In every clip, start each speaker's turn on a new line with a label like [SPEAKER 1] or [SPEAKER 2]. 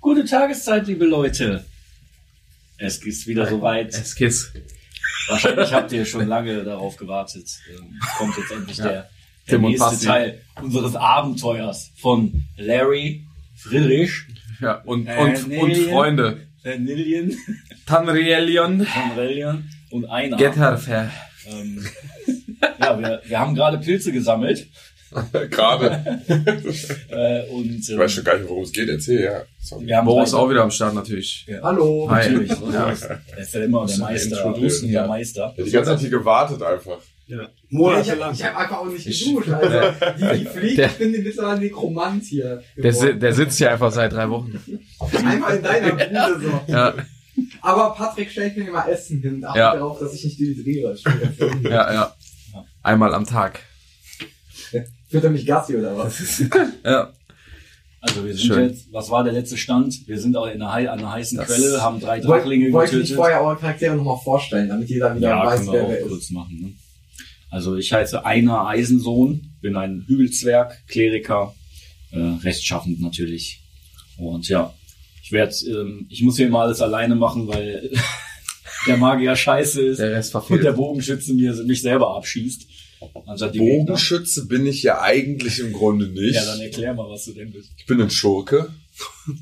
[SPEAKER 1] Gute Tageszeit, liebe Leute. Es ist wieder soweit.
[SPEAKER 2] Es Kiss.
[SPEAKER 1] Wahrscheinlich habt ihr schon lange darauf gewartet. Ähm, Kommt jetzt endlich
[SPEAKER 2] Ja.
[SPEAKER 1] der, der
[SPEAKER 2] Tim und
[SPEAKER 1] nächste
[SPEAKER 2] Basti.
[SPEAKER 1] Teil unseres Abenteuers von Larry, Friedrich,
[SPEAKER 2] Ja, und,
[SPEAKER 1] Äh,
[SPEAKER 2] und,
[SPEAKER 1] nee.
[SPEAKER 2] und Freunde.
[SPEAKER 1] Vanillion,
[SPEAKER 2] Tanrielion.
[SPEAKER 1] Vanillion und Einar.
[SPEAKER 2] Getterfer.
[SPEAKER 1] Ähm, ja, wir, wir haben gerade Pilze gesammelt.
[SPEAKER 3] Gerade.
[SPEAKER 1] Äh, und
[SPEAKER 3] Ich
[SPEAKER 1] ähm,
[SPEAKER 3] weiß schon gar nicht, worum es geht. Erzähl, ja. Sorry.
[SPEAKER 1] wir haben
[SPEAKER 2] Bo ist
[SPEAKER 1] drei-
[SPEAKER 2] auch wieder am Start natürlich.
[SPEAKER 1] Ja.
[SPEAKER 2] Hallo. Hi.
[SPEAKER 1] Natürlich.
[SPEAKER 2] Ja.
[SPEAKER 1] Er ist ja immer der Meister.
[SPEAKER 3] introducen,
[SPEAKER 1] Der
[SPEAKER 3] ja.
[SPEAKER 1] Meister.
[SPEAKER 3] Ich hab die ganze Zeit hier gewartet einfach.
[SPEAKER 4] Monatelang.
[SPEAKER 5] Ich, ich habe einfach auch nicht geduscht. Also, die, die fliegt,
[SPEAKER 2] Der-
[SPEAKER 5] ich bin in dieser Nekromant hier.
[SPEAKER 2] Der, si-
[SPEAKER 5] geworden.
[SPEAKER 2] der sitzt hier einfach seit drei Wochen.
[SPEAKER 5] Einmal in deiner Bude so.
[SPEAKER 2] Ja,
[SPEAKER 5] Aber Patrick stellt mir immer Essen hin. Achte
[SPEAKER 2] Ja.
[SPEAKER 5] darauf, dass ich nicht dehydriere.
[SPEAKER 2] ja, ja. Einmal am Tag.
[SPEAKER 5] Führt er mich Gassi oder was?
[SPEAKER 2] Ja.
[SPEAKER 1] Also wir sind
[SPEAKER 2] Schön.
[SPEAKER 1] jetzt, was war der letzte Stand? Wir sind auch in einer, hei- an einer heißen
[SPEAKER 2] Das-
[SPEAKER 1] Quelle, haben drei
[SPEAKER 5] Wollt-
[SPEAKER 1] Drachlinge
[SPEAKER 5] Wollte ich
[SPEAKER 1] getötet.
[SPEAKER 5] nicht vorher eure Charaktere nochmal vorstellen, damit jeder wieder
[SPEAKER 1] Ja,
[SPEAKER 5] weiß,
[SPEAKER 1] können wir
[SPEAKER 5] wer wer
[SPEAKER 1] auch
[SPEAKER 5] ist.
[SPEAKER 1] kurz machen. Ne? Also ich heiße Einer Eisensohn, bin ein Hügelzwerg, Kleriker, äh, rechtschaffend natürlich. Und ja, ich werde, ähm, ich muss hier immer alles alleine machen, weil der Magier scheiße ist
[SPEAKER 2] Der Rest
[SPEAKER 1] und der
[SPEAKER 2] verfehlt.
[SPEAKER 1] Bogenschütze mir mich selber abschießt. Anstatt die Gegner.
[SPEAKER 3] Bogenschütze bin ich ja eigentlich im Grunde nicht.
[SPEAKER 1] Ja, dann erklär mal, was du denn bist.
[SPEAKER 3] Ich bin ein Schurke.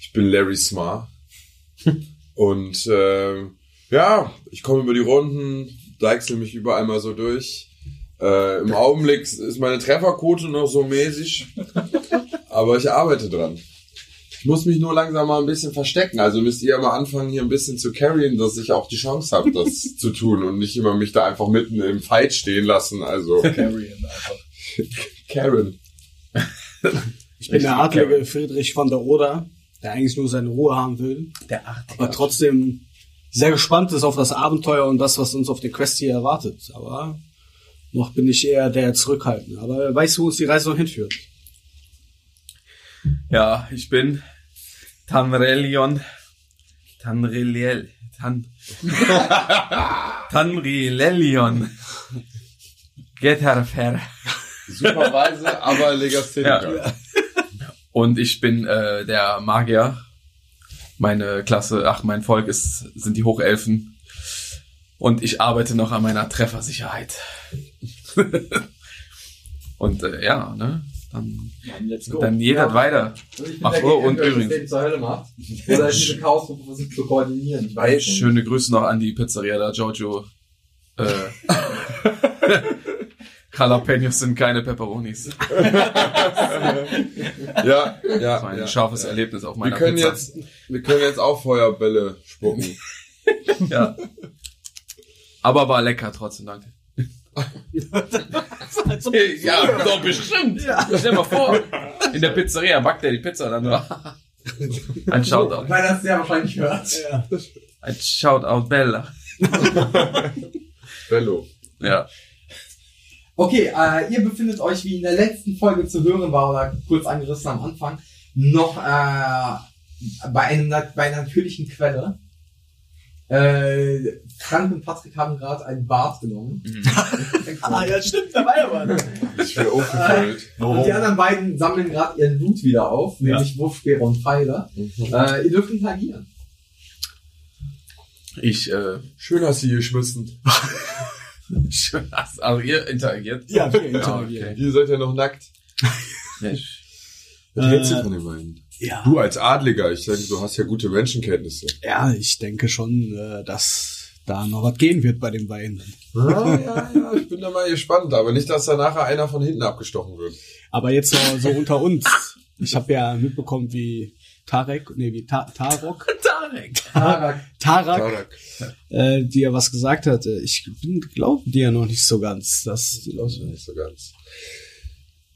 [SPEAKER 3] Ich bin Larry Smart. Und äh, ja, ich komme über die Runden, deichsel mich überall mal so durch. Äh, Im Augenblick ist meine Trefferquote noch so mäßig, aber ich arbeite dran. Ich muss mich nur langsam mal ein bisschen verstecken. Also müsst ihr mal anfangen, hier ein bisschen zu carryen, dass ich auch die Chance habe, das zu tun und nicht immer mich da einfach mitten im Fight stehen lassen. Also
[SPEAKER 1] Carrion einfach.
[SPEAKER 3] Karen.
[SPEAKER 4] Ich bin der Adlige Friedrich van der Oder, der eigentlich nur seine Ruhe haben will,
[SPEAKER 2] Der Artige.
[SPEAKER 4] aber trotzdem sehr gespannt ist auf das Abenteuer und das, was uns auf der Quest hier erwartet. Aber noch bin ich eher der Zurückhaltende. Aber wer weiß, wo uns die Reise noch hinführt.
[SPEAKER 2] Ja, ich bin Tanrelion. Tanreliel. Tan. Tanrielion. Getterfer.
[SPEAKER 3] Superweise, aber legastheniker.
[SPEAKER 2] Ja. Und ich bin äh, der Magier. Meine Klasse, ach, mein Volk ist, sind die Hochelfen. Und ich arbeite noch an meiner Treffersicherheit. und äh, ja, ne? Dann,
[SPEAKER 1] Dann let's go.
[SPEAKER 2] dann jeder
[SPEAKER 5] Ja.
[SPEAKER 2] weiter.
[SPEAKER 5] Und ich bin
[SPEAKER 2] Ach
[SPEAKER 5] der
[SPEAKER 2] so,
[SPEAKER 5] Gegner,
[SPEAKER 2] und
[SPEAKER 5] der das
[SPEAKER 2] übrigens.
[SPEAKER 5] Leben zur Hölle macht. Oder diese Chaosgruppe versucht zu koordinieren. Ich weiß nicht.
[SPEAKER 2] Schöne Grüße noch an die Pizzeria da, Giorgio. Äh, Jalapenos sind keine Pepperonis. Das
[SPEAKER 3] Ja, ja, ja.
[SPEAKER 2] war ein scharfes Erlebnis auf meiner
[SPEAKER 3] wir können
[SPEAKER 2] Pizza.
[SPEAKER 3] jetzt, wir können jetzt auch Feuerbälle spucken.
[SPEAKER 2] Ja. Aber war lecker trotzdem, danke. ja, doch bestimmt. Stell dir mal vor, in der Pizzeria backt er die Pizza dann. Ein Shoutout.
[SPEAKER 5] Weil das sehr wahrscheinlich hört.
[SPEAKER 2] Ein Shoutout Bella.
[SPEAKER 3] Bello.
[SPEAKER 2] Ja.
[SPEAKER 5] Okay, äh, ihr befindet euch, wie in der letzten Folge zu hören war oder kurz angerissen am Anfang, noch äh, bei, einem, nat- bei einer natürlichen Quelle. Äh, Frank und Patrick haben gerade einen Bart genommen.
[SPEAKER 1] Mhm.
[SPEAKER 4] Ah, ja, stimmt, da war ja was.
[SPEAKER 3] Ich bin aufgefüllt.
[SPEAKER 5] Und die anderen beiden sammeln gerade ihren Loot wieder auf, nämlich Wurfspeere und Pfeile. Äh, ihr dürft interagieren.
[SPEAKER 2] Ich, äh,
[SPEAKER 3] Schön hast du hier geschmissen.
[SPEAKER 2] schön, also ihr interagiert.
[SPEAKER 4] Ja, wir
[SPEAKER 2] Ja,
[SPEAKER 4] interagieren.
[SPEAKER 2] okay.
[SPEAKER 3] Ihr seid ja noch nackt.
[SPEAKER 2] Ja, ich-
[SPEAKER 3] Was
[SPEAKER 4] Äh,
[SPEAKER 3] hältst du von den beiden?
[SPEAKER 4] Ja.
[SPEAKER 3] Du als Adliger, ich denke, du hast ja gute Menschenkenntnisse.
[SPEAKER 4] ja, ich denke schon, äh, dass da noch was gehen wird bei den beiden.
[SPEAKER 3] Ja, ja, ja, ich bin da mal gespannt, aber nicht, dass da nachher einer von hinten abgestochen wird.
[SPEAKER 4] Aber jetzt so, so unter uns. Ich habe ja mitbekommen, wie Tarek, nee, wie Ta Tarok,
[SPEAKER 2] Tarek.
[SPEAKER 5] Tarak,
[SPEAKER 4] Tarak,
[SPEAKER 3] Tarak.
[SPEAKER 4] äh, die ja was gesagt hatte. Ich bin- glaub dir noch nicht so ganz. Das,
[SPEAKER 3] Ich glaub's mir nicht so ganz.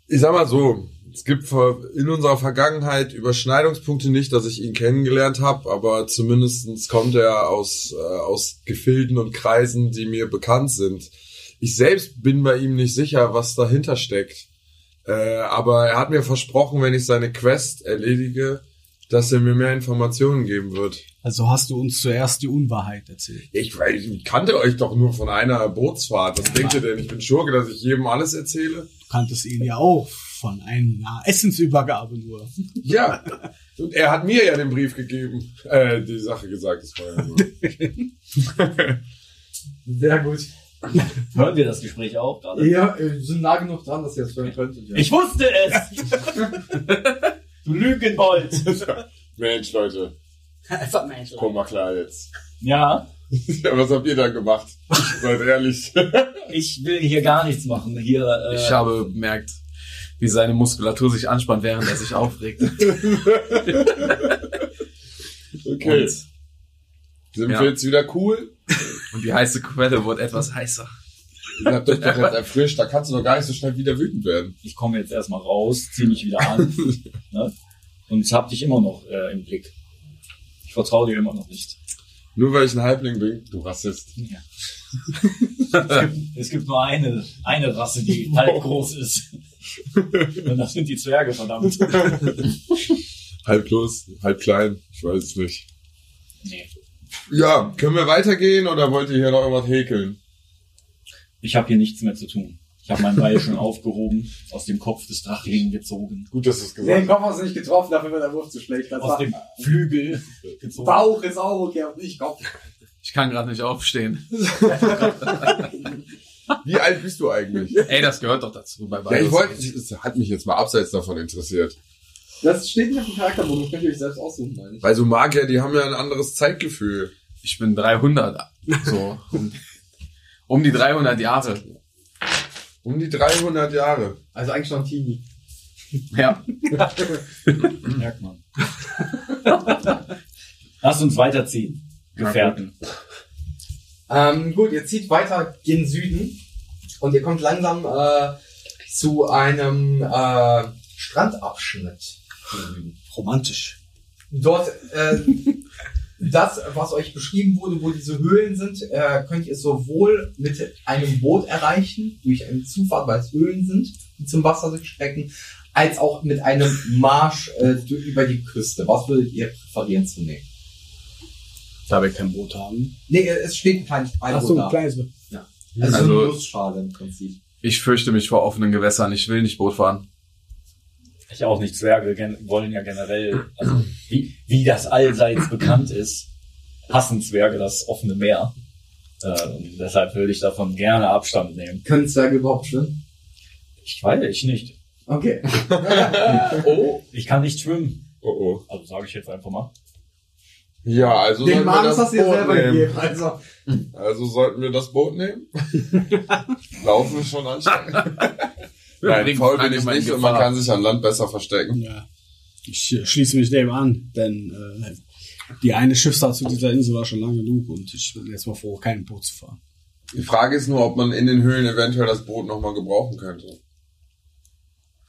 [SPEAKER 3] Ich sag mal so, es gibt ver- in unserer Vergangenheit Überschneidungspunkte nicht, dass ich ihn kennengelernt habe, aber zumindestens kommt er aus, äh, aus Gefilden und Kreisen, die mir bekannt sind. Ich selbst bin bei ihm nicht sicher, was dahinter steckt. Äh, aber er hat mir versprochen, wenn ich seine Quest erledige, dass er mir mehr Informationen geben wird.
[SPEAKER 4] also hast du uns zuerst die Unwahrheit erzählt.
[SPEAKER 3] Ich, weiß, ich kannte euch doch nur von einer Bootsfahrt. Was denkt ihr denn? Ich bin Schurke, dass ich jedem alles erzähle?
[SPEAKER 4] Du kanntest ihn ja auch von einer Essensübergabe nur.
[SPEAKER 3] Ja. Und er hat mir ja den Brief gegeben. Äh, die Sache gesagt, das war ja nur.
[SPEAKER 5] Sehr gut.
[SPEAKER 1] Hören wir das Gespräch auch gerade?
[SPEAKER 5] Ja, äh, sind nah genug dran, dass ihr das hören könntet. Ja.
[SPEAKER 1] Ich wusste es! du Lügenbold!
[SPEAKER 3] Mensch, Leute,
[SPEAKER 6] Einfach Mensch.
[SPEAKER 3] komm mal klar jetzt.
[SPEAKER 1] Ja,
[SPEAKER 3] Ja, was habt ihr da gemacht? Seid ehrlich.
[SPEAKER 1] ich will hier gar nichts machen. Hier, äh,
[SPEAKER 2] Ich habe bemerkt, wie seine Muskulatur sich anspannt, während er sich aufregt.
[SPEAKER 3] Okay.
[SPEAKER 2] Und,
[SPEAKER 3] Sind
[SPEAKER 2] Ja.
[SPEAKER 3] wir jetzt wieder cool?
[SPEAKER 2] und die heiße Quelle wurde etwas heißer.
[SPEAKER 3] Ihr habt euch doch jetzt erfrischt, da kannst du doch gar nicht so schnell wieder wütend werden.
[SPEAKER 1] ich komme jetzt erstmal raus, zieh mich wieder an. ne? Und hab dich immer noch äh, im Blick. Ich vertraue dir immer noch nicht.
[SPEAKER 3] Nur weil ich ein Halbling bin, du Rassist.
[SPEAKER 1] Es gibt nur eine, eine Rasse, die halb groß ist. Und das sind die Zwerge, verdammt.
[SPEAKER 3] Halb groß, halb klein, ich weiß es nicht.
[SPEAKER 1] Nee.
[SPEAKER 3] Ja, können wir weitergehen oder wollt ihr hier noch irgendwas häkeln?
[SPEAKER 1] Ich habe hier nichts mehr zu tun. Ich habe mein Beil schon aufgehoben, aus dem Kopf des Drachen gezogen,
[SPEAKER 3] Gut, dass du es
[SPEAKER 5] Nee, den
[SPEAKER 3] gesagt
[SPEAKER 5] Kopf hast du nicht getroffen, dafür war der Wurf zu schlecht. Das
[SPEAKER 1] aus
[SPEAKER 5] war,
[SPEAKER 1] dem Flügel gezogen.
[SPEAKER 5] Bauch ist auch okay, aber nicht Kopf.
[SPEAKER 2] Ich kann gerade nicht aufstehen.
[SPEAKER 3] hast. Wie alt bist du eigentlich?
[SPEAKER 2] Ey, das gehört doch dazu bei
[SPEAKER 3] Ja, ich
[SPEAKER 2] Baldur's
[SPEAKER 3] wollte,
[SPEAKER 2] Gate.
[SPEAKER 3] es hat mich jetzt mal abseits davon interessiert.
[SPEAKER 5] Das steht nicht auf dem Charakterbogen, könnt ihr euch selbst aussuchen, meine ich.
[SPEAKER 3] Weil so Magier, die haben ja ein anderes Zeitgefühl.
[SPEAKER 2] Ich bin 300. So. Um, um die 300 Jahre.
[SPEAKER 3] Um die 300 Jahre.
[SPEAKER 5] Also eigentlich schon Teenie.
[SPEAKER 2] Ja.
[SPEAKER 1] Merkt man. Lass uns weiterziehen, Gefährten.
[SPEAKER 5] Ähm, gut, ihr zieht weiter gen Süden und ihr kommt langsam äh, zu einem äh, Strandabschnitt. im Süden.
[SPEAKER 4] Romantisch.
[SPEAKER 5] Dort, äh, das, was euch beschrieben wurde, wo diese Höhlen sind, äh, könnt ihr sowohl mit einem Boot erreichen, durch eine Zufahrt, weil es Höhlen sind, die zum Wasser sich strecken, als auch mit einem Marsch äh, durch- über die Küste. Was würdet ihr präferieren zu nehmen?
[SPEAKER 4] Da wir kein Boot haben.
[SPEAKER 5] Nee, äh, es steht ein kleines Treiber
[SPEAKER 4] Ach so,
[SPEAKER 5] da.
[SPEAKER 4] ein kleines. Boot.
[SPEAKER 5] Also,
[SPEAKER 2] Also-
[SPEAKER 5] so eine Nussschale im Prinzip.
[SPEAKER 2] Ich fürchte mich vor offenen Gewässern. Ich will nicht Boot fahren.
[SPEAKER 1] Ich auch nicht. Zwerge gen- wollen ja generell, also wie, wie das allseits bekannt ist, hassen Zwerge das offene Meer. Äh, und deshalb würde ich davon gerne Abstand nehmen.
[SPEAKER 5] Können Zwerge überhaupt schwimmen?
[SPEAKER 1] Ich weiß ich nicht.
[SPEAKER 5] Okay.
[SPEAKER 3] Oh,
[SPEAKER 1] Ich kann nicht schwimmen.
[SPEAKER 3] oh, oh.
[SPEAKER 1] Also sage ich jetzt einfach mal.
[SPEAKER 3] Ja, also
[SPEAKER 5] Den
[SPEAKER 3] sollten wir
[SPEAKER 5] Manus
[SPEAKER 3] das
[SPEAKER 5] hast du dir
[SPEAKER 3] Boot
[SPEAKER 5] selber
[SPEAKER 3] nehmen.
[SPEAKER 5] gegeben. Also,
[SPEAKER 3] Also sollten wir das Boot nehmen? Laufen ist schon anstrengend. Nein,
[SPEAKER 2] Bringt
[SPEAKER 3] faul bin ich
[SPEAKER 2] allgemein
[SPEAKER 3] nicht und man
[SPEAKER 2] Gefahr.
[SPEAKER 3] kann sich an Land besser verstecken.
[SPEAKER 4] Ja. Ich äh, schließe mich dem an, denn äh, die eine Schiffsfahrt zu dieser Insel war schon lang genug und ich bin jetzt mal froh, kein Boot zu fahren.
[SPEAKER 3] Die Frage ist nur, ob man in den Höhlen eventuell das Boot nochmal gebrauchen könnte.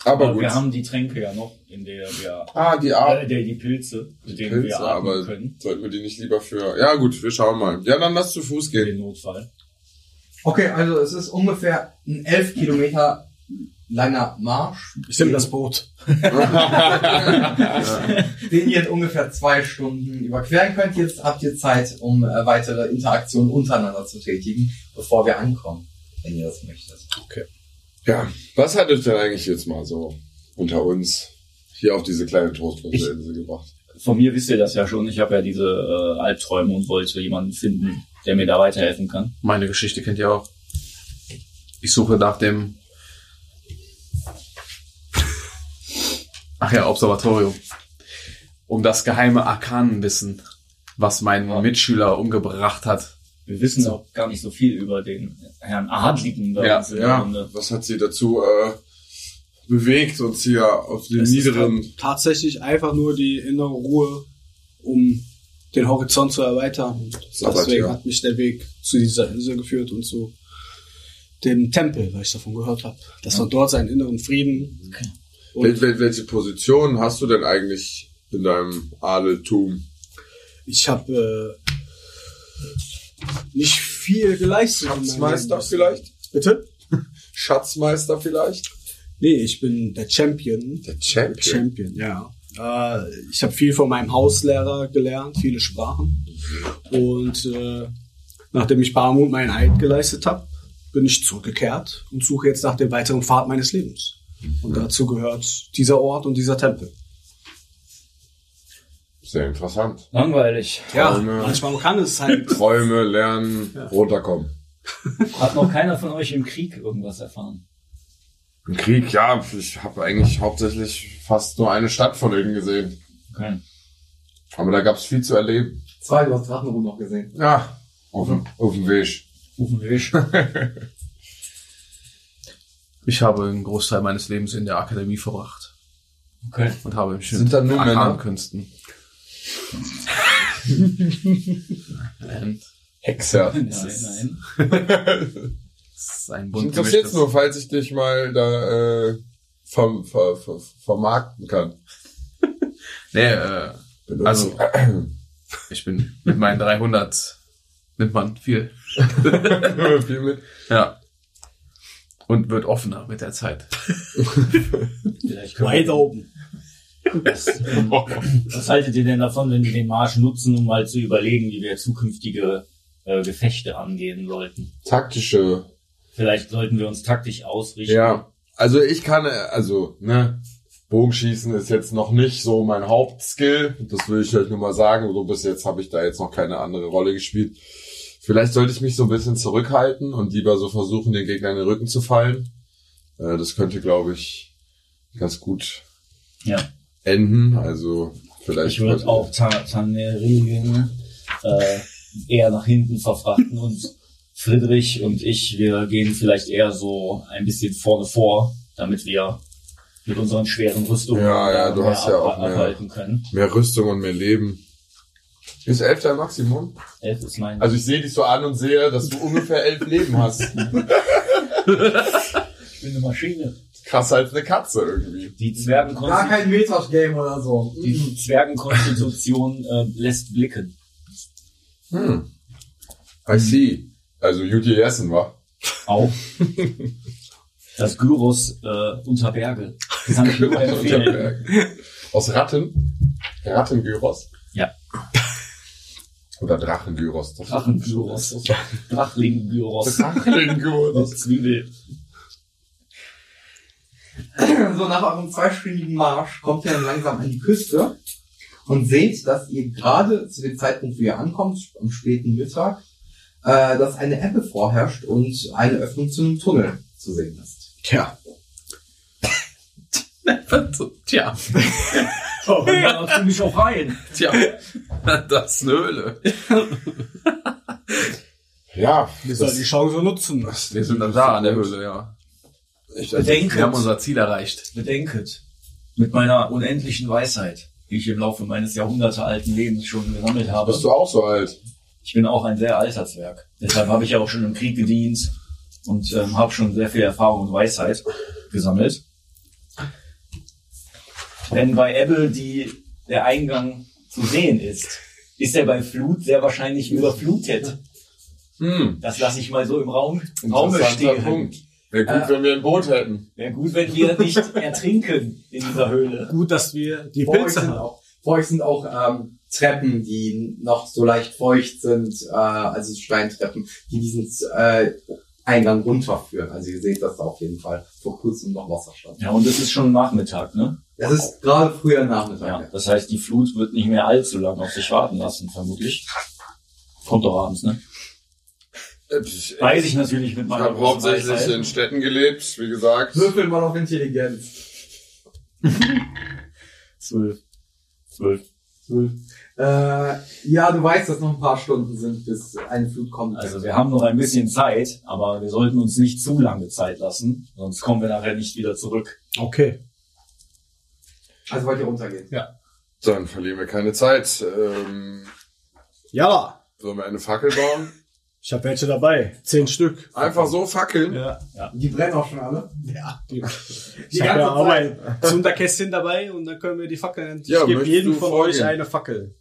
[SPEAKER 3] Aber
[SPEAKER 1] Aber
[SPEAKER 3] gut.
[SPEAKER 1] wir haben die Tränke ja noch, in der wir
[SPEAKER 3] ah, die
[SPEAKER 1] äh,
[SPEAKER 3] Arbeit.
[SPEAKER 1] der, die Pilze, mit denen
[SPEAKER 3] Pilze,
[SPEAKER 1] wir atmen
[SPEAKER 3] aber-
[SPEAKER 1] können.
[SPEAKER 3] Sollten wir die nicht lieber für... Ja gut, wir schauen mal. Ja, dann lass zu Fuß
[SPEAKER 1] Für
[SPEAKER 3] gehen.
[SPEAKER 1] den Notfall.
[SPEAKER 5] okay, also es ist ungefähr ein elf Kilometer langer Marsch,
[SPEAKER 4] Ich nehme das Boot.
[SPEAKER 5] den ihr in ungefähr zwei Stunden überqueren könnt. Jetzt habt ihr Zeit, um äh, weitere Interaktionen untereinander zu tätigen, bevor wir ankommen, wenn ihr das möchtet.
[SPEAKER 3] Ja, was hat euch denn eigentlich jetzt mal so unter uns hier auf diese kleine trostlose
[SPEAKER 1] Ich-
[SPEAKER 3] Insel gebracht?
[SPEAKER 1] Von mir wisst ihr das ja schon. Ich habe ja diese äh, Albträume und wollte jemanden finden, der mir da weiterhelfen kann.
[SPEAKER 2] Meine Geschichte kennt ihr auch. Ich suche nach dem. Ach ja, Observatorium. Um das geheime Arkanenwissen, was mein Mitschüler umgebracht hat.
[SPEAKER 1] Wir wissen auch gar nicht so viel über den Herrn Adligen bei
[SPEAKER 2] Ja,
[SPEAKER 1] uns in der
[SPEAKER 3] Ja,
[SPEAKER 1] Runde.
[SPEAKER 3] was hat sie dazu äh, bewegt, uns hier auf den
[SPEAKER 4] Es ist
[SPEAKER 3] niederen...
[SPEAKER 4] ta- tatsächlich einfach nur die innere Ruhe, um den Horizont zu erweitern. Und
[SPEAKER 3] Sabbat,
[SPEAKER 4] deswegen
[SPEAKER 3] ja.
[SPEAKER 4] hat mich der Weg zu dieser Insel geführt und zu dem Tempel, weil ich davon gehört habe, dass man dort seinen inneren Frieden
[SPEAKER 3] Wel
[SPEAKER 4] und
[SPEAKER 3] wel welche Position hast du denn eigentlich in deinem Adeltum?
[SPEAKER 4] ich habe äh, nicht viel geleistet. in meinem
[SPEAKER 3] Schatzmeister
[SPEAKER 4] Leben.
[SPEAKER 3] vielleicht?
[SPEAKER 4] Bitte?
[SPEAKER 3] Schatzmeister vielleicht?
[SPEAKER 4] Nee, ich bin der Champion.
[SPEAKER 3] Der Champion.
[SPEAKER 4] Champion, ja. Äh, ich habe viel von meinem Hauslehrer gelernt, viele Sprachen. Und äh, nachdem ich Barmut meinen Eid geleistet habe, bin ich zurückgekehrt und suche jetzt nach der weiteren Pfad meines Lebens. Und dazu gehört dieser Ort und dieser Tempel.
[SPEAKER 3] Sehr interessant.
[SPEAKER 1] Langweilig.
[SPEAKER 4] Ja,
[SPEAKER 3] Träume.
[SPEAKER 4] manchmal kann es halt.
[SPEAKER 3] Träume lernen, runterkommen.
[SPEAKER 1] Hat noch keiner von euch im Krieg irgendwas erfahren?
[SPEAKER 3] Im Krieg, ja, ich habe eigentlich hauptsächlich fast nur eine Stadt von denen gesehen.
[SPEAKER 1] Okay.
[SPEAKER 3] Aber da gab es viel zu erleben.
[SPEAKER 5] Zwei, du hast Drachenruh noch gesehen.
[SPEAKER 3] Ja, auf, dem- auf dem Weg.
[SPEAKER 1] Rufen wir dich.
[SPEAKER 2] Ich habe einen Großteil meines Lebens in der Akademie verbracht
[SPEAKER 1] Okay.
[SPEAKER 2] und habe mich
[SPEAKER 3] Sind da nur Männer?
[SPEAKER 2] Arkankünsten. Und
[SPEAKER 3] Hexer.
[SPEAKER 1] Nein,
[SPEAKER 2] ist-
[SPEAKER 1] nein.
[SPEAKER 2] es ist ein
[SPEAKER 3] Ich
[SPEAKER 2] bunt
[SPEAKER 3] interessiere
[SPEAKER 2] gemischtes-
[SPEAKER 3] nur, falls ich dich mal da äh, ver, ver, ver, vermarkten kann.
[SPEAKER 2] Nee, äh,
[SPEAKER 3] Bin
[SPEAKER 2] Also-
[SPEAKER 3] also
[SPEAKER 2] ich bin mit meinen 300 nimmt man viel.
[SPEAKER 3] viel mit.
[SPEAKER 2] Ja. Und wird offener mit der Zeit.
[SPEAKER 1] Vielleicht können
[SPEAKER 4] Wide
[SPEAKER 1] wir,
[SPEAKER 4] open.
[SPEAKER 1] was, ähm, was haltet ihr denn davon, wenn wir den Marsch nutzen, um mal zu überlegen, wie wir zukünftige äh, Gefechte angehen sollten?
[SPEAKER 3] Taktische
[SPEAKER 1] Vielleicht sollten wir uns taktisch ausrichten.
[SPEAKER 3] Ja, also ich kann, äh, also, ne, Bogenschießen ist jetzt noch nicht so mein Hauptskill. Das will ich euch nur mal sagen. So bis jetzt habe ich da jetzt noch keine andere Rolle gespielt. Vielleicht sollte ich mich so ein bisschen zurückhalten und lieber so versuchen, den Gegner in den Rücken zu fallen. Äh, das könnte, glaube ich, ganz gut
[SPEAKER 1] Ja.
[SPEAKER 3] enden. Also vielleicht.
[SPEAKER 1] Ich würde auch Ta- Tanerin äh, eher nach hinten verfrachten und Friedrich und ich, wir gehen vielleicht eher so ein bisschen vorne vor, damit wir mit unseren schweren Rüstungen
[SPEAKER 3] Ja, ja, du
[SPEAKER 1] mehr
[SPEAKER 3] hast ja auch mehr.
[SPEAKER 1] abhalten können.
[SPEAKER 3] Mehr Rüstung und mehr Leben. Ist elf dein Maximum?
[SPEAKER 1] Elf ist mein.
[SPEAKER 3] Also ich sehe dich so an und sehe, dass du ungefähr elf Leben hast.
[SPEAKER 1] ich bin eine Maschine.
[SPEAKER 3] Krasser als eine Katze irgendwie.
[SPEAKER 1] Die Zwergenkonstitution.
[SPEAKER 5] Gar kein Metas-Game oder so.
[SPEAKER 1] Die Zwergenkonstitution äh, lässt blicken.
[SPEAKER 3] Hm. I see. Also UTSen war.
[SPEAKER 1] Auch das Gyros äh, unter Berge. Kann ich nur empfehlen.
[SPEAKER 3] Aus Ratten. Rattengyros.
[SPEAKER 1] Ja.
[SPEAKER 3] Oder Drachengyros. Das-
[SPEAKER 1] Drachengyros. Drachling-Gyros.
[SPEAKER 3] Drachengyros.
[SPEAKER 1] Aus Zwiebel.
[SPEAKER 5] so nach eurem zweistündigen Marsch kommt ihr dann langsam an die Küste und seht, dass ihr gerade zu dem Zeitpunkt, wo ihr ankommt, am späten Mittag, äh, dass eine Ebbe vorherrscht und eine Öffnung zu einem Tunnel zu sehen ist.
[SPEAKER 4] Tja.
[SPEAKER 2] Also, Tja,
[SPEAKER 1] Oh, ja, natürlich auch rein.
[SPEAKER 2] tja, das ist eine Höhle.
[SPEAKER 3] ja.
[SPEAKER 4] Wir sollten die Chance nutzen.
[SPEAKER 2] Wir sind dann da an der Höhle, ja.
[SPEAKER 3] Ich, also,
[SPEAKER 2] Wir haben
[SPEAKER 1] Bedenket,
[SPEAKER 2] unser Ziel erreicht.
[SPEAKER 1] bedenket, mit meiner unendlichen Weisheit, die ich im Laufe meines jahrhundertealten Lebens schon gesammelt habe.
[SPEAKER 3] bist du auch so alt?
[SPEAKER 1] Ich bin auch ein sehr alter Zwerg. Deshalb habe ich ja auch schon im Krieg gedient und ähm, habe schon sehr viel Erfahrung und Weisheit gesammelt. Wenn bei Ebbe die, der Eingang zu sehen ist, ist er bei Flut sehr wahrscheinlich überflutet.
[SPEAKER 3] Hm.
[SPEAKER 1] Das lasse ich mal so im Raum, Raum
[SPEAKER 3] Interessanter
[SPEAKER 1] stehen.
[SPEAKER 3] Punkt. Wäre
[SPEAKER 2] Äh,
[SPEAKER 3] gut, wenn wir ein Boot hätten.
[SPEAKER 1] Wäre gut, wenn wir nicht ertrinken in dieser Höhle.
[SPEAKER 4] Gut, dass wir die
[SPEAKER 5] Vor euch
[SPEAKER 4] Pilze
[SPEAKER 5] sind
[SPEAKER 4] haben.
[SPEAKER 5] auch, vor euch sind auch ähm, Treppen, die noch so leicht feucht sind, äh, also Steintreppen, die diesen äh, Eingang runterführen. Also ihr seht, dass da auf jeden Fall vor kurzem noch Wasser stand.
[SPEAKER 1] Ja, und es ist schon Nachmittag, ne?
[SPEAKER 5] Es ist gerade früher Nachmittag.
[SPEAKER 1] Ja. Das heißt, die Flut wird nicht mehr allzu lange auf sich warten lassen, vermutlich. Kommt doch abends, ne?
[SPEAKER 3] Ich,
[SPEAKER 1] Weiß ich natürlich mit
[SPEAKER 3] ich
[SPEAKER 1] meiner
[SPEAKER 3] habe
[SPEAKER 1] großen
[SPEAKER 3] hauptsächlich in
[SPEAKER 1] Weisheit.
[SPEAKER 3] Städten gelebt, wie gesagt.
[SPEAKER 5] Würfel mal auf Intelligenz.
[SPEAKER 1] Zwölf. Zwölf.
[SPEAKER 5] Äh, ja, du weißt, dass noch ein paar Stunden sind, bis eine Flut kommt.
[SPEAKER 1] Also wir haben noch ein bisschen Zeit, aber wir sollten uns nicht zu lange Zeit lassen, sonst kommen wir nachher nicht wieder zurück.
[SPEAKER 4] Okay.
[SPEAKER 5] also wollt ihr runtergehen?
[SPEAKER 3] Dann verlieren wir keine Zeit. Ähm,
[SPEAKER 4] Ja,
[SPEAKER 3] sollen wir eine Fackel bauen?
[SPEAKER 4] ich habe welche dabei. Zehn Stück.
[SPEAKER 3] Einfach so fackeln?
[SPEAKER 4] Ja.
[SPEAKER 5] Die brennen auch schon alle.
[SPEAKER 4] Ja.
[SPEAKER 5] Die
[SPEAKER 4] Die, ich habe
[SPEAKER 5] ganze
[SPEAKER 4] ja auch
[SPEAKER 5] Zeit.
[SPEAKER 4] mein Zunderkästchen dabei und dann können wir die Fackeln. Ich
[SPEAKER 3] Ja,
[SPEAKER 4] gebe
[SPEAKER 3] möchtest
[SPEAKER 4] jedem
[SPEAKER 3] du
[SPEAKER 4] von
[SPEAKER 3] vorgehen?
[SPEAKER 4] euch eine Fackel.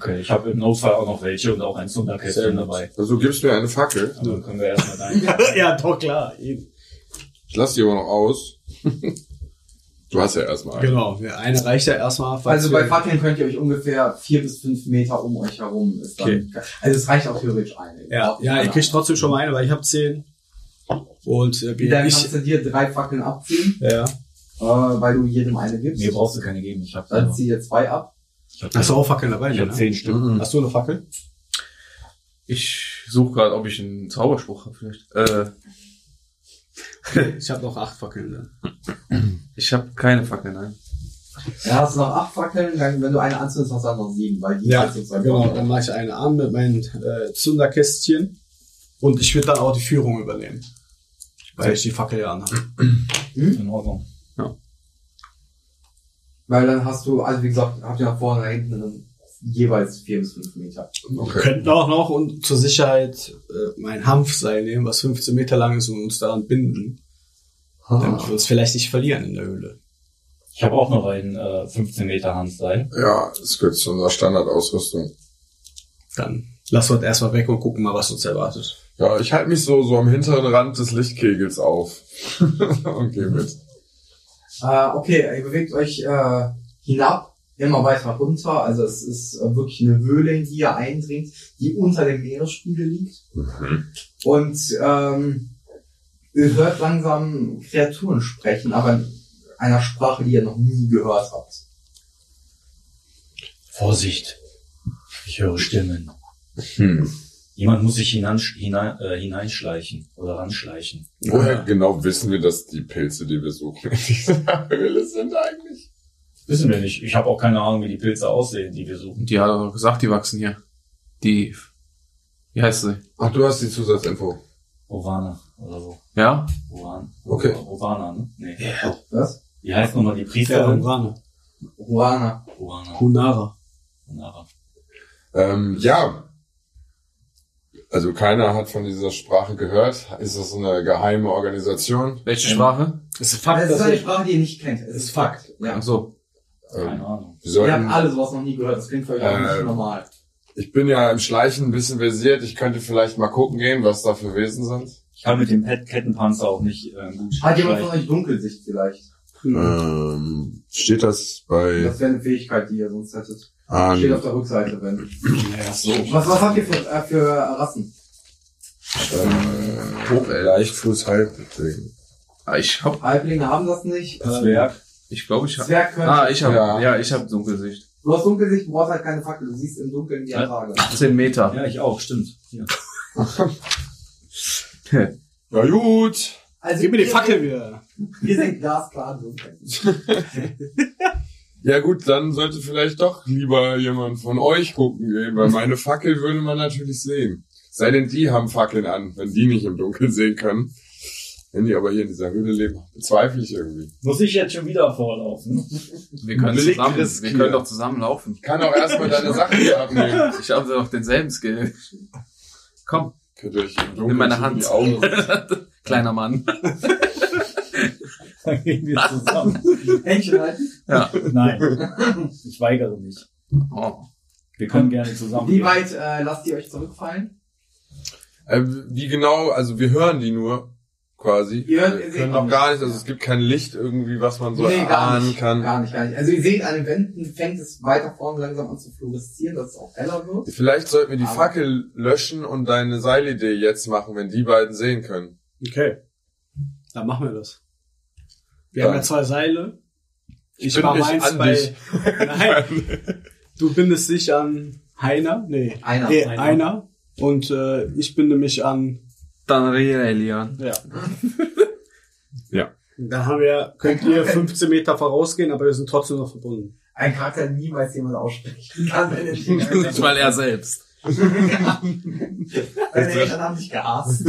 [SPEAKER 1] Okay, ich habe im Notfall auch noch welche und auch ein Sunderkästchen dabei.
[SPEAKER 3] Also gibst du mir eine Fackel.
[SPEAKER 1] Aber können wir erstmal dein.
[SPEAKER 4] ja, doch klar. Eben.
[SPEAKER 3] Ich lasse die aber noch aus. du hast ja erstmal eine.
[SPEAKER 4] Genau. ja, Eine reicht ja erstmal. falls
[SPEAKER 5] Also bei
[SPEAKER 4] wir-
[SPEAKER 5] Fackeln könnt ihr euch ungefähr vier bis fünf Meter um euch herum. Ist dann,
[SPEAKER 4] Okay.
[SPEAKER 5] Also es reicht auch theoretisch eine.
[SPEAKER 4] Ja, ja, ihr kriegt trotzdem schon mal eine, weil ich habe zehn. Und äh,
[SPEAKER 5] Wie dann
[SPEAKER 4] ich.
[SPEAKER 5] kannst du dir drei Fackeln abziehen.
[SPEAKER 4] Ja.
[SPEAKER 5] äh, weil du jedem eine gibst.
[SPEAKER 1] Mir brauchst du keine geben. Ich habe
[SPEAKER 5] Dann zieh dir zwei ab.
[SPEAKER 4] Hast du auch Fackeln dabei?
[SPEAKER 1] Ich habe
[SPEAKER 4] ne?
[SPEAKER 1] zehn Stück.
[SPEAKER 2] Mhm.
[SPEAKER 4] Hast du eine Fackel?
[SPEAKER 2] Ich suche gerade, ob ich einen Zauberspruch habe vielleicht. Äh,
[SPEAKER 4] Ich habe noch acht Fackeln. Ne?
[SPEAKER 2] ich habe keine Fackel, nein.
[SPEAKER 5] Dann hast du noch acht Fackeln, dann, wenn du eine anzündest, hast du dann noch sieben, weil die
[SPEAKER 4] Ja,
[SPEAKER 5] anzündest, dann
[SPEAKER 4] genau.
[SPEAKER 5] kommt
[SPEAKER 4] Dann mache ich einen Arm mit meinem äh, Zunderkästchen und ich würde dann auch die Führung übernehmen. Weil ich die Fackel ja anhabe.
[SPEAKER 1] In Ordnung.
[SPEAKER 5] Weil dann hast du, also wie gesagt, habt ihr nach vorne und nach hinten dann jeweils vier bis fünf Meter.
[SPEAKER 4] Wir könnten auch noch und zur Sicherheit äh, mein Hanfseil nehmen, was 15 Meter lang ist und uns daran binden, damit wir uns vielleicht nicht verlieren in der Höhle.
[SPEAKER 1] Ich habe auch noch einen äh, 15 Meter Handseil.
[SPEAKER 3] Ja, es gehört zu unserer Standardausrüstung.
[SPEAKER 4] Dann lass uns erstmal weg und gucken mal, was uns erwartet.
[SPEAKER 3] Ja, ich halte mich so, so am hinteren Rand des Lichtkegels auf. und gehe mit.
[SPEAKER 5] Äh, okay, ihr bewegt euch äh, hinab, immer weiter runter. Also es ist äh, wirklich eine Höhle, in die ihr eindringt, die unter dem Meeresspiegel liegt. Und ähm, ihr hört langsam Kreaturen sprechen, aber in einer Sprache, die ihr noch nie gehört habt.
[SPEAKER 1] Vorsicht. Ich höre Stimmen.
[SPEAKER 3] Hm.
[SPEAKER 1] Jemand muss sich hinan, hinein, äh, hineinschleichen oder ranschleichen.
[SPEAKER 3] Woher genau wissen wir, dass die Pilze, die wir suchen, in dieser Höhle sind eigentlich?
[SPEAKER 1] Wissen wir nicht. Ich habe auch keine Ahnung, wie die Pilze aussehen, die wir suchen.
[SPEAKER 2] Und die hat er doch gesagt, die wachsen hier. Die. Wie heißt sie?
[SPEAKER 3] Ach, du hast die Zusatzinfo.
[SPEAKER 1] Ovana oder so.
[SPEAKER 2] Ja?
[SPEAKER 1] Ovan.
[SPEAKER 3] Okay.
[SPEAKER 1] Ovana, ne? Nee.
[SPEAKER 5] Was?
[SPEAKER 1] Wie heißt nochmal die
[SPEAKER 4] Ja,
[SPEAKER 1] Priesterin?
[SPEAKER 4] Hunara.
[SPEAKER 5] Urana.
[SPEAKER 1] Ovana.
[SPEAKER 4] Hunara.
[SPEAKER 1] Hunara.
[SPEAKER 3] Ähm, ja. Also keiner hat von dieser Sprache gehört. Ist das eine geheime Organisation?
[SPEAKER 2] Welche
[SPEAKER 1] Ähm,
[SPEAKER 2] Sprache?
[SPEAKER 4] Das ist
[SPEAKER 5] Das
[SPEAKER 4] Fakt,
[SPEAKER 5] ist
[SPEAKER 4] dass
[SPEAKER 5] eine
[SPEAKER 4] ich,
[SPEAKER 5] Sprache, die ihr nicht kennt. Es
[SPEAKER 4] Ist
[SPEAKER 5] Ja.
[SPEAKER 2] Ach so.
[SPEAKER 1] Keine
[SPEAKER 3] Ähm,
[SPEAKER 1] Ahnung.
[SPEAKER 3] wir
[SPEAKER 5] Ihr
[SPEAKER 3] sollten,
[SPEAKER 5] habt alle sowas noch nie gehört. Das klingt für euch auch
[SPEAKER 3] Äh,
[SPEAKER 5] nicht normal.
[SPEAKER 3] ich bin ja im Schleichen ein bisschen versiert. Ich könnte vielleicht mal gucken gehen, was da für Wesen sind.
[SPEAKER 1] Ich kann mit dem Pet Kettenpanzer auch nicht äh, gut
[SPEAKER 5] Hat jemand von
[SPEAKER 1] schleichen.
[SPEAKER 5] euch Dunkelsicht vielleicht?
[SPEAKER 3] Ähm, steht das bei...
[SPEAKER 5] Das wäre eine Fähigkeit, die ihr sonst hättet.
[SPEAKER 3] Ah,
[SPEAKER 5] Steht
[SPEAKER 3] nee.
[SPEAKER 5] auf der Rückseite, wenn.
[SPEAKER 1] Ja, so.
[SPEAKER 5] Was, was habt ihr für, äh, für Rassen?
[SPEAKER 3] äh,
[SPEAKER 2] Hochelf.
[SPEAKER 3] Leichtfuß, Halbding.
[SPEAKER 2] Ah, ich hab.
[SPEAKER 5] Halblinge haben das nicht. äh,
[SPEAKER 1] Zwerg.
[SPEAKER 2] Ich glaube, ich hab.
[SPEAKER 5] Zwerg können.
[SPEAKER 2] Ah, ich hab.
[SPEAKER 3] Ja.
[SPEAKER 2] Ja, ich hab Dunkelsicht.
[SPEAKER 5] Du hast Dunkelsicht, du brauchst halt keine Fackel. Du siehst im Dunkeln die
[SPEAKER 1] Ja.
[SPEAKER 5] Anlage.
[SPEAKER 2] 10 Meter.
[SPEAKER 1] Ja, ich auch, stimmt. Ja.
[SPEAKER 3] Ja gut.
[SPEAKER 5] Also,
[SPEAKER 4] gib mir die
[SPEAKER 5] ihr-
[SPEAKER 4] Fackel wieder.
[SPEAKER 5] Ihr seht glasklar im Dunkeln.
[SPEAKER 3] Ja gut, dann sollte vielleicht doch lieber jemand von euch gucken gehen, weil meine Fackel würde man natürlich sehen. Sei denn, die haben Fackeln an, wenn die nicht im Dunkeln sehen können. Wenn die aber hier in dieser Höhle leben, bezweifle ich irgendwie.
[SPEAKER 1] Muss ich jetzt schon wieder vorlaufen?
[SPEAKER 2] Wir können
[SPEAKER 3] Blick
[SPEAKER 2] zusammen. Wir
[SPEAKER 3] riskieren.
[SPEAKER 2] können doch zusammen laufen.
[SPEAKER 3] Kann auch erstmal deine Sachen hier abnehmen.
[SPEAKER 2] Ich habe doch denselben Skill. Komm,
[SPEAKER 3] Könnt ihr euch im Dunkeln
[SPEAKER 2] nimm meine
[SPEAKER 3] so die
[SPEAKER 2] Hand.
[SPEAKER 3] Augen.
[SPEAKER 2] Kleiner Mann.
[SPEAKER 1] Dann gehen wir zusammen.
[SPEAKER 5] Händchen halten.
[SPEAKER 1] Nein, ich weigere mich.
[SPEAKER 2] Oh.
[SPEAKER 1] Wir können gerne zusammen.
[SPEAKER 5] Wie weit äh, lasst ihr euch zurückfallen?
[SPEAKER 3] Äh, wie genau, also wir hören die nur quasi.
[SPEAKER 5] Ihr hört- ihr
[SPEAKER 3] wir
[SPEAKER 5] seht
[SPEAKER 3] können
[SPEAKER 5] auch
[SPEAKER 3] auch gar
[SPEAKER 5] nicht.
[SPEAKER 3] nicht, also es gibt kein Licht irgendwie, was man so
[SPEAKER 5] gar
[SPEAKER 3] erahnen
[SPEAKER 5] nicht.
[SPEAKER 3] kann.
[SPEAKER 5] Gar nicht, gar nicht. Also ihr seht an den Wänden fängt es weiter vorne langsam an zu fluoreszieren, dass es auch heller wird.
[SPEAKER 3] Vielleicht sollten wir die
[SPEAKER 5] Aber-
[SPEAKER 3] Fackel löschen und deine Seilidee jetzt machen, wenn die beiden sehen können.
[SPEAKER 4] Okay. Dann machen wir das. Wir
[SPEAKER 3] Dann.
[SPEAKER 4] haben ja zwei Seile. Ich,
[SPEAKER 3] bin
[SPEAKER 4] mach
[SPEAKER 3] nicht
[SPEAKER 4] meins
[SPEAKER 3] an
[SPEAKER 4] bei-
[SPEAKER 3] dich.
[SPEAKER 4] Nein. Du bindest dich an Heiner? Nee.
[SPEAKER 5] Einer.
[SPEAKER 4] nee,
[SPEAKER 1] Einer.
[SPEAKER 4] Einer. Und äh, ich binde mich an.
[SPEAKER 2] Dann rede Elian.
[SPEAKER 4] Ja.
[SPEAKER 3] Ja.
[SPEAKER 4] Dann haben wir, könnt ihr 15 Meter vorausgehen, aber wir sind trotzdem noch verbunden.
[SPEAKER 5] Ein Charakter, den niemals jemand aussprechen kann. wenn er nicht- Seine
[SPEAKER 2] Nicht mal er selbst.
[SPEAKER 5] Eltern haben dich gehasst.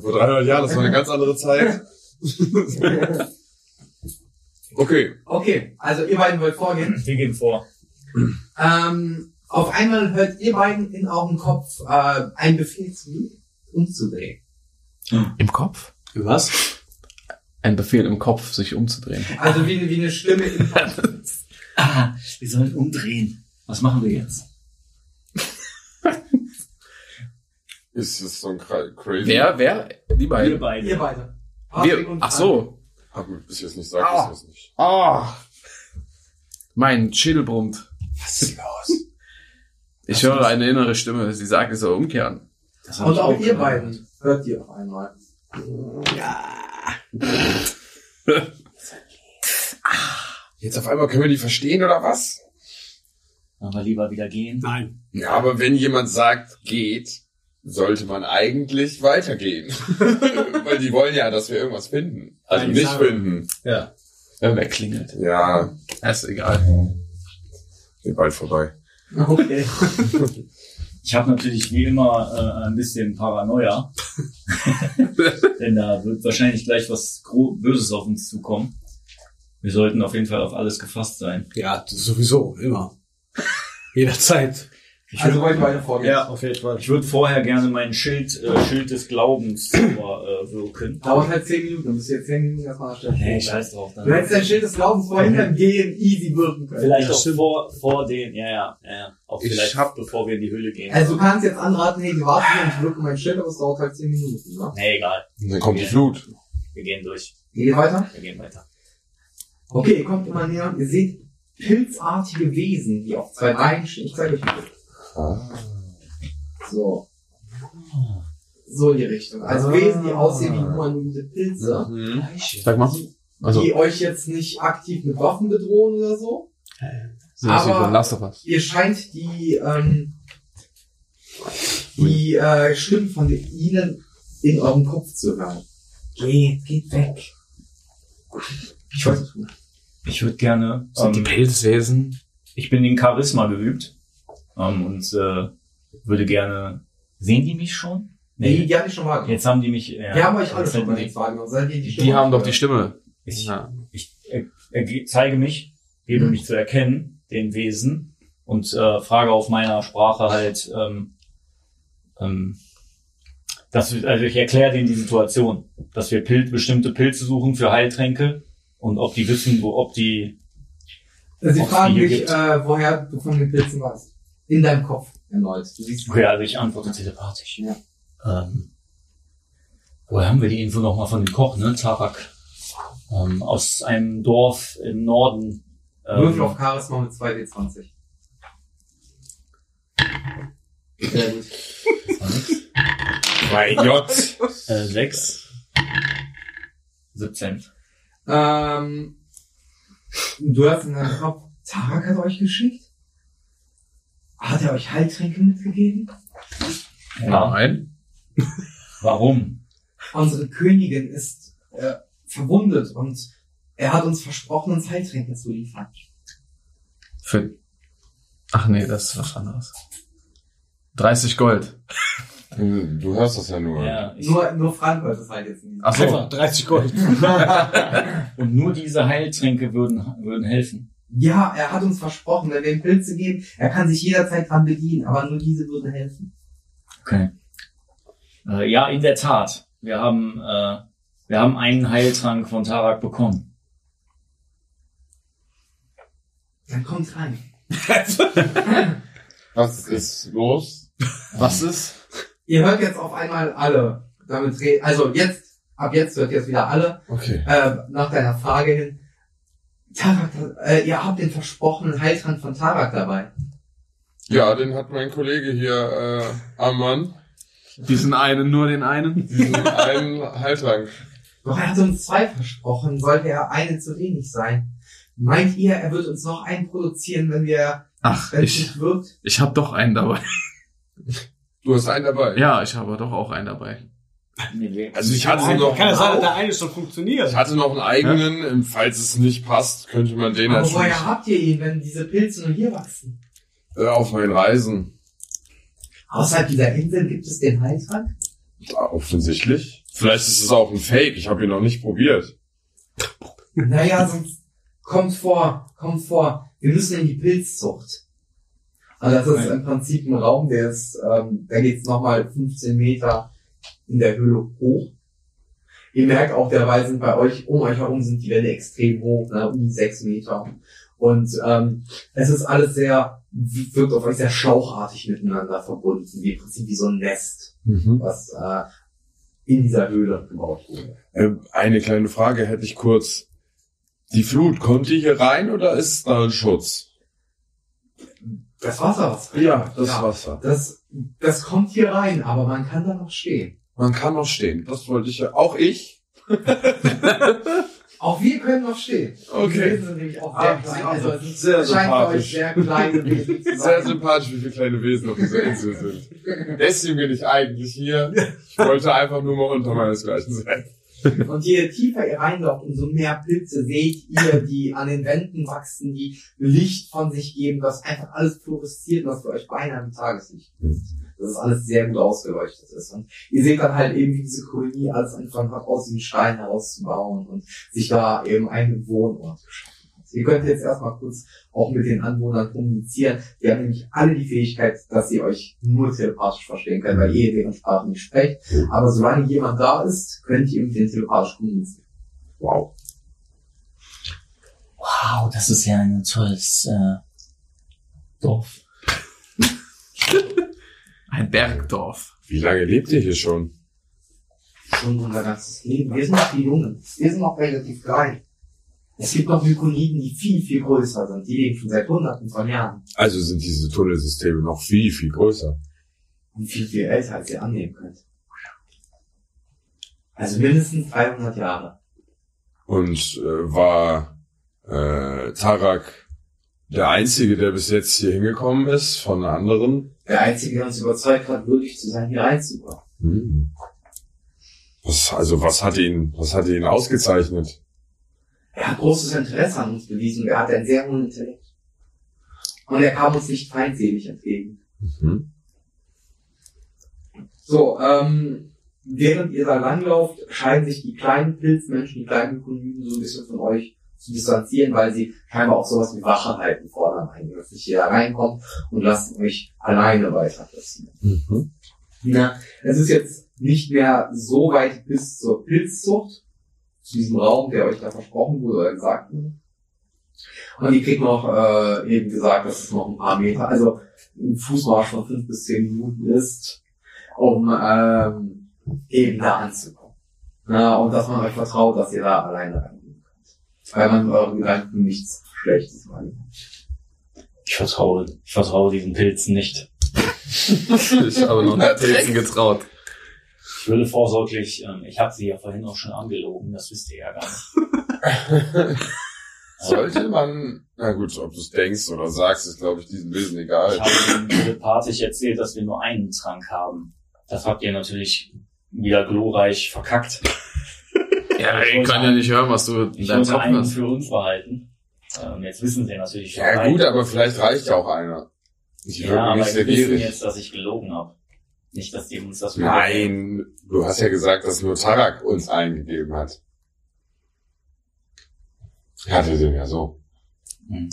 [SPEAKER 3] Vor 300 Jahren, das war eine ganz andere Zeit. Okay,
[SPEAKER 5] Okay, also ihr beiden wollt vorgehen.
[SPEAKER 1] Wir gehen vor.
[SPEAKER 5] Ähm, auf einmal hört ihr beiden in eurem Kopf äh, einen Befehl zu umzudrehen.
[SPEAKER 2] Im Kopf?
[SPEAKER 4] Was?
[SPEAKER 2] Ein Befehl im Kopf, sich umzudrehen.
[SPEAKER 5] Also wie, eine- wie eine Stimme im Kopf.
[SPEAKER 1] Ah, wir sollen umdrehen. Was machen wir jetzt?
[SPEAKER 3] ist das so ein kra- crazy.
[SPEAKER 2] Wer, wer? Die
[SPEAKER 1] Wir
[SPEAKER 2] beiden.
[SPEAKER 1] beide.
[SPEAKER 5] ihr beide. Patrick
[SPEAKER 2] Wir,
[SPEAKER 5] und
[SPEAKER 2] ach so.
[SPEAKER 3] Hab mir bis jetzt nicht gesagt,
[SPEAKER 2] Ah.
[SPEAKER 3] das ist nicht.
[SPEAKER 2] Ah. Mein Schädel brummt.
[SPEAKER 3] Was ist los?
[SPEAKER 2] Ich höre eine innere Stimme. Sie sagt, ich soll umkehren.
[SPEAKER 1] Das hab
[SPEAKER 5] Frank. Und
[SPEAKER 1] ich
[SPEAKER 5] auch ihr
[SPEAKER 1] gehört.
[SPEAKER 5] beiden hört ihr auf einmal.
[SPEAKER 3] Jetzt auf einmal können wir die verstehen oder was?
[SPEAKER 1] Aber lieber wieder gehen.
[SPEAKER 4] Nein.
[SPEAKER 3] Ja, aber wenn jemand sagt, geht, sollte man eigentlich weitergehen. Weil die wollen ja, dass wir irgendwas finden. Also
[SPEAKER 4] Nein,
[SPEAKER 3] nicht
[SPEAKER 4] sagen.
[SPEAKER 3] finden.
[SPEAKER 2] Ja. Wenn wer klingelt.
[SPEAKER 3] Ja,
[SPEAKER 2] Ja, Ist egal.
[SPEAKER 3] geht bald vorbei.
[SPEAKER 5] Okay.
[SPEAKER 1] Ich habe natürlich wie immer äh, ein bisschen Paranoia, denn da wird wahrscheinlich gleich was Gro Böses auf uns zukommen. Wir sollten auf jeden Fall auf alles gefasst sein.
[SPEAKER 4] Ja, das sowieso, immer. Jederzeit.
[SPEAKER 5] Also wollte ich meine Vorgehen.
[SPEAKER 6] auf jeden Fall.
[SPEAKER 1] Ich würde vorher gerne mein Schild, äh, Schild des Glaubens überwirken.
[SPEAKER 5] Dauert halt 10 Minuten, bis jetzt 10 Minuten erstmal erstellen.
[SPEAKER 1] nee, scheiß drauf.
[SPEAKER 5] Du hättest dein Schild des Glaubens vorhin beim Gehen easy wirken können.
[SPEAKER 1] Vielleicht
[SPEAKER 4] Ja,
[SPEAKER 1] auch
[SPEAKER 4] stimmt.
[SPEAKER 1] vor, vor den, ja, ja, ja, ja. Auch
[SPEAKER 2] Ich
[SPEAKER 1] vielleicht
[SPEAKER 2] hab-
[SPEAKER 1] bevor wir in die Höhle gehen.
[SPEAKER 5] Also du kannst jetzt anraten, hey, du wartest hier und ich wirke mein Schild, aber es dauert halt 10 Minuten, ne?
[SPEAKER 1] nee, egal.
[SPEAKER 3] Und dann kommt die Flut.
[SPEAKER 1] Wir gehen durch.
[SPEAKER 5] Wir gehen weiter.
[SPEAKER 1] Wir gehen weiter.
[SPEAKER 5] Okay, ihr kommt immer näher und ihr seht pilzartige Wesen, die auf zwei Beinen stehen. Ich zeige euch die Bilder. So. So in die Richtung. Also Wesen, die aussehen wie humanoide Pilze,
[SPEAKER 3] Mhm.
[SPEAKER 2] Sag mal. Also,
[SPEAKER 5] die euch jetzt nicht aktiv mit Waffen bedrohen oder so,
[SPEAKER 2] so ist
[SPEAKER 5] aber-
[SPEAKER 2] wie Last of Us.
[SPEAKER 5] Ihr scheint die, ähm, die äh, Stimmen von ihnen in eurem Kopf zu hören. Geht, geht weg. Ich weiß nicht.
[SPEAKER 1] Ich würde gerne.
[SPEAKER 2] Sind die
[SPEAKER 1] ähm,
[SPEAKER 2] Pilzwesen?
[SPEAKER 1] ich bin in Charisma geübt ähm, und äh, würde gerne. Sehen die mich schon?
[SPEAKER 5] Nee, die haben ich schon wahrgenommen.
[SPEAKER 1] Jetzt haben die mich. Ja,
[SPEAKER 5] Wir haben euch alle
[SPEAKER 1] jetzt
[SPEAKER 5] schon
[SPEAKER 1] hätten
[SPEAKER 5] mal
[SPEAKER 1] die-
[SPEAKER 5] jetzt wahrgenommen. Seid ihr die Stimme?
[SPEAKER 2] Die haben doch die Stimme.
[SPEAKER 1] Ich,
[SPEAKER 2] Ja.
[SPEAKER 1] ich äh, erge- zeige mich, gebe
[SPEAKER 5] Mhm.
[SPEAKER 1] mich zu erkennen, den Wesen, und äh, frage auf meiner Sprache halt, ähm, ähm, dass wir, also ich erkläre denen die Situation, dass wir Pil bestimmte Pilze suchen für Heiltränke und ob die wissen, wo, ob die,
[SPEAKER 5] Also sie
[SPEAKER 1] Ob's
[SPEAKER 5] fragen
[SPEAKER 1] die hier
[SPEAKER 5] dich,
[SPEAKER 1] gibt.
[SPEAKER 5] äh, woher du von den Pilzen weißt. In deinem Kopf erneut. Du siehst
[SPEAKER 1] okay, also ich antworte telepathisch.
[SPEAKER 5] Ja.
[SPEAKER 1] Ähm, woher haben wir die Info nochmal von dem Koch, ne? Tarak. Ähm, aus einem Dorf im Norden. ähm,
[SPEAKER 5] Würfel auf Charisma mit 2D20. Sehr gut.
[SPEAKER 3] Mein Gott.
[SPEAKER 1] Äh, 6. 17.
[SPEAKER 5] Ähm, du hast in deinem Kopf, Tarak hat euch geschickt? Hat er euch Heiltränke mitgegeben?
[SPEAKER 1] Ja.
[SPEAKER 2] Nein.
[SPEAKER 1] Warum?
[SPEAKER 5] Unsere Königin ist äh, verwundet und er hat uns versprochen, uns Heiltränke zu liefern.
[SPEAKER 2] Für. Ach nee, das ist was anderes. 30 Gold.
[SPEAKER 3] Du hörst das ja nur.
[SPEAKER 1] Ja, ich,
[SPEAKER 5] Nur, nur Frank weiß es halt jetzt nicht.
[SPEAKER 2] Ach
[SPEAKER 4] Treffer,
[SPEAKER 2] so.
[SPEAKER 4] 30 Gold.
[SPEAKER 1] und nur diese Heiltränke würden, würden helfen.
[SPEAKER 5] Ja, er hat uns versprochen, wenn wir ihm Pilze geben, er kann sich jederzeit dran bedienen, aber nur diese würden helfen.
[SPEAKER 1] Okay. Äh, ja, in der Tat. Wir haben, äh, wir haben einen Heiltrank von Tarak bekommen.
[SPEAKER 5] Dann kommt rein.
[SPEAKER 3] Was ist los?
[SPEAKER 2] Was ist?
[SPEAKER 5] Ihr hört jetzt auf einmal alle damit reden. Also jetzt, ab jetzt hört ihr es wieder alle.
[SPEAKER 3] Okay.
[SPEAKER 5] äh, nach deiner Frage hin. Tarak, äh, ihr habt den versprochenen Heiltrank von Tarak dabei.
[SPEAKER 3] Ja, den hat mein Kollege hier äh, am Mann.
[SPEAKER 2] Diesen einen, nur den einen?
[SPEAKER 3] Diesen einen Heiltrank.
[SPEAKER 5] Doch er hat uns zwei versprochen, sollte er eine zu wenig sein. Meint ihr, er wird uns noch einen produzieren, wenn wir,
[SPEAKER 2] Ach,
[SPEAKER 5] wenn es
[SPEAKER 2] ich,
[SPEAKER 5] nicht wirkt?
[SPEAKER 2] ich hab doch einen dabei.
[SPEAKER 3] Du hast einen dabei.
[SPEAKER 2] Ja, ich habe doch auch einen dabei.
[SPEAKER 3] Also ich hatte noch,
[SPEAKER 4] Kann ja sein, dass
[SPEAKER 3] ich
[SPEAKER 4] der eine schon funktioniert.
[SPEAKER 3] hatte noch einen eigenen. im- Falls es nicht passt, könnte man den
[SPEAKER 5] Aber
[SPEAKER 3] natürlich
[SPEAKER 5] woher habt ihr ihn, wenn diese Pilze nur hier wachsen?
[SPEAKER 3] äh, auf meinen Reisen.
[SPEAKER 5] Außerhalb dieser Insel gibt es den Heiltrank?
[SPEAKER 3] Offensichtlich. Vielleicht ist es auch ein Fake. Ich habe ihn noch nicht probiert.
[SPEAKER 5] Naja, sonst kommt vor, kommt vor. Wir müssen in die Pilzzucht. Und das ist im Prinzip ein Raum, der ist, ähm, da geht's nochmal 15 Meter in der Höhle hoch. Ihr merkt auch derweil sind bei euch, um euch herum sind die Wände extrem hoch, ne, um die 6 Meter. Und ähm, es ist alles sehr, wirkt auf euch sehr schlauchartig miteinander verbunden, wie im Prinzip wie so ein Nest, was äh, in dieser Höhle gebaut wurde.
[SPEAKER 3] Ähm, eine kleine Frage hätte ich kurz. Die Flut, kommt die hier rein oder ist da ein Schutz?
[SPEAKER 5] Das Wasser, was Ja.
[SPEAKER 3] Wasser.
[SPEAKER 5] Das, das kommt hier rein, aber man kann da noch stehen.
[SPEAKER 3] Man kann noch stehen. Das wollte ich ja. Auch ich.
[SPEAKER 5] Auch wir können noch stehen. Die
[SPEAKER 3] Okay.
[SPEAKER 5] Wesen sind nämlich auch sehr
[SPEAKER 3] Ah,
[SPEAKER 5] klein.
[SPEAKER 3] sehr
[SPEAKER 5] Also es ist-
[SPEAKER 7] sehr
[SPEAKER 5] es scheint bei euch
[SPEAKER 7] sympathisch.
[SPEAKER 5] sehr kleine Wesen zu
[SPEAKER 3] Sehr
[SPEAKER 5] sein.
[SPEAKER 3] sympathisch, wie viele kleine Wesen auf dieser Insel sind. Deswegen bin ich eigentlich hier. Ich wollte einfach nur mal unter meinesgleichen sein.
[SPEAKER 5] Und je tiefer ihr reinlauft, umso mehr Pilze seht ihr, die an den Wänden wachsen, die Licht von sich geben, was einfach alles fluoresziert, was für euch beinahe wie Tageslicht ist. Dass es alles sehr gut ausgeleuchtet ist. Und ihr seht dann halt eben, wie diese Kolonie alles angefangen hat, aus den Steinen herauszubauen und sich da eben einen Wohnort geschaffen hat. Ihr könnt jetzt erstmal kurz auch mit den Anwohnern kommunizieren. Die haben nämlich alle die Fähigkeit, dass ihr euch nur telepathisch verstehen könnt, weil ihr deren Sprache nicht sprecht. Aber solange jemand da ist, könnt ihr mit den telepathisch kommunizieren.
[SPEAKER 3] Wow.
[SPEAKER 1] Wow, das ist ja ein tolles äh, Dorf.
[SPEAKER 2] Ein Bergdorf.
[SPEAKER 3] Wie lange lebt ihr hier schon?
[SPEAKER 5] Schon unser ganzes Leben. Wir sind noch die Jungen. Wir sind noch relativ klein. Es gibt noch Mykoniden, die viel, viel größer sind. Die leben schon seit Hunderten von Jahren.
[SPEAKER 3] Also sind diese Tunnelsysteme noch viel, viel größer.
[SPEAKER 5] Und viel, viel älter, als ihr annehmen könnt. Also mindestens 300 Jahre.
[SPEAKER 3] Und äh, war äh, Tarak der Einzige, der bis jetzt hier hingekommen ist von anderen?
[SPEAKER 5] Der Einzige, der uns überzeugt hat, würdig zu sein, hier reinzukommen.
[SPEAKER 3] Hm. Was, also was hat ihn, was hat ihn ausgezeichnet?
[SPEAKER 5] Er hat großes Interesse an uns bewiesen. und Er hat einen sehr hohen Intellekt. Und er kam uns nicht feindselig entgegen.
[SPEAKER 3] Mhm.
[SPEAKER 5] So, ähm, während ihr da langlauft, scheinen sich die kleinen Pilzmenschen, die kleinen Kolonien so ein bisschen von euch zu distanzieren, weil sie scheinbar auch sowas wie Wache halten fordern, eigentlich, dass nicht jeder reinkommt und lassen euch alleine weiter.
[SPEAKER 3] Mhm.
[SPEAKER 5] Na, es ist jetzt nicht mehr so weit bis zur Pilzzucht, zu diesem Raum, der euch da versprochen wurde oder gesagt wurde. Und ihr kriegt noch äh, eben gesagt, dass es noch ein paar Meter, also ein Fußmarsch von fünf bis zehn Minuten ist, um ähm, eben da anzukommen. Na, und dass man euch vertraut, dass ihr da alleine reingehen könnt. Weil man mit euren Gedanken nichts Schlechtes meint.
[SPEAKER 1] Ich vertraue, ich vertraue diesen Pilzen nicht.
[SPEAKER 2] Ich habe noch nicht Pilzen getraut.
[SPEAKER 1] Ich würde vorsorglich, ähm, ich habe sie ja vorhin auch schon angelogen, das wisst ihr ja gar nicht.
[SPEAKER 3] Sollte man, na gut, ob du es denkst oder sagst, ist glaube ich diesem Wesen
[SPEAKER 1] Ich
[SPEAKER 3] egal.
[SPEAKER 1] habe ihnen telepathisch erzählt, dass wir nur einen Trank haben. Das habt ihr natürlich wieder glorreich verkackt.
[SPEAKER 2] Ja,
[SPEAKER 1] Ich
[SPEAKER 2] ich kann ja nicht hören, was du in
[SPEAKER 1] Ich
[SPEAKER 2] deinem
[SPEAKER 1] wollte
[SPEAKER 2] Kopf
[SPEAKER 1] einen
[SPEAKER 2] hast.
[SPEAKER 1] für uns behalten. Ähm, jetzt wissen sie natürlich schon.
[SPEAKER 3] Ja
[SPEAKER 1] beide.
[SPEAKER 3] gut, aber vielleicht reicht ja auch einer. Ich
[SPEAKER 1] ja,
[SPEAKER 3] wirke
[SPEAKER 1] aber
[SPEAKER 3] nicht sehr
[SPEAKER 1] die wissen
[SPEAKER 3] gierig.
[SPEAKER 1] jetzt, dass ich gelogen habe. Nicht, dass die uns das
[SPEAKER 3] Nein, du hast ja gesagt, dass nur Tarak uns eingegeben hat. Er hatte den ja so.
[SPEAKER 1] Hm.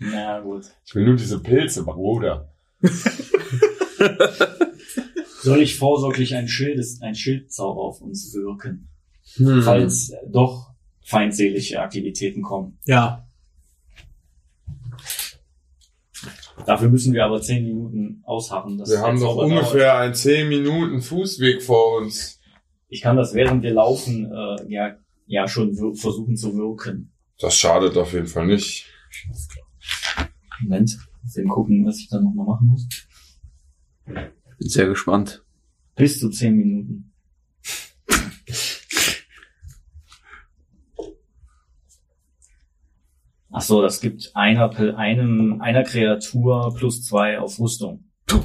[SPEAKER 1] Na gut.
[SPEAKER 3] Ich will nur diese Pilze, Bruder.
[SPEAKER 1] Soll ich vorsorglich ein Schild, ein Schildzauber auf uns wirken,
[SPEAKER 3] Hm.
[SPEAKER 1] falls äh, doch feindselige Aktivitäten kommen?
[SPEAKER 4] Ja.
[SPEAKER 1] Dafür müssen wir aber zehn Minuten ausharren. dass
[SPEAKER 3] Wir
[SPEAKER 1] der
[SPEAKER 3] haben noch
[SPEAKER 1] Zauber dauert.
[SPEAKER 3] ungefähr einen 10 Minuten Fußweg vor uns.
[SPEAKER 1] Ich kann das, während wir laufen, äh, ja, ja schon wir- versuchen zu wirken.
[SPEAKER 3] Das schadet auf jeden Fall nicht.
[SPEAKER 1] Moment, muss eben gucken, was ich dann nochmal machen muss.
[SPEAKER 2] Bin sehr gespannt.
[SPEAKER 1] Bis zu zehn Minuten. Ach so, das gibt einer, Pil- einem, einer Kreatur plus zwei auf Rüstung.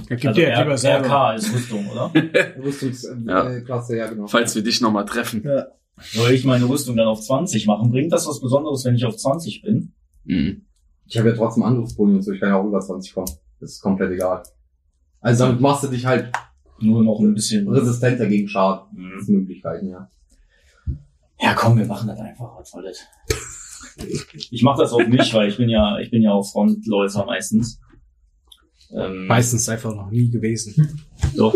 [SPEAKER 4] Gibt
[SPEAKER 1] Also
[SPEAKER 4] dir
[SPEAKER 1] R-
[SPEAKER 4] lieber selber.
[SPEAKER 1] RK ist Rüstung, oder?
[SPEAKER 2] Ja.
[SPEAKER 5] Rüstungsklasse, äh, ja. ja genau.
[SPEAKER 2] Falls wir dich nochmal treffen.
[SPEAKER 1] Soll ich meine Rüstung dann auf 20 machen? Bringt das was Besonderes, wenn ich auf 20 bin?
[SPEAKER 2] Mhm.
[SPEAKER 5] Ich habe ja trotzdem Angriffsboni und so, ich kann ja auch über 20 kommen. Das ist komplett egal. Also damit machst du dich halt
[SPEAKER 1] Nur noch ein bisschen.
[SPEAKER 5] resistenter gegen Schaden. Das
[SPEAKER 1] Hm.
[SPEAKER 5] sind Möglichkeiten, ja.
[SPEAKER 1] Ja, komm, wir machen das einfach. Was soll das? Ich mache das auf mich, weil ich bin ja, ich bin ja auch Frontläufer meistens. Ähm,
[SPEAKER 4] Meistens einfach noch nie gewesen.
[SPEAKER 1] Doch.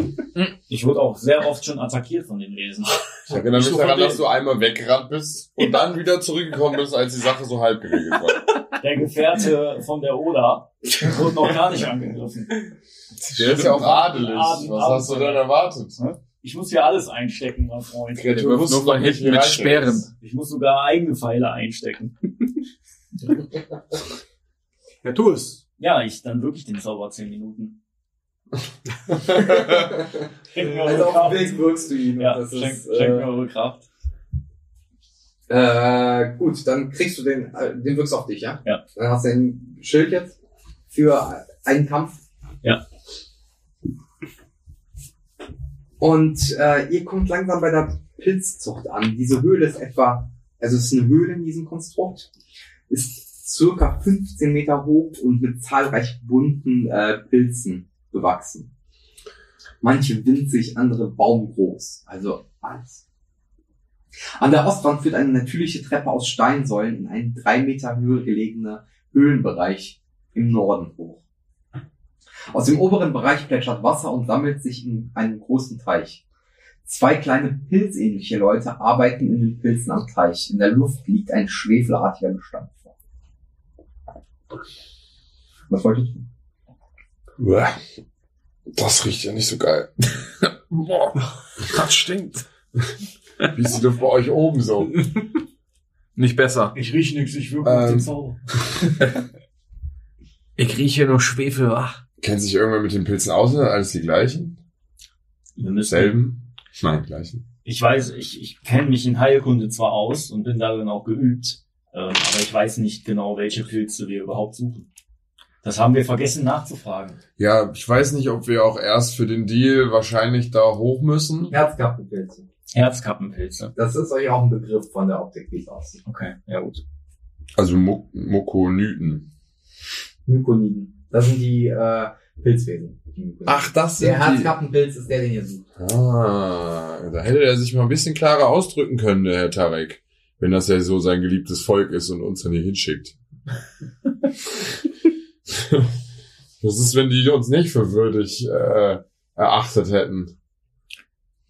[SPEAKER 1] Ich wurde auch sehr oft schon attackiert von den Wesen.
[SPEAKER 3] Ich erinnere mich
[SPEAKER 2] Nicht nur von
[SPEAKER 3] daran, dass
[SPEAKER 2] denen.
[SPEAKER 3] du einmal weggerannt bist und dann wieder zurückgekommen bist, als die Sache so halb geregelt war.
[SPEAKER 1] Der Gefährte von der Oda wurde noch gar nicht angegriffen.
[SPEAKER 3] Der ist ja auch adelig.
[SPEAKER 1] Adel-
[SPEAKER 3] Was hast du denn erwartet?
[SPEAKER 1] Ich muss hier alles einstecken, mein Freund.
[SPEAKER 2] Der wirft nur von hinten mit Speeren.
[SPEAKER 1] Ich muss sogar eigene Pfeile einstecken.
[SPEAKER 4] Ja, tu es.
[SPEAKER 1] Ja, ich dann wirklich den Zauber 10 Minuten. Schenk mir
[SPEAKER 5] Also
[SPEAKER 1] eure Kraft.
[SPEAKER 5] auf dem Äh, also Weg wirkst du ihn.
[SPEAKER 1] Ja,
[SPEAKER 5] das
[SPEAKER 1] schenk,
[SPEAKER 5] ist,
[SPEAKER 1] schenk mir
[SPEAKER 5] äh,
[SPEAKER 1] eure Kraft.
[SPEAKER 5] Äh, gut, dann kriegst du den, äh, den wirkst auf dich, ja?
[SPEAKER 8] Ja.
[SPEAKER 5] Dann hast du ein Schild jetzt für einen Kampf.
[SPEAKER 8] Ja.
[SPEAKER 5] Und äh, ihr kommt langsam bei der Pilzzucht an. Diese Höhle ist etwa, also es ist eine Höhle in diesem Konstrukt, ist circa 15 Meter hoch und mit zahlreich bunten äh, Pilzen bewachsen. Manche winzig, andere baumgroß. Also alles. An der Ostwand führt eine natürliche Treppe aus Steinsäulen in einen drei Meter Höhe gelegenen Höhlenbereich im Norden hoch. Aus dem oberen Bereich plätschert Wasser und sammelt sich in einem großen Teich. Zwei kleine pilzähnliche Leute arbeiten in den Pilzen am Teich. In der Luft liegt ein schwefelartiger Gestank vor. Was wolltest du?
[SPEAKER 3] Uah. Das riecht ja nicht so geil.
[SPEAKER 2] Boah, das stinkt.
[SPEAKER 3] Wie ist die Luft bei euch oben so?
[SPEAKER 2] Nicht besser.
[SPEAKER 8] Ich rieche nichts, ich wirke
[SPEAKER 3] Ähm.
[SPEAKER 8] Zauber.
[SPEAKER 2] Ich rieche nur Schwefel. Ach.
[SPEAKER 3] Kennt sich irgendwer mit den Pilzen aus? Sind das Alles die gleichen?
[SPEAKER 1] Wir müssen,
[SPEAKER 3] Selben? Nein, gleichen.
[SPEAKER 1] Ich weiß, ich, ich kenne mich in Heilkunde zwar aus und bin darin auch geübt, ähm, aber ich weiß nicht genau, welche Pilze wir überhaupt suchen. Das haben wir vergessen nachzufragen.
[SPEAKER 3] Ja, ich weiß nicht, ob wir auch erst für den Deal wahrscheinlich da hoch müssen.
[SPEAKER 5] Herzkappenpilze.
[SPEAKER 1] Herzkappenpilze.
[SPEAKER 5] Das ist euch auch ein Begriff von der Optik, wie es aussieht.
[SPEAKER 1] Okay, ja gut.
[SPEAKER 3] Also Mo Mokonyten.
[SPEAKER 5] Mykoniden. Das sind die äh, Pilzwesen. die Mykoniden.
[SPEAKER 3] das
[SPEAKER 5] der Herzkappenpilz ist der, den ihr sucht.
[SPEAKER 3] Ah, da hätte er sich mal ein bisschen klarer ausdrücken können, der Herr Tarek. Wenn das ja so sein geliebtes Volk ist und uns dann hier hinschickt. das ist, wenn die uns nicht für würdig äh, erachtet hätten.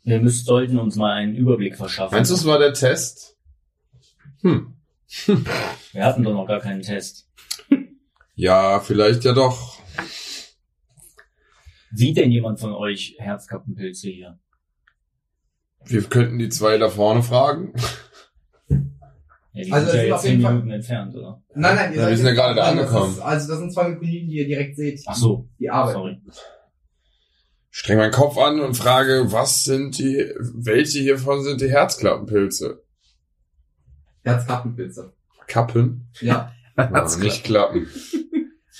[SPEAKER 1] Wir müssen, sollten uns mal einen Überblick verschaffen.
[SPEAKER 3] Meinst du, es war der Test? Hm.
[SPEAKER 1] Wir hatten doch noch gar keinen Test.
[SPEAKER 3] Ja, vielleicht ja doch.
[SPEAKER 1] Sieht denn jemand von euch Herzkappenpilze hier?
[SPEAKER 3] Wir könnten die zwei da vorne fragen.
[SPEAKER 1] Ja, die
[SPEAKER 5] Also,
[SPEAKER 1] sind
[SPEAKER 5] es
[SPEAKER 1] ja
[SPEAKER 5] ist auf
[SPEAKER 1] jetzt zehn
[SPEAKER 5] jeden Fall-
[SPEAKER 1] Minuten entfernt, oder?
[SPEAKER 5] Nein, nein, ihr
[SPEAKER 3] Ja, wir
[SPEAKER 5] seid
[SPEAKER 3] sind ja
[SPEAKER 5] jetzt-
[SPEAKER 3] gerade da
[SPEAKER 5] nein, das
[SPEAKER 3] angekommen.
[SPEAKER 5] Ist, also das sind zwei Mykoniden, die ihr direkt seht.
[SPEAKER 1] Ach so,
[SPEAKER 5] Die arbeiten.
[SPEAKER 1] sorry.
[SPEAKER 3] Streng meinen Kopf an und frage, was sind die, welche hiervon sind die Herzklappenpilze?
[SPEAKER 5] Herzkappenpilze.
[SPEAKER 3] Kappen?
[SPEAKER 5] Ja.
[SPEAKER 3] Ah, nicht klappen.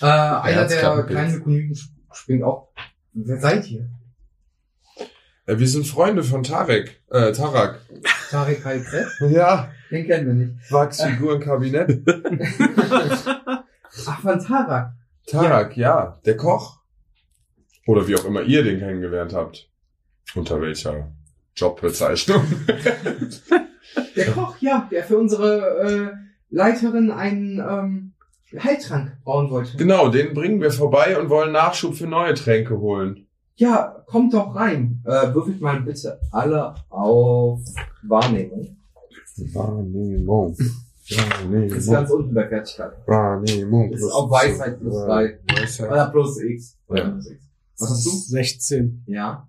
[SPEAKER 5] äh, einer der
[SPEAKER 3] Herzkappenpilz.
[SPEAKER 5] kleinen Mykoniden sp- springt auf. Wer seid ihr?
[SPEAKER 3] Äh, wir sind Freunde von Tarek. Äh, Tarak.
[SPEAKER 5] Tarek Halkret?
[SPEAKER 3] Ja,
[SPEAKER 5] Den kennen wir nicht.
[SPEAKER 3] Wachsfigurenkabinett.
[SPEAKER 5] Ach, von Tarak.
[SPEAKER 3] Tarak, ja. der Koch. Oder wie auch immer ihr den kennengelernt habt. Unter welcher Jobbezeichnung?
[SPEAKER 5] Der Koch, ja, der für unsere äh, Leiterin einen ähm, Heiltrank bauen wollte.
[SPEAKER 3] genau, den bringen wir vorbei und wollen Nachschub für neue Tränke holen.
[SPEAKER 5] Ja, kommt doch rein. Äh, würfelt mal bitte alle auf Wahrnehmung.
[SPEAKER 3] Wahrnehmung.
[SPEAKER 5] Das ist ganz unten bei Fertigkeit.
[SPEAKER 3] Wahrnehmung.
[SPEAKER 5] Das ist auf Weisheit plus drei. Oder plus X. Oder
[SPEAKER 3] Ja.
[SPEAKER 5] minus X. Was hast du?
[SPEAKER 4] 16.
[SPEAKER 5] Ja.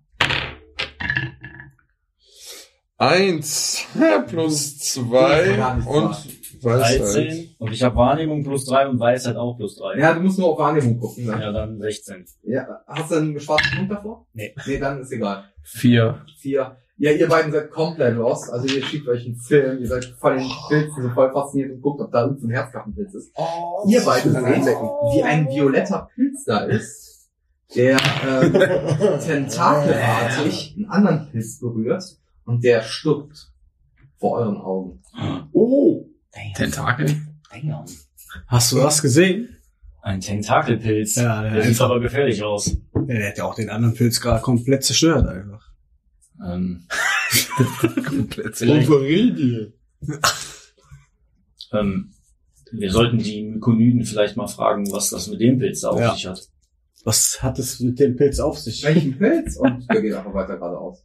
[SPEAKER 3] Eins plus
[SPEAKER 5] Das
[SPEAKER 3] zwei
[SPEAKER 5] kann nicht
[SPEAKER 3] und Weisheit.
[SPEAKER 1] 13 und ich habe Wahrnehmung plus 3 und Weisheit auch plus 3.
[SPEAKER 5] halt Ja, du musst nur auf Wahrnehmung gucken. Ne?
[SPEAKER 1] ja dann 16.
[SPEAKER 5] Ja. Hast du einen schwarzen Punkt davor?
[SPEAKER 1] Nee.
[SPEAKER 5] Nee, dann ist egal.
[SPEAKER 2] Vier.
[SPEAKER 5] Vier. Ja, ihr beiden seid komplett lost. Also ihr schiebt euch einen Film, ihr seid voll in den Pilzen, so voll fasziniert und guckt, ob da irgendein Herzkappenpilz ist.
[SPEAKER 1] Oh.
[SPEAKER 5] ihr beiden seht, wie ein violetter Pilz da ist, der äh, tentakelartig einen anderen Pilz berührt und der stirbt vor euren Augen.
[SPEAKER 3] Oh!
[SPEAKER 2] Tentakel?
[SPEAKER 1] Damn.
[SPEAKER 4] Hast du das gesehen?
[SPEAKER 1] Ein Tentakelpilz.
[SPEAKER 4] Ja,
[SPEAKER 1] Der sieht aber gefährlich aus.
[SPEAKER 4] Ja, der hat ja auch den anderen Pilz gerade komplett zerstört einfach.
[SPEAKER 1] Ähm,
[SPEAKER 2] Komplett.
[SPEAKER 3] Uferidie.
[SPEAKER 1] ähm, wir sollten die Mykoniden vielleicht mal fragen, was das mit dem Pilz da auf
[SPEAKER 4] Ja.
[SPEAKER 1] sich hat.
[SPEAKER 4] Was hat es mit dem Pilz auf sich?
[SPEAKER 5] Welchen Pilz? Und der geht einfach weiter geradeaus.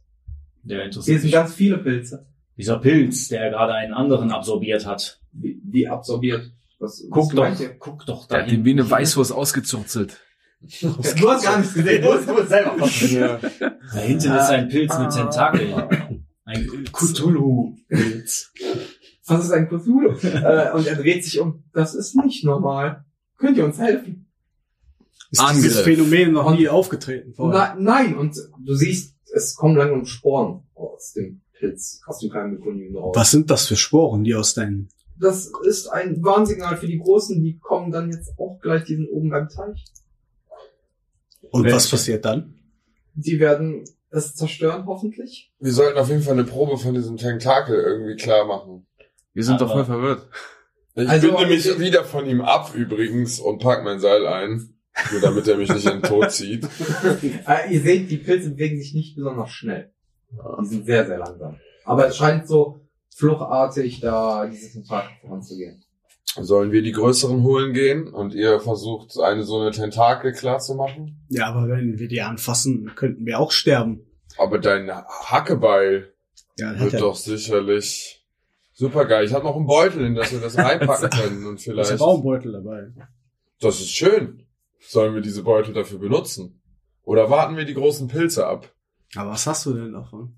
[SPEAKER 1] Der interessiert
[SPEAKER 5] Hier sind
[SPEAKER 1] mich.
[SPEAKER 5] ganz viele Pilze.
[SPEAKER 1] Dieser Pilz, der gerade einen anderen absorbiert hat.
[SPEAKER 5] Wie, wie absorbiert. Was,
[SPEAKER 1] Guck
[SPEAKER 5] was
[SPEAKER 1] doch,
[SPEAKER 5] meint ihr?
[SPEAKER 1] guck doch
[SPEAKER 2] Der
[SPEAKER 1] da
[SPEAKER 2] hat ihn wie eine Weißwurst ausgezuzelt.
[SPEAKER 5] Du hast gar nichts gesehen. Du hast, du hast selber was
[SPEAKER 3] Ja.
[SPEAKER 1] Da hinten ist ein Pilz
[SPEAKER 5] Ah.
[SPEAKER 1] mit Tentakeln. Ein Cthulhu-Pilz.
[SPEAKER 5] Das ist ein Cthulhu. äh, und er dreht sich um. Das ist nicht normal. Könnt ihr uns helfen?
[SPEAKER 4] Ist
[SPEAKER 2] Angriff.
[SPEAKER 4] dieses Phänomen noch nie aufgetreten vorher?
[SPEAKER 5] Na, nein, und du siehst, es kommen langsam Sporen aus dem Pilz, Kostümkrankenkundigen raus.
[SPEAKER 4] Was sind das für Sporen, die aus deinen...
[SPEAKER 5] Das ist ein Warnsignal für die Großen, die kommen dann jetzt auch gleich diesen oben beim Teich.
[SPEAKER 4] Und
[SPEAKER 1] Welche?
[SPEAKER 4] was passiert dann?
[SPEAKER 5] Die werden es zerstören, hoffentlich.
[SPEAKER 3] Wir sollten auf jeden Fall eine Probe von diesem Tentakel irgendwie klar machen.
[SPEAKER 2] Wir sind doch
[SPEAKER 1] Aber-
[SPEAKER 2] voll verwirrt.
[SPEAKER 3] Ich
[SPEAKER 5] Also,
[SPEAKER 3] binde mich
[SPEAKER 5] okay.
[SPEAKER 3] wieder von ihm ab übrigens und pack mein Seil ein, nur damit er mich nicht in den Tod zieht.
[SPEAKER 5] Äh, ihr seht, die Pilze bewegen sich nicht besonders schnell. Die sind sehr, sehr langsam. Aber es scheint so fluchartig da dieses Tentakel voranzugehen.
[SPEAKER 3] Sollen wir die größeren holen gehen und ihr versucht, eine so eine Tentakel klar zu machen?
[SPEAKER 4] Ja, aber wenn wir die anfassen, könnten wir auch sterben.
[SPEAKER 3] Aber dein Hackebeil
[SPEAKER 4] Ja, dann hat
[SPEAKER 3] wird
[SPEAKER 4] er...
[SPEAKER 3] doch sicherlich super geil. Ich habe noch einen Beutel, in das wir das reinpacken können und
[SPEAKER 4] Ich
[SPEAKER 3] vielleicht.
[SPEAKER 4] habe auch einen Beutel dabei.
[SPEAKER 3] Das ist schön. Sollen wir diese Beutel dafür benutzen? Oder warten wir die großen Pilze ab?
[SPEAKER 4] Aber was hast du denn davon?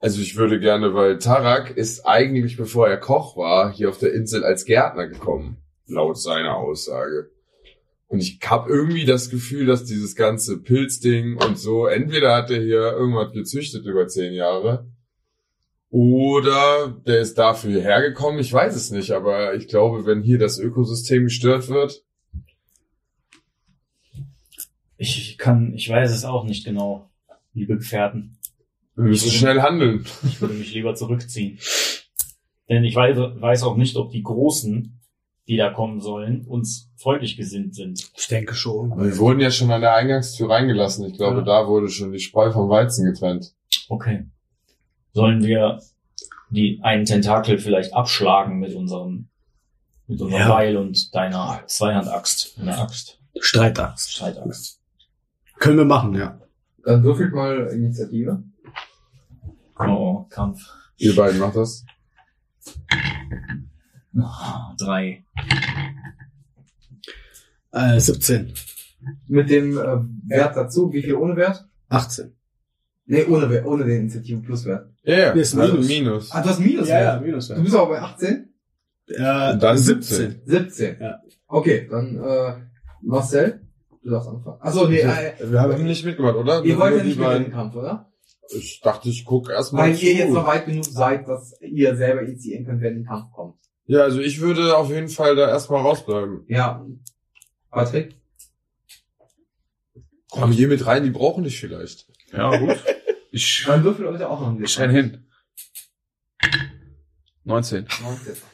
[SPEAKER 3] Also ich würde gerne, weil Tarak ist eigentlich, bevor er Koch war, hier auf der Insel als Gärtner gekommen, laut seiner Aussage. Und ich habe irgendwie das Gefühl, dass dieses ganze Pilzding und so, entweder hat er hier irgendwas gezüchtet über zehn Jahre, oder der ist dafür hierher gekommen, ich weiß es nicht, aber ich glaube, wenn hier das Ökosystem gestört wird,
[SPEAKER 6] Ich kann, ich weiß es auch nicht genau, liebe Gefährten.
[SPEAKER 3] wir müssen schnell handeln.
[SPEAKER 6] Ich würde mich lieber zurückziehen. Denn ich weiß, weiß auch nicht, ob die Großen, die da kommen sollen, uns freundlich gesinnt sind.
[SPEAKER 4] Ich denke schon.
[SPEAKER 3] Wir wurden ja schon an der Eingangstür reingelassen, ich glaube,
[SPEAKER 6] Ja.
[SPEAKER 3] da wurde schon die Spreu vom Weizen getrennt.
[SPEAKER 6] Okay. Sollen wir die einen Tentakel vielleicht abschlagen mit unserem mit unserem
[SPEAKER 4] Ja.
[SPEAKER 6] Beil und deiner Zweihandaxt, einer Axt,
[SPEAKER 4] Streitachs.
[SPEAKER 6] Streitaxt.
[SPEAKER 4] Können wir machen, ja.
[SPEAKER 5] Dann würfelt mal Initiative.
[SPEAKER 6] Oh, oh, Kampf.
[SPEAKER 3] Ihr beiden macht das.
[SPEAKER 6] Ah, Drei.
[SPEAKER 4] Äh, 17.
[SPEAKER 5] Mit dem äh, Wert dazu, wie viel ohne Wert?
[SPEAKER 4] 18.
[SPEAKER 5] Nee, ohne, Wert- ohne den Initiativen Pluswert.
[SPEAKER 3] Ja, yeah,
[SPEAKER 4] Nee, ist ein
[SPEAKER 3] also
[SPEAKER 4] Minus.
[SPEAKER 3] Minus.
[SPEAKER 5] Ah, du hast Minuswert.
[SPEAKER 4] minus
[SPEAKER 5] Du bist aber bei 18?
[SPEAKER 4] Äh,
[SPEAKER 3] Und dann
[SPEAKER 4] 17.
[SPEAKER 5] 17.
[SPEAKER 4] Ja.
[SPEAKER 5] Okay, dann äh, Marcel, du darfst anfangen. Achso, nee, äh,
[SPEAKER 3] Wir haben nicht mitgemacht, oder?
[SPEAKER 5] ihr
[SPEAKER 3] Nur
[SPEAKER 5] wollt ja
[SPEAKER 3] die
[SPEAKER 5] nicht mehr in den
[SPEAKER 3] beiden.
[SPEAKER 5] Kampf, oder?
[SPEAKER 3] Ich dachte, ich guck erstmal.
[SPEAKER 5] Weil ihr jetzt noch
[SPEAKER 3] zu.
[SPEAKER 5] weit genug seid, dass ihr selber initiieren könnt, wer in den Kampf kommt.
[SPEAKER 3] Ja, also ich würde auf jeden Fall da erstmal rausbleiben.
[SPEAKER 5] Ja. Patrick?
[SPEAKER 3] Komm hier mit rein, die brauchen dich vielleicht.
[SPEAKER 2] Ja, gut. Ich,
[SPEAKER 5] Dann würfel heute auch noch ein
[SPEAKER 2] ich renn hin. 19.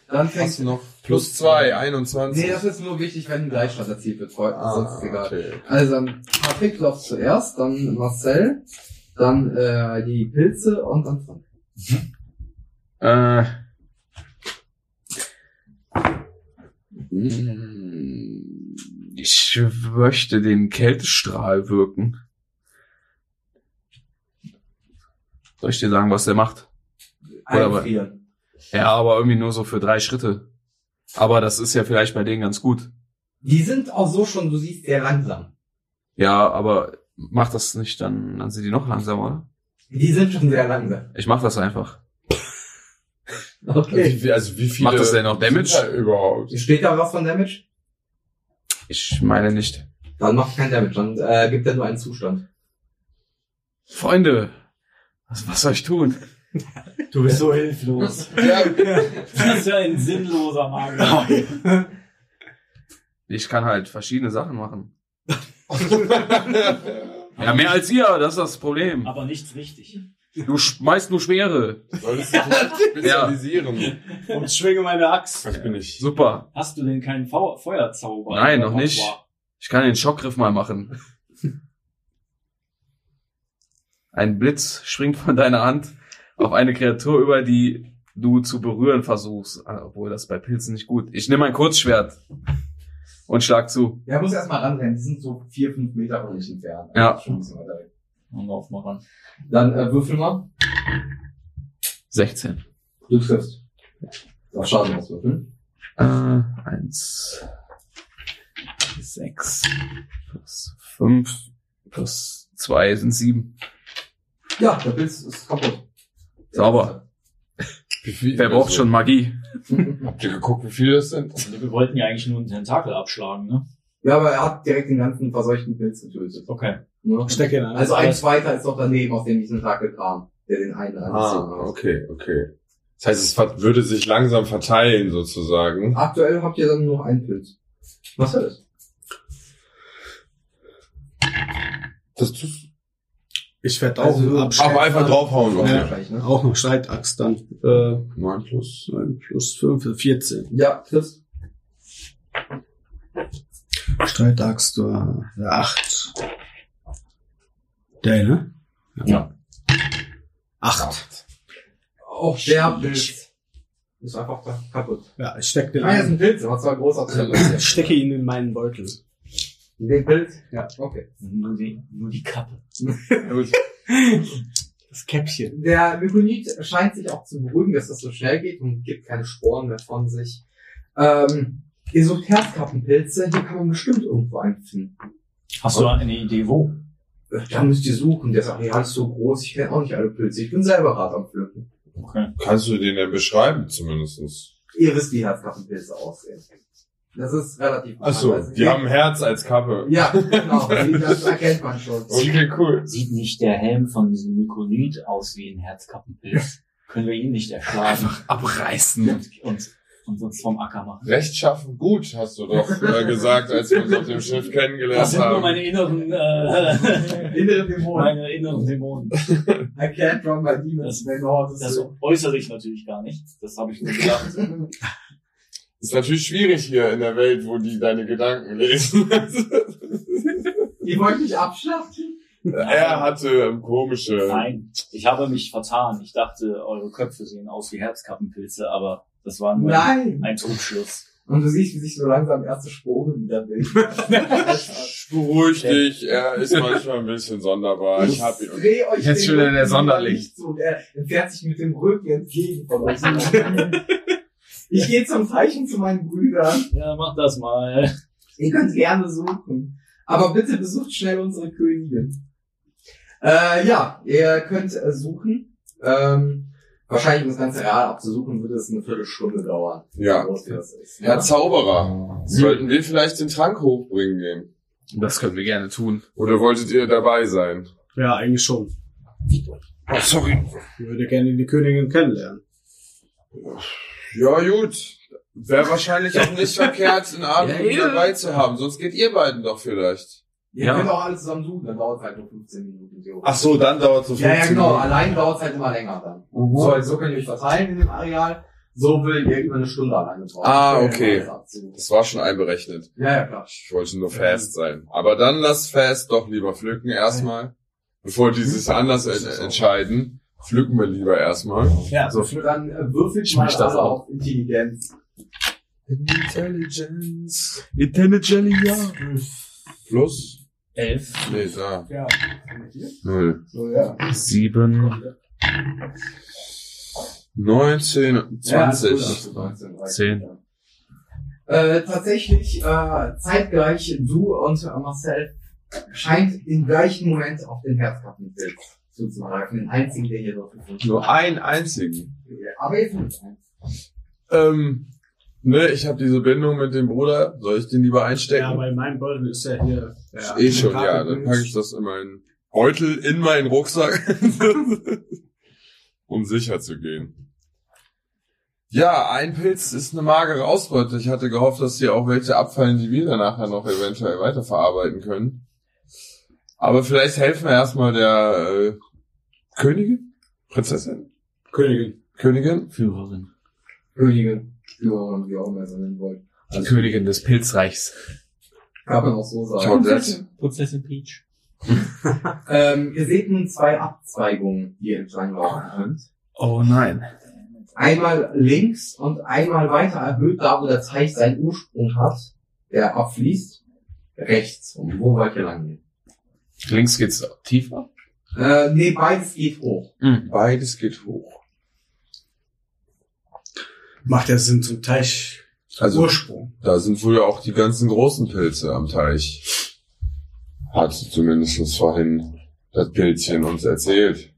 [SPEAKER 5] Dann
[SPEAKER 3] Hast
[SPEAKER 5] fängst
[SPEAKER 3] du
[SPEAKER 5] du.
[SPEAKER 3] noch plus zwei, 21.
[SPEAKER 5] Nee, das ist nur wichtig, wenn ein Gleichstand erzielt wird. Freut uns, sonst ist egal.
[SPEAKER 3] Ah, okay.
[SPEAKER 5] Also, dann Patrick läuft zuerst, dann Marcel, dann äh, die Pilze und dann Frank.
[SPEAKER 2] Äh, ich möchte den Kältestrahl wirken. Soll ich dir sagen, was der macht? Oder aber-
[SPEAKER 5] Einfrieren.
[SPEAKER 2] Ja, aber irgendwie nur so für drei Schritte. Aber das ist ja vielleicht bei denen ganz gut.
[SPEAKER 5] Die sind auch so schon, du siehst, sehr langsam.
[SPEAKER 2] Ja, aber mach das nicht, dann, dann sind die noch langsamer, oder?
[SPEAKER 5] Die sind schon sehr langsam.
[SPEAKER 2] Ich mach das einfach.
[SPEAKER 5] Okay.
[SPEAKER 3] Also, wie- also wie viele
[SPEAKER 2] Macht das denn noch
[SPEAKER 3] sind
[SPEAKER 2] Damage?
[SPEAKER 3] da überhaupt?
[SPEAKER 5] Steht da was von Damage?
[SPEAKER 2] Ich meine nicht.
[SPEAKER 5] Dann macht kein Damage, dann äh, gibt er nur einen Zustand.
[SPEAKER 2] Freunde, was, was soll ich tun?
[SPEAKER 4] Du bist so hilflos.
[SPEAKER 3] Ja,
[SPEAKER 6] Das ist ja ein sinnloser Magier.
[SPEAKER 2] Ich kann halt verschiedene Sachen machen. Ja, mehr als ihr, das ist das Problem.
[SPEAKER 6] Aber nichts richtig.
[SPEAKER 2] Du schmeißt nur Schwere.
[SPEAKER 3] solltest dich nicht spezialisieren.
[SPEAKER 4] Und schwinge meine Axt.
[SPEAKER 3] Das bin ich.
[SPEAKER 2] Super.
[SPEAKER 6] Hast du denn keinen Fau Feuerzauber?
[SPEAKER 2] Nein,
[SPEAKER 6] im
[SPEAKER 2] noch nicht.
[SPEAKER 6] Repertoire?
[SPEAKER 2] Ich kann den Schockgriff mal machen. Ein Blitz springt von deiner Hand auf eine Kreatur über, die du zu berühren versuchst. Ah, Obwohl das bei Pilzen nicht gut. Ich nehme mein Kurzschwert und schlag zu.
[SPEAKER 5] Ja, muss erstmal ranrennen. Die sind so vier, fünf Meter von euch entfernt.
[SPEAKER 2] Ja.
[SPEAKER 5] Schon ein bisschen weiter weg.
[SPEAKER 6] Und lauf mal ran.
[SPEAKER 5] Dann äh, würfel mal.
[SPEAKER 2] 16.
[SPEAKER 5] Du triffst. Auf Schaden auswürfeln.
[SPEAKER 2] Äh, 1, 6, plus 5, plus 2 sind 7.
[SPEAKER 5] Ja, der Pilz ist kaputt.
[SPEAKER 2] Sauber.
[SPEAKER 3] Wie viel-
[SPEAKER 2] Wer braucht schon Magie?
[SPEAKER 3] Habt ihr geguckt, wie viele das sind?
[SPEAKER 6] Also, Wir wollten ja eigentlich nur einen Tentakel abschlagen, ne?
[SPEAKER 5] ja, aber er hat direkt den ganzen verseuchten Pilz getötet.
[SPEAKER 6] Okay.
[SPEAKER 5] Ne?
[SPEAKER 4] Stecke ihn an.
[SPEAKER 5] Also ein zweiter ist doch daneben, aus dem diesen Tag kam. der den einen angezogen
[SPEAKER 3] Ah,
[SPEAKER 5] hat.
[SPEAKER 3] okay, okay. Das heißt, es ver- würde sich langsam verteilen sozusagen.
[SPEAKER 6] Ah,
[SPEAKER 5] Aktuell habt ihr dann nur noch einen Pilz. Was soll das?
[SPEAKER 3] Das tust
[SPEAKER 4] Ich werde auch
[SPEAKER 5] Also, aber
[SPEAKER 3] aber einfach draufhauen.
[SPEAKER 5] Ja.
[SPEAKER 3] Okay.
[SPEAKER 5] Gleich, ne?
[SPEAKER 4] Auch noch Streitachs dann. Äh,
[SPEAKER 3] 9 plus.
[SPEAKER 4] 9 plus 5, 14.
[SPEAKER 5] Ja, Chris.
[SPEAKER 4] Streitachs, du, äh, 8. Der, ne?
[SPEAKER 1] Ja.
[SPEAKER 4] 8.
[SPEAKER 5] Auch der Pilz ist einfach da kaputt.
[SPEAKER 4] Ja, ich steck den
[SPEAKER 5] Ah, ja, ist
[SPEAKER 4] ein.
[SPEAKER 5] ein Pilz, aber zwar großartig.
[SPEAKER 4] Ich stecke ihn in meinen Beutel.
[SPEAKER 5] Den Pilz? Ja. Okay.
[SPEAKER 6] Nur die, nur die Kappe.
[SPEAKER 4] Das Käppchen.
[SPEAKER 5] Der Mykonit scheint sich auch zu beruhigen, dass das so schnell geht und gibt keine Sporen mehr von sich. Ähm, ihr sucht Herzkappenpilze, hier kann man bestimmt irgendwo einen finden.
[SPEAKER 6] Hast du da eine Idee, wo?
[SPEAKER 5] Äh, Da müsst ihr suchen. Der sagt, ja, ist so groß, ich kenne auch nicht alle Pilze. Ich bin selber gerade am Pflücken.
[SPEAKER 6] Okay.
[SPEAKER 3] Kannst du den denn beschreiben zumindestens?
[SPEAKER 5] Ihr wisst, wie Herzkappenpilze aussehen. Das ist relativ
[SPEAKER 6] Ah,
[SPEAKER 3] Ach so,
[SPEAKER 5] normalerweise.
[SPEAKER 3] die haben ein Herz als Kappe.
[SPEAKER 5] Ja, genau. Das erkennt man schon.
[SPEAKER 3] Okay, cool.
[SPEAKER 6] Sieht nicht der Helm von diesem Mykonid aus wie ein Herzkappenpilz? Können wir ihn nicht erschlagen
[SPEAKER 2] Abreißen.
[SPEAKER 6] und, und, und uns vom Acker machen?
[SPEAKER 3] Rechtschaffen gut, hast du doch äh, gesagt, als wir uns auf dem Schiff
[SPEAKER 6] Das
[SPEAKER 3] kennengelernt
[SPEAKER 6] sind nur
[SPEAKER 3] haben.
[SPEAKER 6] meine inneren, äh,
[SPEAKER 5] Innere Dämonen.
[SPEAKER 6] meine inneren Dämonen.
[SPEAKER 5] I can't run my demons. They know how to
[SPEAKER 6] Das
[SPEAKER 5] swim.
[SPEAKER 6] äußere ich natürlich gar nicht. Das habe ich nur gedacht.
[SPEAKER 3] Ist natürlich schwierig hier in der Welt, wo die deine Gedanken lesen.
[SPEAKER 5] Ihr wollt mich abschlachten?
[SPEAKER 3] er hatte ähm, komische.
[SPEAKER 6] Nein, ich habe mich vertan. Ich dachte, eure Köpfe sehen aus wie Herzkappenpilze, aber das war nur ein-
[SPEAKER 5] Nein.
[SPEAKER 6] ein Trugschluss.
[SPEAKER 5] Und du siehst, wie sich so langsam erste Sporen wieder bilden.
[SPEAKER 3] Beruhig dich, er ist manchmal ein bisschen sonderbar. Ich hab ihn.
[SPEAKER 5] Dreh euch
[SPEAKER 2] Jetzt
[SPEAKER 5] den
[SPEAKER 2] schon wieder
[SPEAKER 5] Rücken
[SPEAKER 2] der Sonderlicht.
[SPEAKER 5] zu Und er entfernt sich mit dem Rücken entgegen von euch. ich gehe zum Zeichen zu meinen Brüdern.
[SPEAKER 6] Ja, mach das mal.
[SPEAKER 5] Ihr könnt gerne suchen. Aber bitte besucht schnell unsere Königin. Äh, ja, ihr könnt äh, suchen. Ähm, wahrscheinlich, um das ganze Real abzusuchen, würde es eine Viertelstunde dauern.
[SPEAKER 3] Ja. Hm.
[SPEAKER 5] So groß wie das ist.
[SPEAKER 3] Herr
[SPEAKER 2] Hm.
[SPEAKER 3] Zauberer, sollten wir vielleicht den Trank hochbringen gehen?
[SPEAKER 2] Das können wir gerne tun.
[SPEAKER 3] Oder wolltet ihr dabei sein?
[SPEAKER 4] Ja, eigentlich schon.
[SPEAKER 3] Oh, sorry.
[SPEAKER 4] Ich würde gerne die Königin kennenlernen.
[SPEAKER 3] Ja, gut. Wäre wahrscheinlich auch nicht verkehrt, einen Abend
[SPEAKER 2] Ja, ja.
[SPEAKER 3] dabei zu haben. Sonst geht ihr beiden doch vielleicht.
[SPEAKER 5] Ihr
[SPEAKER 2] Ja.
[SPEAKER 5] könnt auch alle zusammen suchen, dann dauert es halt nur 15 Minuten. so.
[SPEAKER 3] so, dann dauert so
[SPEAKER 5] Ja, ja, genau. Allein dauert es halt immer länger dann.
[SPEAKER 2] Mhm.
[SPEAKER 5] So, also so könnt ihr euch verteilen in dem Areal. So will ihr über eine Stunde alleine brauchen.
[SPEAKER 3] Ah,
[SPEAKER 5] Für den
[SPEAKER 3] okay.
[SPEAKER 5] Reis abzusuchen.
[SPEAKER 3] Das war schon einberechnet.
[SPEAKER 5] Ja, ja, klar.
[SPEAKER 3] Ich wollte nur fast sein. Aber dann lass fast doch lieber pflücken erstmal. Bevor die sich anders en entscheiden, pflücken wir lieber erstmal.
[SPEAKER 5] Ja,
[SPEAKER 2] so
[SPEAKER 5] dann äh, würfelt
[SPEAKER 2] Ich
[SPEAKER 5] mal
[SPEAKER 2] misch das
[SPEAKER 5] alle
[SPEAKER 2] auf.
[SPEAKER 5] auf Intelligenz.
[SPEAKER 3] Intelligence.
[SPEAKER 2] Intelligencia.
[SPEAKER 3] Plus?
[SPEAKER 6] Elf.
[SPEAKER 3] Nee, da.
[SPEAKER 5] Ja.
[SPEAKER 3] Null.
[SPEAKER 5] So, ja.
[SPEAKER 2] Sieben,
[SPEAKER 3] 19,
[SPEAKER 5] also
[SPEAKER 3] 20.
[SPEAKER 2] Zehn.
[SPEAKER 5] Äh, tatsächlich, äh, zeitgleich, du und äh, Marcel scheint im gleichen Moment auf den Herzkappenbild zuzugreifen. Den einzigen, der hier drauf gefunden
[SPEAKER 3] Nur einen einzigen.
[SPEAKER 5] wird. Aber jetzt nicht eins.
[SPEAKER 3] Ähm, ne, ich habe diese Bindung mit dem Bruder. Soll ich den lieber einstecken?
[SPEAKER 4] Ja, bei meinem Beutel ist ja hier. Ja,
[SPEAKER 3] eh schon,
[SPEAKER 4] Karte
[SPEAKER 3] ja. Dann
[SPEAKER 4] drin.
[SPEAKER 3] packe ich das in meinen Beutel, in meinen Rucksack. um sicher zu gehen. Ja, ein Pilz ist eine magere Ausbeute. Ich hatte gehofft, dass hier auch welche abfallen, die wir dann nachher noch eventuell weiterverarbeiten können. Aber vielleicht helfen wir erstmal der äh, Königin? Prinzessin?
[SPEAKER 4] Königin.
[SPEAKER 3] Königin?
[SPEAKER 6] Führerin.
[SPEAKER 5] Königin, Führerin, wie auch immer ihr sie nennen wollt.
[SPEAKER 2] die Königin des Pilzreichs.
[SPEAKER 5] Kann man auch so sagen.
[SPEAKER 3] Toilette.
[SPEAKER 6] Prinzessin Peach.
[SPEAKER 5] Ähm, ihr seht nun zwei Abzweigungen, die ihr entlang laufen könnt.
[SPEAKER 2] Oh nein.
[SPEAKER 5] Einmal links und einmal weiter erhöht, da wo der Teich seinen Ursprung hat, der abfließt, rechts. Und wo wollt ihr lang gehen?
[SPEAKER 2] Links geht's tiefer.
[SPEAKER 5] Äh, nee, beides geht hoch.
[SPEAKER 2] Hm.
[SPEAKER 3] Beides geht hoch.
[SPEAKER 4] Macht ja Sinn zum Teich.
[SPEAKER 3] Also
[SPEAKER 4] Ursprung.
[SPEAKER 3] da sind wohl auch die ganzen großen Pilze am Teich. Hat zumindest vorhin das Pilzchen uns erzählt.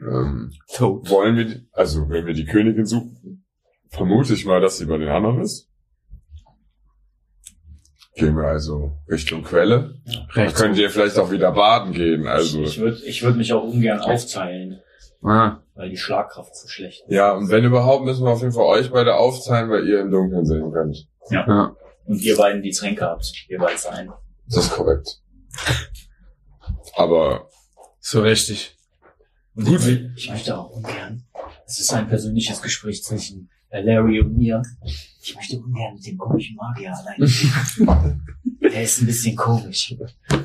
[SPEAKER 3] Ähm,
[SPEAKER 2] Toad.
[SPEAKER 3] wollen wir, die, also wenn wir die Königin suchen, vermute ich mal, dass sie bei den anderen ist. Gehen wir also Richtung Quelle. Da
[SPEAKER 2] Rechts.
[SPEAKER 3] könnt ihr vielleicht auch wieder baden gehen. Also
[SPEAKER 6] Ich, ich würde ich würd mich auch ungern aufteilen.
[SPEAKER 2] Ah.
[SPEAKER 6] weil die Schlagkraft so schlecht ist.
[SPEAKER 3] Ja, und wenn überhaupt, müssen wir auf jeden Fall euch beide aufteilen, weil ihr im Dunkeln sehen könnt.
[SPEAKER 2] Ja.
[SPEAKER 6] Und ihr beiden die Tränke habt, jeweils ein.
[SPEAKER 3] Das ist korrekt. Aber
[SPEAKER 2] So richtig.
[SPEAKER 6] Und
[SPEAKER 3] Gut.
[SPEAKER 6] Ich, will, ich möchte auch ungern. Es ist ein persönliches Gespräch zwischen äh, Larry und mir. Ich möchte ungern mit dem komischen Magier allein. reden. Der ist ein bisschen komisch.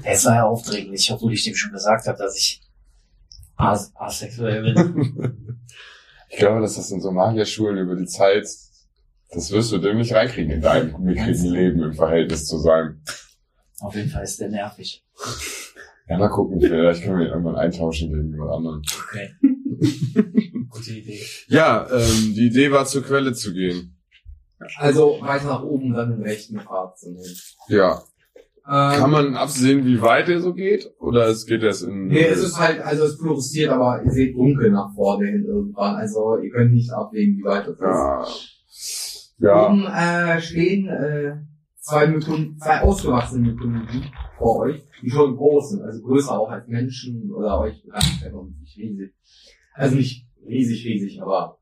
[SPEAKER 6] Der ist sehr aufdringlich, obwohl ich dem schon gesagt habe, dass ich as asexuell bin.
[SPEAKER 3] ich glaube, dass das in so Magierschulen über die Zeit, das wirst du dem nicht reinkriegen in deinem mickrigen Leben im Verhältnis zu sein.
[SPEAKER 6] Auf jeden Fall ist der nervig.
[SPEAKER 3] Ja, mal gucken, vielleicht können wir ihn irgendwann eintauschen gegen jemand anderen.
[SPEAKER 6] Okay. Gute Idee.
[SPEAKER 3] Ja, ähm, die Idee war, zur Quelle zu gehen.
[SPEAKER 5] Also weiter nach oben, dann den rechten Pfad zu nehmen.
[SPEAKER 3] Ja. Kann
[SPEAKER 5] Ähm,
[SPEAKER 3] man absehen, wie weit er so geht? Oder es geht erst in...
[SPEAKER 5] nee, es ist halt, also es fluoresziert, aber ihr seht dunkel nach vorne hin irgendwann. Also ihr könnt nicht abwägen, wie weit das ist.
[SPEAKER 3] Ja. Ja.
[SPEAKER 5] Oben äh, stehen äh, zwei, Mykon zwei ausgewachsene Mykoniden vor euch, die schon groß sind, also größer auch als Menschen oder euch bekannt werden und nicht riesig. Also nicht riesig, riesig, aber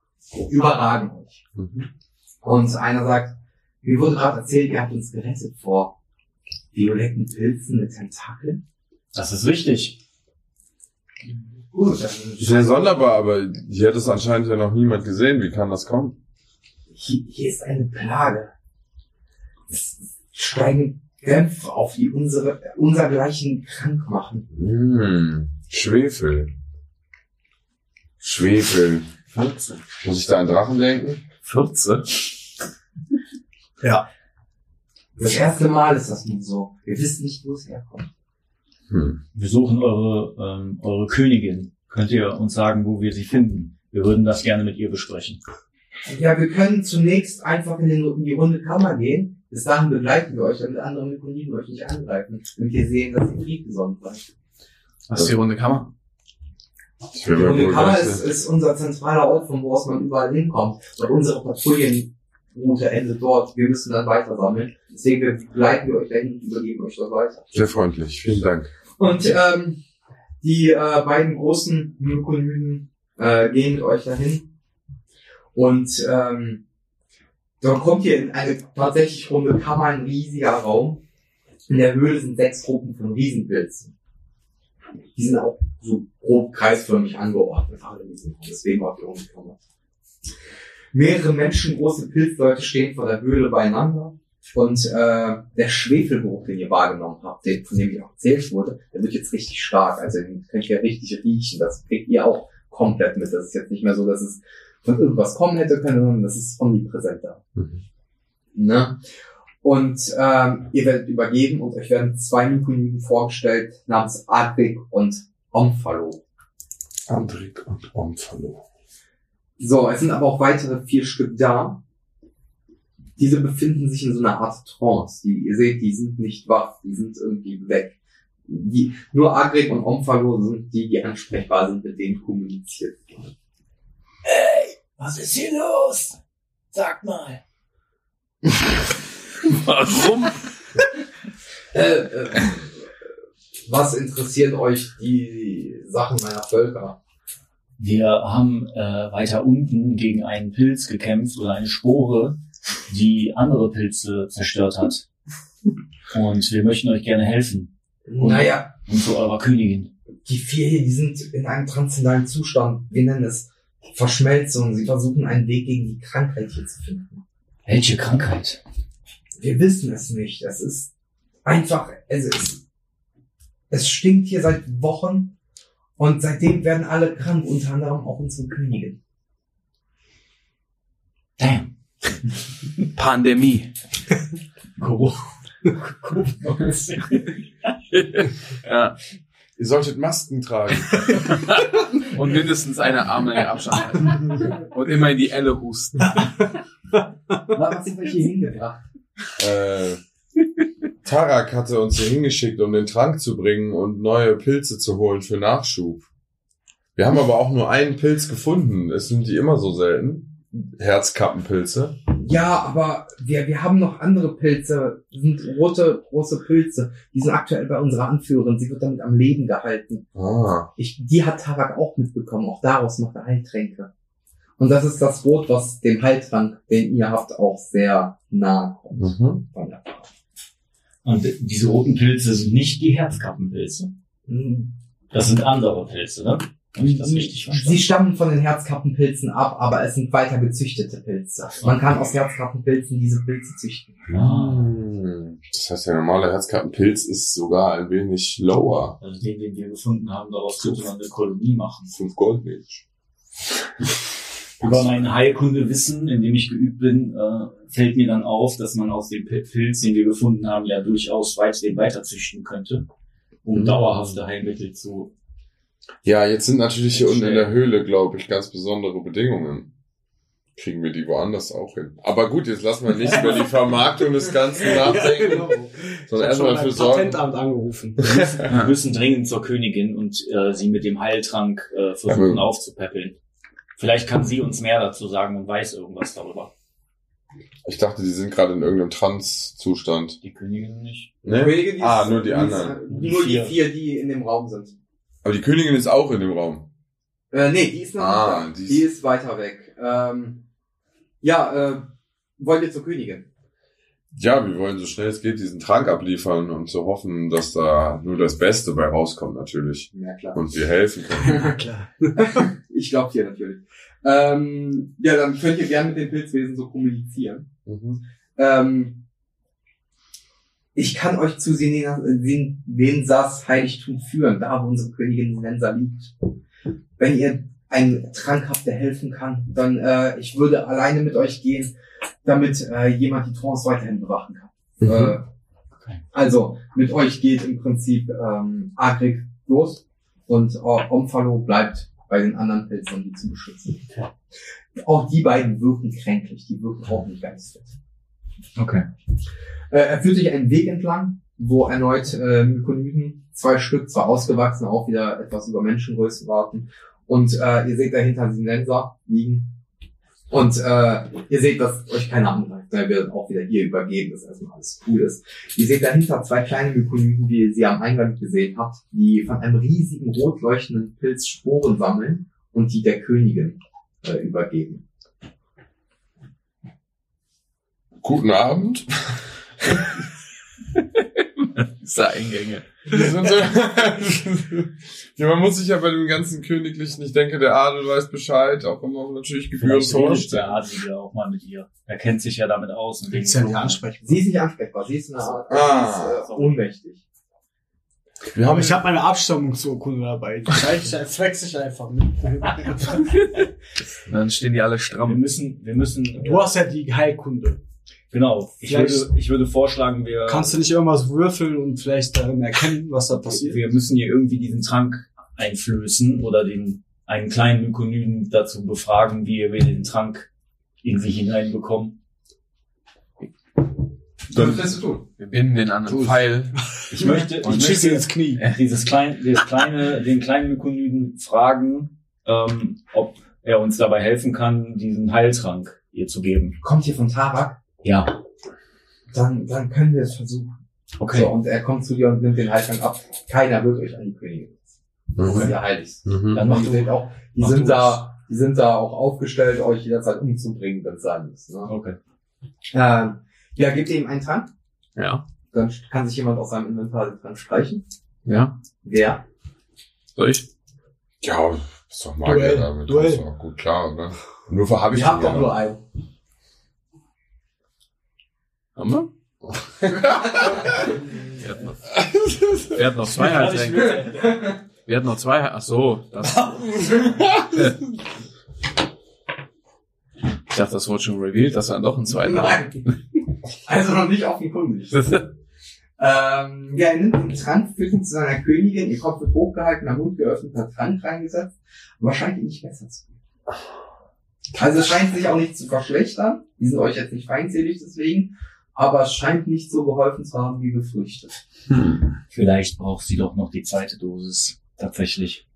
[SPEAKER 5] überragen euch. Und einer sagt, mir wurde gerade erzählt, ihr habt uns gerettet vor violetten Pilzen mit Tentakeln.
[SPEAKER 6] Das ist richtig.
[SPEAKER 5] Gut,
[SPEAKER 3] Sehr
[SPEAKER 5] dann
[SPEAKER 3] sonderbar, aber hier hat es anscheinend ja noch niemand gesehen. Wie kann das kommen?
[SPEAKER 5] Hier, hier ist eine Plage. Es steigen Dämpfe auf, die unsere, unsergleichen krank machen.
[SPEAKER 3] Hm, Schwefel. Schwefel.
[SPEAKER 6] 14.
[SPEAKER 3] Muss ich da an Drachen denken?
[SPEAKER 2] 14?
[SPEAKER 5] Das erste Mal ist das nun so. Wir wissen nicht, wo es herkommt.
[SPEAKER 3] Hm.
[SPEAKER 6] Wir suchen eure, ähm, eure Königin. Könnt ihr uns sagen, wo wir sie finden? Wir würden das gerne mit ihr besprechen.
[SPEAKER 5] Ja, wir können zunächst einfach in, den, in die runde Kammer gehen. Bis dahin begleiten wir euch, damit andere Mykoniden euch nicht angreifen. Und wir sehen, dass ihr friedgesonnen seid.
[SPEAKER 2] Das ist die runde Kammer.
[SPEAKER 3] Ich
[SPEAKER 5] Die
[SPEAKER 3] will mal
[SPEAKER 5] runde
[SPEAKER 3] wohl
[SPEAKER 5] Kammer
[SPEAKER 3] gleich-
[SPEAKER 5] ist, ist unser zentraler Ort, von wo aus man überall hinkommt. Und unsere Patrouillenroute endet dort. Wir müssen dann weiter sammeln. Deswegen wir begleiten wir euch dahin und übergeben euch dort weiter.
[SPEAKER 3] Sehr freundlich, vielen Dank.
[SPEAKER 5] Und ähm, die äh, beiden großen Mykoniden äh, gehen mit euch dahin. Und ähm, dann kommt ihr in eine tatsächlich runde Kammer, ein riesiger Raum. In der Höhle sind sechs Gruppen von Riesenpilzen. Die sind auch so grob kreisförmig angeordnet, alle in diesem Raum. Deswegen auch die runde Kammer. Mehrere Menschen, große Pilzleute stehen vor der Höhle beieinander. Und äh, der Schwefelgeruch, den ihr wahrgenommen habt, den, von dem ich auch erzählt wurde, der wird jetzt richtig stark. Also den könnt ihr richtig riechen. Das kriegt ihr auch komplett mit. Das ist jetzt nicht mehr so, dass es von irgendwas kommen hätte können, sondern das ist omnipräsent da.
[SPEAKER 3] Mhm.
[SPEAKER 5] Ne? Und ähm, ihr werdet übergeben und euch werden zwei Mykoniden vorgestellt namens Adrik und Omphalo.
[SPEAKER 3] Andrik und Omphalo.
[SPEAKER 5] So, es sind aber auch weitere vier Stück da. Diese befinden sich in so einer Art Trance. Die, ihr seht, die sind nicht wach, die sind irgendwie weg. Die, nur Agrik und Omphalo sind die, die ansprechbar sind, mit denen kommuniziert wird.
[SPEAKER 6] Was ist hier los? Sag mal.
[SPEAKER 2] Warum?
[SPEAKER 5] Äh, äh, was interessiert euch die Sachen meiner Völker?
[SPEAKER 6] Wir haben äh, weiter unten gegen einen Pilz gekämpft oder eine Spore, die andere Pilze zerstört hat. Und wir möchten euch gerne helfen.
[SPEAKER 5] Naja,
[SPEAKER 6] Und zu eurer Königin.
[SPEAKER 5] die vier hier, die sind in einem transzendalen Zustand. Wir nennen es Verschmelzung. Sie versuchen einen Weg gegen die Krankheit hier zu finden.
[SPEAKER 6] Welche Krankheit?
[SPEAKER 5] Wir wissen es nicht. Es ist einfach, es ist, es stinkt hier seit Wochen und seitdem werden alle krank, unter anderem auch unsere Königin.
[SPEAKER 6] Damn.
[SPEAKER 2] Pandemie. Ja.
[SPEAKER 3] Ihr solltet Masken tragen.
[SPEAKER 2] Und mindestens eine Armlänge Abstand halten. Und immer in die Elle husten.
[SPEAKER 5] Was hat sie euch hier hingebracht?
[SPEAKER 3] äh, Tarak hatte uns hier hingeschickt, um den Trank zu bringen und neue Pilze zu holen für Nachschub. Wir haben aber auch nur einen Pilz gefunden. Es sind die immer so selten. Herzkappenpilze.
[SPEAKER 5] Ja, aber wir, wir haben noch andere Pilze, sind rote, große Pilze. Die sind aktuell bei unserer Anführerin. Sie wird damit am Leben gehalten.
[SPEAKER 3] Ah,
[SPEAKER 5] Ich, die hat Tabak auch mitbekommen. Auch daraus macht er Heiltränke. Und das ist das Rot, was dem Heiltrank, den ihr habt, auch sehr nah kommt.
[SPEAKER 3] mhm.
[SPEAKER 6] Und diese roten Pilze sind nicht die Herzkappenpilze.
[SPEAKER 5] Mhm.
[SPEAKER 6] Das sind andere Pilze, ne? Hab ich das richtig
[SPEAKER 5] Sie
[SPEAKER 6] verstanden?
[SPEAKER 5] stammen von den Herzkappenpilzen ab, aber es sind weiter gezüchtete Pilze. Man kann aus Herzkappenpilzen diese Pilze züchten.
[SPEAKER 6] Ah,
[SPEAKER 3] Hm. Das heißt, der normale Herzkartenpilz ist sogar ein wenig lower.
[SPEAKER 6] also den, den wir gefunden haben, daraus könnte man eine Kolonie machen.
[SPEAKER 3] Fünf Gold nicht.
[SPEAKER 6] Über mein Heilkundewissen, in dem ich geübt bin, äh, fällt mir dann auf, dass man aus dem Pil- Pilz, den wir gefunden haben, ja durchaus weit den weiter züchten könnte,
[SPEAKER 1] Mhm.
[SPEAKER 6] um dauerhafte Heilmittel zu.
[SPEAKER 3] Ja, jetzt sind natürlich hier unten in
[SPEAKER 6] Schön.
[SPEAKER 3] der Höhle, glaube ich, ganz besondere Bedingungen. Kriegen wir die woanders auch hin. Aber gut, jetzt lassen wir nicht über die Vermarktung des Ganzen
[SPEAKER 4] genau.
[SPEAKER 3] nachdenken, sondern erstmal dafür sorgen.
[SPEAKER 4] Patentamt angerufen.
[SPEAKER 6] Wir müssen dringend zur Königin und äh, sie mit dem Heiltrank äh,
[SPEAKER 3] Ja,
[SPEAKER 6] versuchen
[SPEAKER 3] aber-
[SPEAKER 6] aufzupäppeln. Vielleicht kann sie uns mehr dazu sagen und weiß irgendwas darüber.
[SPEAKER 3] Ich dachte, die sind gerade in irgendeinem Trance-Zustand.
[SPEAKER 6] Die Königin nicht.
[SPEAKER 5] Königin, die
[SPEAKER 3] Ah,
[SPEAKER 5] ist-
[SPEAKER 3] nur die
[SPEAKER 5] ist-
[SPEAKER 3] anderen.
[SPEAKER 5] Nur die
[SPEAKER 6] Vier.
[SPEAKER 5] vier, die in dem Raum sind.
[SPEAKER 3] Aber die Königin ist auch in dem Raum.
[SPEAKER 5] Äh, nee, die ist noch
[SPEAKER 3] Ah,
[SPEAKER 5] nicht da.
[SPEAKER 3] die
[SPEAKER 5] Die,
[SPEAKER 3] ist-
[SPEAKER 5] ist weiter weg. Ähm, ja, äh, wollen wir zur Königin?
[SPEAKER 3] Ja, wir wollen so schnell es geht diesen Trank abliefern und zu hoffen, dass da nur das Beste bei rauskommt natürlich
[SPEAKER 5] Ja, klar.
[SPEAKER 3] und wir helfen können.
[SPEAKER 4] Na klar.
[SPEAKER 5] Ich glaube dir natürlich. Ähm, ja, dann könnt ihr gerne mit den Pilzwesen so kommunizieren. Ähm, ich kann euch zu Senen- Sen- Sensas Heiligtum führen, da wo unsere Königin Sensa liegt. Wenn ihr ein Trank habt, der helfen kann, dann äh, ich würde alleine mit euch gehen, damit äh, jemand die Trance weiterhin bewachen kann. Äh,
[SPEAKER 6] Okay.
[SPEAKER 5] Also, mit euch geht im Prinzip ähm, Agrik los und äh, Omphalo bleibt bei den anderen Pilzen, um die zu beschützen. Auch die beiden wirken kränklich, die wirken auch nicht ganz fit.
[SPEAKER 6] Okay.
[SPEAKER 5] Äh, er führt sich einen Weg entlang, wo erneut äh, Mykonyden, zwei Stück, zwar ausgewachsen, auch wieder etwas über Menschengröße warten. Und äh, ihr seht dahinter Sinenser liegen. Und äh, ihr seht, dass euch keiner angreift. Da wird auch wieder hier übergeben, dass erstmal alles cool ist. Ihr seht dahinter zwei kleine Mykonyden, wie ihr sie am Eingang gesehen habt, die von einem riesigen rot leuchtenden Pilz Sporen sammeln und die der Königin äh, übergeben.
[SPEAKER 3] Guten Abend.
[SPEAKER 2] Diese Eingänge.
[SPEAKER 3] Wir sind so- ja, man muss sich ja bei dem ganzen Königlichen, ich denke, der Adel weiß Bescheid, auch wenn man natürlich Gebühren
[SPEAKER 6] Vielleicht redet
[SPEAKER 3] forscht.
[SPEAKER 6] der Adlige auch mal mit ihr. Er kennt sich ja damit aus. Und
[SPEAKER 4] Ist ja nicht
[SPEAKER 6] Blumen.
[SPEAKER 4] ansprechbar.
[SPEAKER 5] Sie ist nicht ansprechbar, sie ist eine Art
[SPEAKER 3] Ah.
[SPEAKER 5] sie ist, äh, ohnmächtig.
[SPEAKER 3] Wir
[SPEAKER 4] Aber
[SPEAKER 3] haben,
[SPEAKER 4] ich habe meine Abstammungsurkunde dabei. Die zeig ich, flex ich einfach mit.
[SPEAKER 2] Und dann stehen die alle
[SPEAKER 6] Wir
[SPEAKER 2] stramm.
[SPEAKER 6] müssen, wir müssen.
[SPEAKER 4] Du hast ja die Heilkunde.
[SPEAKER 6] Genau. Ich
[SPEAKER 4] Vielleicht-
[SPEAKER 6] würde, ich würde vorschlagen, wir,
[SPEAKER 4] Kannst du nicht irgendwas würfeln und vielleicht darin erkennen, was da passiert?
[SPEAKER 6] wir müssen hier irgendwie diesen Trank einflößen oder den, einen kleinen Mykonyden dazu befragen, wie wir den Trank irgendwie hineinbekommen.
[SPEAKER 3] Dann-
[SPEAKER 5] Was willst du tun?
[SPEAKER 2] Wir binden den an einen
[SPEAKER 3] Tu's.
[SPEAKER 2] Pfeil.
[SPEAKER 6] Ich möchte, ich
[SPEAKER 4] Und schießt ihn
[SPEAKER 6] möchte
[SPEAKER 4] ins Knie.
[SPEAKER 6] dieses kleine, dieses kleine, den kleinen Mykonyden fragen, ähm, ob er uns dabei helfen kann, diesen Heiltrank ihr zu geben.
[SPEAKER 5] Kommt hier von Tabak?
[SPEAKER 6] Ja.
[SPEAKER 5] dann, dann können wir es versuchen.
[SPEAKER 6] Okay.
[SPEAKER 5] So, und er kommt zu dir und nimmt den Heiltrank ab. Keiner wird euch an die Königin. Das ist
[SPEAKER 3] Mhm.
[SPEAKER 5] ihr heiligst.
[SPEAKER 3] Mhm.
[SPEAKER 6] Dann mach
[SPEAKER 5] die
[SPEAKER 6] du.
[SPEAKER 5] sind auch, die
[SPEAKER 6] Mach du
[SPEAKER 5] sind da, die sind da auch aufgestellt, euch jederzeit umzubringen, wenn es sein muss. Ne?
[SPEAKER 6] Okay.
[SPEAKER 5] Ähm, ja, gebt ihr ihm einen Trank,
[SPEAKER 2] Ja.
[SPEAKER 5] dann kann sich jemand aus seinem Inventar den Trank streichen.
[SPEAKER 2] Ja.
[SPEAKER 5] Wer?
[SPEAKER 2] Soll ich?
[SPEAKER 3] Ja, ist doch Magier
[SPEAKER 4] Duell,
[SPEAKER 3] damit.
[SPEAKER 4] Duell.
[SPEAKER 3] Ist doch gut klar, oder? Nur für habe ich
[SPEAKER 5] Ihr habt
[SPEAKER 3] den
[SPEAKER 5] doch
[SPEAKER 3] ja
[SPEAKER 5] nur
[SPEAKER 3] noch.
[SPEAKER 5] einen.
[SPEAKER 2] Haben wir? wir, hatten noch, wir hatten noch zwei Heiltränke. Wir hatten noch zwei. Ach so. Das, ich dachte, das wurde schon revealed, dass wir doch einen zweiten haben.
[SPEAKER 5] Nein. Also noch nicht offenkundig. Ähm, ja, er nimmt den Trank, führt ihn zu seiner Königin, ihr Kopf wird hochgehalten, am Mund geöffneter Trank reingesetzt. Und wahrscheinlich nicht besser zu gehen. Also es scheint sich auch nicht zu verschlechtern. Die sind euch jetzt nicht feindselig deswegen. Aber es scheint nicht so geholfen zu haben, wie befürchtet.
[SPEAKER 2] Hm.
[SPEAKER 6] Vielleicht braucht sie doch noch die zweite Dosis. Tatsächlich.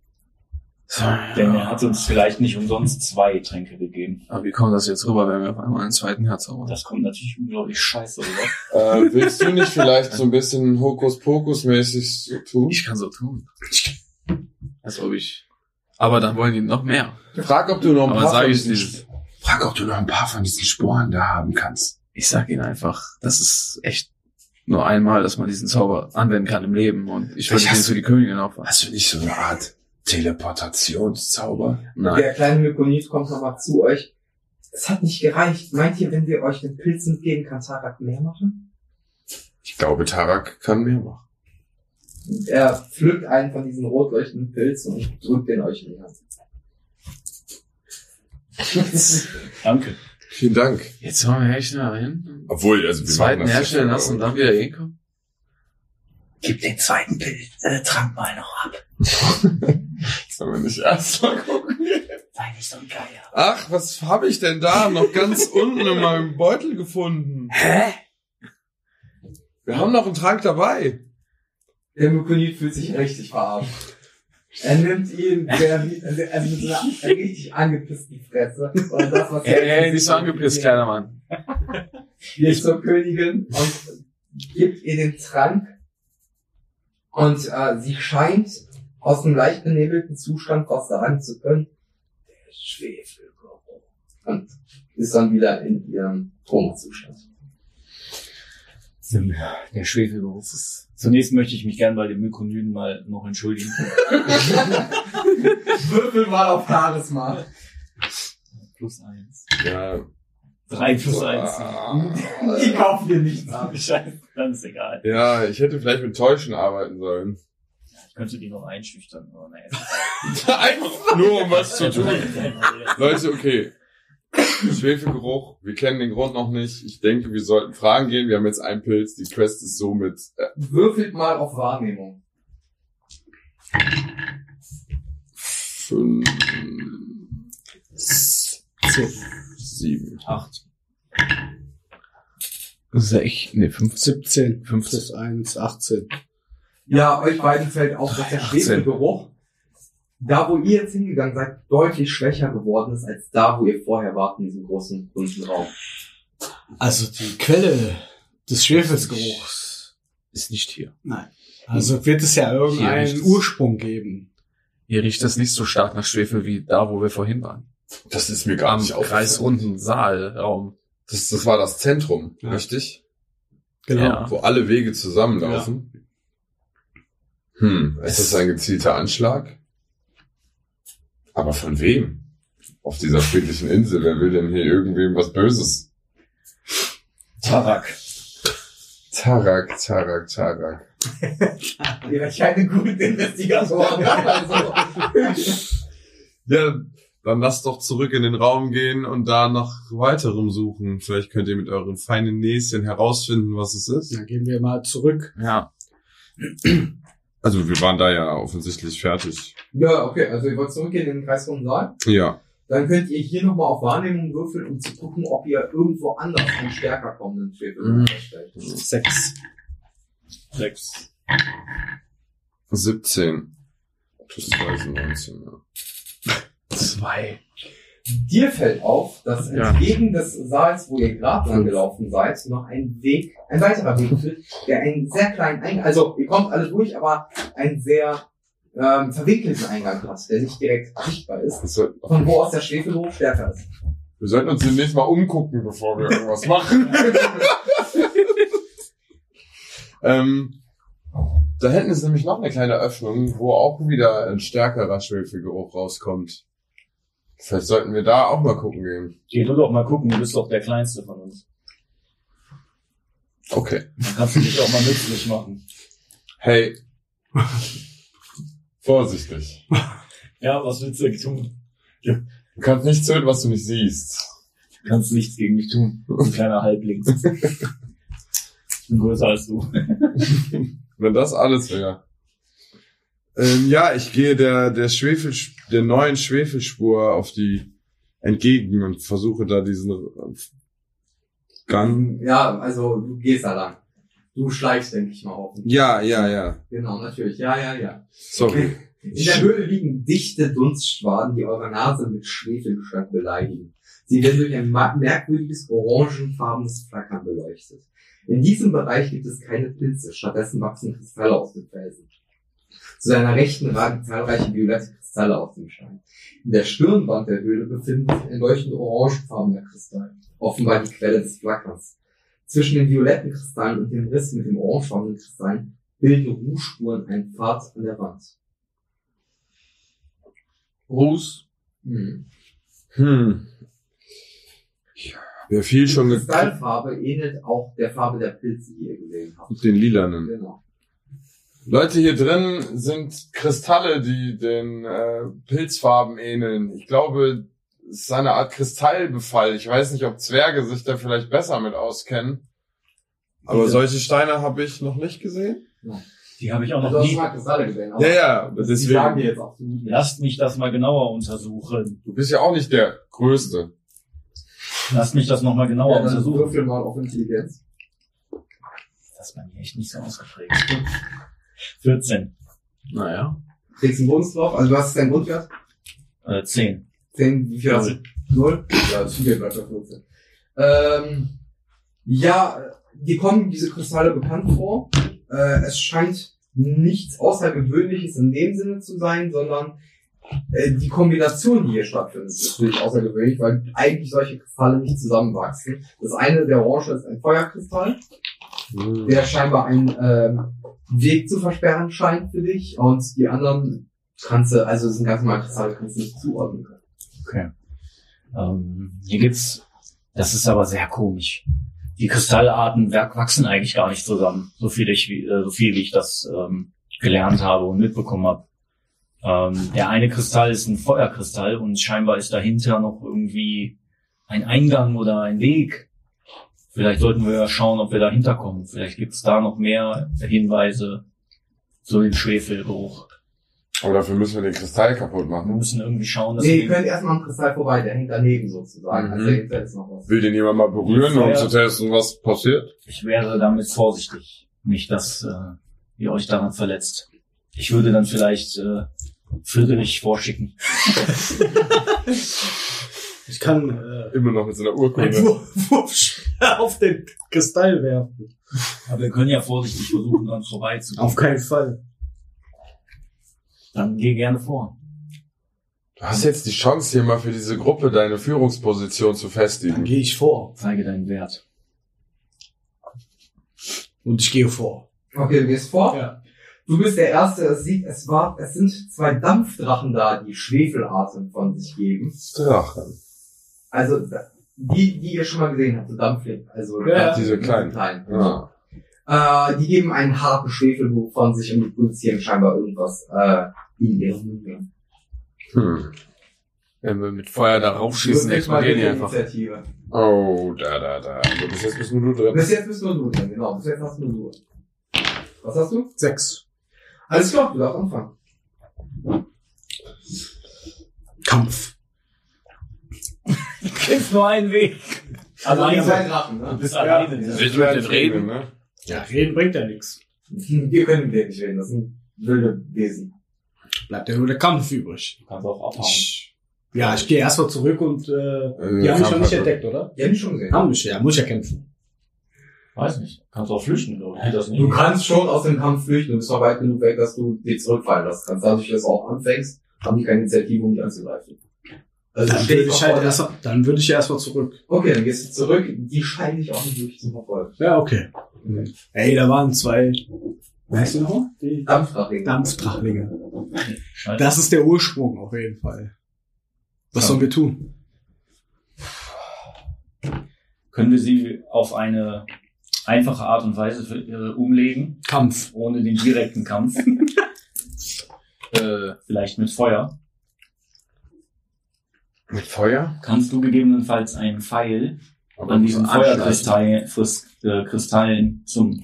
[SPEAKER 2] So,
[SPEAKER 1] Denn er
[SPEAKER 2] ja.
[SPEAKER 1] hat uns vielleicht nicht umsonst zwei Tränke gegeben.
[SPEAKER 2] Aber wie kommt das jetzt rüber, wenn wir auf einmal einen zweiten Herz haben?
[SPEAKER 1] Das kommt natürlich unglaublich scheiße, oder?
[SPEAKER 3] Äh, willst du nicht vielleicht so ein bisschen Hokuspokus-mäßig so tun?
[SPEAKER 2] Ich kann so tun. Als ob ich. Aber dann wollen die noch mehr.
[SPEAKER 3] Frag, ob du noch ein
[SPEAKER 2] Aber
[SPEAKER 3] paar
[SPEAKER 2] sag
[SPEAKER 3] von
[SPEAKER 2] ich
[SPEAKER 3] diesen
[SPEAKER 2] nicht.
[SPEAKER 3] Frag, ob du noch ein paar von diesen Sporen da haben kannst.
[SPEAKER 2] Ich sag ihnen einfach, das ist echt nur einmal, dass man diesen Zauber anwenden kann im Leben. Und ich würde
[SPEAKER 3] Ich
[SPEAKER 2] den
[SPEAKER 3] hasse-
[SPEAKER 2] zu die Königin aufwachen.
[SPEAKER 3] Hast du nicht so eine Art Teleportationszauber?
[SPEAKER 2] Nein.
[SPEAKER 5] Der kleine Mykonit kommt nochmal zu euch. Es hat nicht gereicht. Meint ihr, wenn wir euch den Pilzen geben, kann Tarak mehr machen?
[SPEAKER 3] Ich glaube, Tarak kann mehr machen.
[SPEAKER 5] Und er pflückt einen von diesen rot leuchtenden Pilzen und drückt den euch in die Hand.
[SPEAKER 1] Danke.
[SPEAKER 3] Vielen Dank.
[SPEAKER 2] Jetzt sollen wir echt da hin.
[SPEAKER 3] Obwohl, also
[SPEAKER 2] Den
[SPEAKER 3] wir
[SPEAKER 2] zweiten
[SPEAKER 3] machen das
[SPEAKER 2] herstellen
[SPEAKER 3] ja,
[SPEAKER 2] lassen und
[SPEAKER 3] aber-
[SPEAKER 2] dann wieder hinkommen.
[SPEAKER 6] Gib den zweiten Bild, äh, Trank mal noch ab.
[SPEAKER 3] Sollen wir nicht erst mal gucken?
[SPEAKER 6] Sei nicht so ein Geier.
[SPEAKER 3] Ach, was habe ich denn da noch ganz unten in meinem Beutel gefunden?
[SPEAKER 6] Hä?
[SPEAKER 3] Wir haben noch einen Trank dabei.
[SPEAKER 5] Der Mykonit fühlt sich richtig verarscht. Er nimmt ihn, der, also mit so einer richtig angepissten Fresse. Und das, was
[SPEAKER 2] Ey, ey, nicht so angepisst, kleiner Mann.
[SPEAKER 5] geht zur Königin und gibt ihr den Trank. Und äh, sie scheint aus einem leicht benebelten Zustand was sagen zu können. Der Schwefelgeruch. Und ist dann wieder in ihrem Komazustand.
[SPEAKER 1] Der Schwefelgeruch ist. Zunächst möchte ich mich gern bei dem Mykonyden mal noch entschuldigen.
[SPEAKER 5] Würfel mal auf Charisma.
[SPEAKER 1] Plus eins.
[SPEAKER 3] Ja.
[SPEAKER 1] Drei plus eins. Ah,
[SPEAKER 5] Die
[SPEAKER 3] eins.
[SPEAKER 5] kaufen dir nichts ab.
[SPEAKER 1] Scheiße, dann ist egal.
[SPEAKER 3] Ja, ich hätte vielleicht mit Täuschen arbeiten sollen.
[SPEAKER 1] Ich könnte die noch einschüchtern, aber naja.
[SPEAKER 3] Einfach nur um was zu tun.
[SPEAKER 1] tun.
[SPEAKER 3] Leute, okay. Schwefelgeruch, wir kennen den Grund noch nicht. Ich denke, wir sollten fragen gehen. Wir haben jetzt einen Pilz. Die Quest ist somit. Äh,
[SPEAKER 5] Würfelt mal auf Wahrnehmung.
[SPEAKER 3] fünf, sieben.
[SPEAKER 1] Acht.
[SPEAKER 2] Sech, nee, 15.
[SPEAKER 4] 17, 5 plus 1, 18.
[SPEAKER 5] Ja, euch beiden fällt auf, dass der
[SPEAKER 2] 18.
[SPEAKER 5] Schwefelgeruch, da wo ihr jetzt hingegangen seid, deutlich schwächer geworden ist, als da, wo ihr vorher wart, in diesem großen, runden Raum.
[SPEAKER 4] Also die Quelle des Schwefelsgeruchs.
[SPEAKER 2] Ist nicht hier.
[SPEAKER 4] Nein. Also wird es ja
[SPEAKER 2] Hier
[SPEAKER 4] irgendeinen
[SPEAKER 2] nichts.
[SPEAKER 4] Ursprung geben.
[SPEAKER 2] Hier riecht das nicht so stark nach Schwefel wie da, wo wir vorhin waren.
[SPEAKER 3] Das ist mir gar
[SPEAKER 2] Am
[SPEAKER 3] nicht aufgefallen.
[SPEAKER 2] kreisrunden Saalraum.
[SPEAKER 3] Das, das war das Zentrum,
[SPEAKER 4] Ja.
[SPEAKER 3] richtig?
[SPEAKER 4] Genau.
[SPEAKER 2] Ja.
[SPEAKER 3] Wo alle Wege zusammenlaufen. Hm, ist das ein gezielter Anschlag? Aber von wem? Auf dieser friedlichen Insel, wer will denn hier irgendwem was Böses?
[SPEAKER 1] Tarak.
[SPEAKER 3] Tarak, Tarak, Tarak.
[SPEAKER 5] Ihr seid keine guten Investigatoren. Also,
[SPEAKER 3] Ja, dann lasst doch zurück in den Raum gehen und da nach weiterem suchen. Vielleicht könnt ihr mit euren feinen Näschen herausfinden, was es ist.
[SPEAKER 4] Dann gehen wir mal zurück.
[SPEAKER 2] Ja.
[SPEAKER 3] Also wir waren da ja offensichtlich fertig.
[SPEAKER 5] ja, okay, also ihr wollt zurückgehen in den Kreis vom Saal.
[SPEAKER 3] Ja.
[SPEAKER 5] Dann könnt ihr hier nochmal auf Wahrnehmung würfeln, um zu gucken, ob ihr irgendwo anders einen stärker kommenden Schwefelgeruch feststellt.
[SPEAKER 4] Sechs.
[SPEAKER 1] Sechs.
[SPEAKER 3] 17. Plus 2 ist 19, ja.
[SPEAKER 2] Zwei.
[SPEAKER 5] Dir fällt auf, dass
[SPEAKER 2] Ja.
[SPEAKER 5] entgegen des Saals, wo ihr gerade lang gelaufen seid, noch ein Weg, ein weiterer Weg führt, der einen sehr kleinen Eingang, also ihr kommt alle durch, aber einen sehr ähm, verwinkelten Eingang hat, der nicht direkt sichtbar ist,
[SPEAKER 3] Das soll-
[SPEAKER 5] von wo aus der Schwefelgeruch stärker ist.
[SPEAKER 3] Wir sollten uns demnächst mal umgucken, bevor wir irgendwas machen. ähm, da hinten ist nämlich noch eine kleine Öffnung, wo auch wieder ein stärkerer Schwefelgeruch rauskommt. Vielleicht sollten wir da auch mal gucken gehen.
[SPEAKER 1] Geh du doch mal gucken, du bist doch der Kleinste von uns.
[SPEAKER 3] Okay.
[SPEAKER 1] Dann kannst du dich auch mal nützlich machen.
[SPEAKER 3] Hey. Vorsichtig.
[SPEAKER 1] Ja, was willst du denn tun?
[SPEAKER 3] Du kannst nichts hören, was du nicht siehst.
[SPEAKER 1] Du kannst nichts gegen mich tun. Du kleiner Halbling. Ich bin größer als du.
[SPEAKER 3] Wenn das alles wäre. Ähm, ja, ich gehe der, der, Schwefel, der neuen Schwefelspur auf die entgegen und versuche da diesen äh, Gang.
[SPEAKER 5] Ja, also du gehst da lang. Du schleichst, denke ich mal, hoffentlich.
[SPEAKER 3] Ja, ja, ja.
[SPEAKER 5] Genau, natürlich. Ja, ja, ja.
[SPEAKER 3] Sorry.
[SPEAKER 5] In der Höhle liegen dichte Dunstschwaden, die eure Nase mit Schwefelgestank beleidigen. Sie werden durch ein ma- merkwürdiges orangenfarbenes Flackern beleuchtet. In diesem Bereich gibt es keine Pilze, stattdessen wachsen Kristalle aus dem Felsen. Zu seiner rechten ragen zahlreiche violette Kristalle aus dem Stein. In der Stirnwand der Höhle befinden sich ein leuchtend orangefarbener Kristall, offenbar die Quelle des Flackerns. Zwischen den violetten Kristallen und dem Riss mit dem orangefarbenen Kristall bilden Ruhspuren einen Pfad an der Wand.
[SPEAKER 2] Ruß.
[SPEAKER 5] Mhm.
[SPEAKER 3] Hm. Ja, viel schon
[SPEAKER 5] Die
[SPEAKER 3] geguckt.
[SPEAKER 5] Kristallfarbe ähnelt auch der Farbe der Pilze, die ihr gesehen habt.
[SPEAKER 3] Den lilanen.
[SPEAKER 5] Genau.
[SPEAKER 3] Leute, hier drin sind Kristalle, die den äh, Pilzfarben ähneln. Ich glaube, es ist eine Art Kristallbefall. Ich weiß nicht, ob Zwerge sich da vielleicht besser mit auskennen. Aber
[SPEAKER 5] Ja.
[SPEAKER 3] solche Steine habe ich noch nicht gesehen.
[SPEAKER 1] Die habe ich auch
[SPEAKER 5] Also,
[SPEAKER 1] noch
[SPEAKER 5] du hast
[SPEAKER 1] nie.
[SPEAKER 5] mal Kristalle gesehen, aber
[SPEAKER 3] Ja, ja,
[SPEAKER 5] die sagen dir
[SPEAKER 3] deswegen.
[SPEAKER 5] jetzt absolut nicht.
[SPEAKER 1] Lasst mich das mal genauer untersuchen.
[SPEAKER 3] Du bist ja auch nicht der Größte.
[SPEAKER 1] Lasst mich das nochmal genauer
[SPEAKER 5] Ja, dann
[SPEAKER 1] untersuchen.
[SPEAKER 5] würfel mal auf Intelligenz.
[SPEAKER 1] Das ist bei mir echt nicht so ausgeprägt. 14.
[SPEAKER 2] Naja.
[SPEAKER 5] Kriegst einen Bonus drauf, also du hast deinen Grundwert.
[SPEAKER 1] Äh, 10.
[SPEAKER 5] 10, wie viel hast du? 0? Ja, das geht weiter 14. Ähm, ja, die kommen diese Kristalle bekannt vor. Äh, es scheint nichts Außergewöhnliches in dem Sinne zu sein, sondern äh, die Kombination, die hier stattfindet, ist natürlich außergewöhnlich, weil eigentlich solche Kristalle nicht zusammenwachsen. Das eine, der Orange, ist ein Feuerkristall, der scheinbar einen ähm, Weg zu versperren scheint für dich und die anderen kannst du, also es sind ganz normale Kristalle, kannst du nicht zuordnen.
[SPEAKER 6] Okay. Ähm, hier gibt's, das ist aber sehr komisch. Die Kristallarten werk- wachsen eigentlich gar nicht zusammen, so viel ich, wie- äh, so viel wie ich das ähm, gelernt habe und mitbekommen habe. Ähm, der eine Kristall ist ein Feuerkristall und scheinbar ist dahinter noch irgendwie ein Eingang oder ein Weg. Vielleicht sollten wir ja schauen, ob wir dahinter kommen. Vielleicht gibt's da noch mehr Hinweise zu dem Schwefelgeruch.
[SPEAKER 3] Aber dafür müssen wir den Kristall kaputt
[SPEAKER 6] Wir
[SPEAKER 3] machen.
[SPEAKER 6] müssen irgendwie schauen, dass
[SPEAKER 5] Nee, ihr
[SPEAKER 6] wir
[SPEAKER 5] könnt erstmal am Kristall vorbei, der hängt daneben sozusagen.
[SPEAKER 3] Mhm.
[SPEAKER 5] Also da gibt's jetzt noch was.
[SPEAKER 3] Will den jemand mal berühren, um
[SPEAKER 1] Ja.
[SPEAKER 3] zu testen, was passiert?
[SPEAKER 6] Ich wäre damit vorsichtig, nicht dass äh, ihr euch daran verletzt. Ich würde dann vielleicht äh, Friedrich vorschicken.
[SPEAKER 4] Ich kann äh,
[SPEAKER 3] Immer noch mit so einer
[SPEAKER 4] einen
[SPEAKER 3] Urkunde.
[SPEAKER 4] Wurf, Wurf auf den Kristall werfen.
[SPEAKER 6] Aber wir können ja vorsichtig versuchen, dran vorbeizukommen.
[SPEAKER 4] Auf keinen Fall.
[SPEAKER 6] Dann geh gerne vor.
[SPEAKER 3] Du hast jetzt die Chance, hier mal für diese Gruppe deine Führungsposition zu
[SPEAKER 4] Dann
[SPEAKER 3] festigen.
[SPEAKER 4] gehe ich vor.
[SPEAKER 6] Zeige deinen Wert.
[SPEAKER 4] Und ich gehe vor.
[SPEAKER 5] Okay, du gehst vor.
[SPEAKER 4] Ja.
[SPEAKER 5] Du bist der Erste, der es sieht, es war, es sind zwei Dampfdrachen da, die Schwefelatem von sich geben.
[SPEAKER 3] Drachen.
[SPEAKER 5] Also, da- die, die ihr schon mal gesehen habt, so Dampfling. Also,
[SPEAKER 4] Ja,
[SPEAKER 3] diese kleinen.
[SPEAKER 5] kleinen.
[SPEAKER 3] Ja.
[SPEAKER 5] Äh, die geben einen harten Schwefelbuch von sich und produzieren scheinbar irgendwas, äh, in ihren Mund.
[SPEAKER 3] Hm.
[SPEAKER 2] Wenn wir mit Feuer da raufschießen, explodieren die einfach.
[SPEAKER 5] Initiative.
[SPEAKER 3] Oh, da, da, da. Also bis jetzt bist nur du drin.
[SPEAKER 5] Bis jetzt bist nur du drin, genau. Bis jetzt hast nur du. Was hast du?
[SPEAKER 4] Sechs.
[SPEAKER 5] Alles klar, du darfst anfangen.
[SPEAKER 4] Kampf.
[SPEAKER 6] Gibt's nur einen Weg.
[SPEAKER 5] Also ihr
[SPEAKER 6] Alleine.
[SPEAKER 5] seid Drachen, ne?
[SPEAKER 6] Du bist alleine.
[SPEAKER 2] Willst du mit denen reden?
[SPEAKER 3] ne?
[SPEAKER 4] Ja, reden bringt ja nichts.
[SPEAKER 5] Wir können mit denen nicht reden, das sind wilde Wesen.
[SPEAKER 4] Bleibt ja nur der Kampf übrig.
[SPEAKER 6] Du kannst auch abhauen.
[SPEAKER 4] Ich, ja, ich gehe erstmal zurück und äh, die haben mich noch nicht entdeckt, oder?
[SPEAKER 5] Die haben mich schon gesehen.
[SPEAKER 4] Haben mich, ja, muss ich ja kämpfen.
[SPEAKER 6] Weiß nicht. Kannst auch flüchten, glaube ich. Geht das
[SPEAKER 5] Du
[SPEAKER 6] nicht?
[SPEAKER 5] kannst schon aus dem Kampf flüchten, du bist noch weit genug weg, dass du dir zurückfallen lassen kannst. Dadurch, dass du auch anfängst, haben die keine Initiative, um dich anzugreifen. Also
[SPEAKER 4] Dann
[SPEAKER 5] stehst
[SPEAKER 4] würde
[SPEAKER 5] du
[SPEAKER 4] ich halt
[SPEAKER 5] vor-
[SPEAKER 4] erstmal, dann würde ich erstmal zurück.
[SPEAKER 5] Okay, dann gehst du zurück, die scheinen dich auch nicht wirklich zu verfolgen.
[SPEAKER 4] Ja, okay. Ey, da waren zwei. Weißt du noch? Die
[SPEAKER 5] Dampfdrachen.
[SPEAKER 4] Dampfdrachlinge. Das ist der Ursprung auf jeden Fall. Was sollen wir tun?
[SPEAKER 1] Können wir sie auf eine einfache Art und Weise für, äh, umlegen,
[SPEAKER 4] Kampf.
[SPEAKER 1] ohne den direkten Kampf? äh, vielleicht mit Feuer.
[SPEAKER 2] äh,
[SPEAKER 3] Mit Feuer?
[SPEAKER 1] Kannst du gegebenenfalls einen Pfeil
[SPEAKER 3] Aber
[SPEAKER 1] an diesen
[SPEAKER 3] so anschleichen.
[SPEAKER 1] Feuerkristallen Fris- äh, Kristallen zum,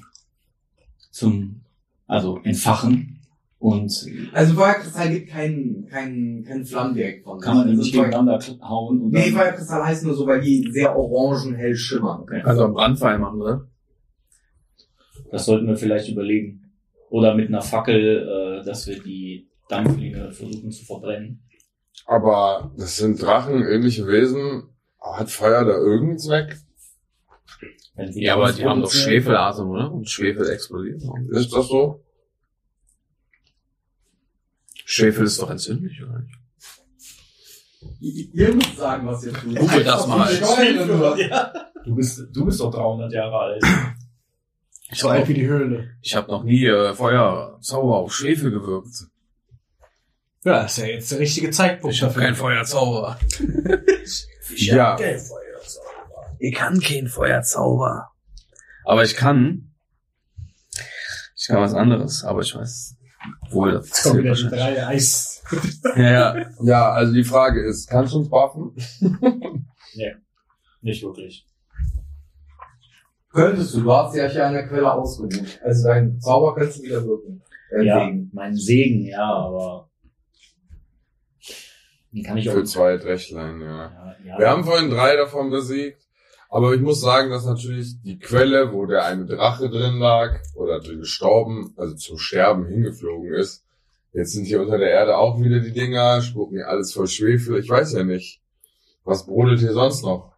[SPEAKER 1] zum, also entfachen und
[SPEAKER 5] Also Feuerkristall gibt keinen, keinen, keinen Flammen direkt von.
[SPEAKER 1] kann man die
[SPEAKER 5] Also
[SPEAKER 1] nicht
[SPEAKER 5] Feuer-
[SPEAKER 1] gegeneinander hauen und
[SPEAKER 5] Nee,
[SPEAKER 1] dann,
[SPEAKER 5] Feuerkristall heißt nur so, weil die sehr orangenhell schimmern.
[SPEAKER 2] Also am Brandfall machen, ne?
[SPEAKER 1] das sollten wir vielleicht überlegen. Oder mit einer Fackel, äh, dass wir die Dampflinge versuchen zu verbrennen.
[SPEAKER 3] Aber das sind Drachen, ähnliche Wesen. Hat Feuer da irgendeinen Zweck?
[SPEAKER 1] Wenn sie
[SPEAKER 2] Ja, aber die haben doch
[SPEAKER 1] sind,
[SPEAKER 2] Schwefelatmung, oder? Und Schwefel explodiert.
[SPEAKER 3] Ist das so?
[SPEAKER 2] Schwefel ist doch entzündlich, oder nicht?
[SPEAKER 5] Ihr, ihr müsst sagen, was ihr tut.
[SPEAKER 2] Google das mal.
[SPEAKER 5] mal.
[SPEAKER 1] Du bist, du bist doch 300 Jahre alt.
[SPEAKER 2] Ich
[SPEAKER 4] So alt wie die Höhle.
[SPEAKER 2] Ich habe noch nie äh, Feuerzauber auf Schwefel gewirkt.
[SPEAKER 4] Ja, ist ja jetzt der richtige Zeitpunkt
[SPEAKER 2] Ich habe keinen Feuerzauber.
[SPEAKER 3] Ja.
[SPEAKER 2] Ich kann keinen Feuerzauber. Aber ich kann. Ich kann was anderes, aber ich weiß. Obwohl, das
[SPEAKER 4] Jetzt kommen
[SPEAKER 2] zählt
[SPEAKER 4] wieder die
[SPEAKER 2] wahrscheinlich.
[SPEAKER 4] drei Eis.
[SPEAKER 2] Ja, ja.
[SPEAKER 3] Ja, also die Frage ist, kannst du uns buffen?
[SPEAKER 1] Nicht wirklich.
[SPEAKER 5] Könntest du, du hast ja hier an der Quelle ausgeruht. Also dein Zauber kannst du wieder wirken. Äh,
[SPEAKER 6] Ja,
[SPEAKER 5] Segen.
[SPEAKER 6] mein Segen, ja, aber. Den kann ich auch.
[SPEAKER 3] Für zwei Rechlein, ja.
[SPEAKER 6] Ja, ja.
[SPEAKER 3] Wir haben vorhin drei davon besiegt. Aber ich muss sagen, dass natürlich die Quelle, wo der eine Drache drin lag oder drin gestorben, also zum Sterben hingeflogen ist. Jetzt sind hier unter der Erde auch wieder die Dinger, spucken hier alles voll Schwefel. Ich weiß ja nicht, was brodelt hier sonst noch?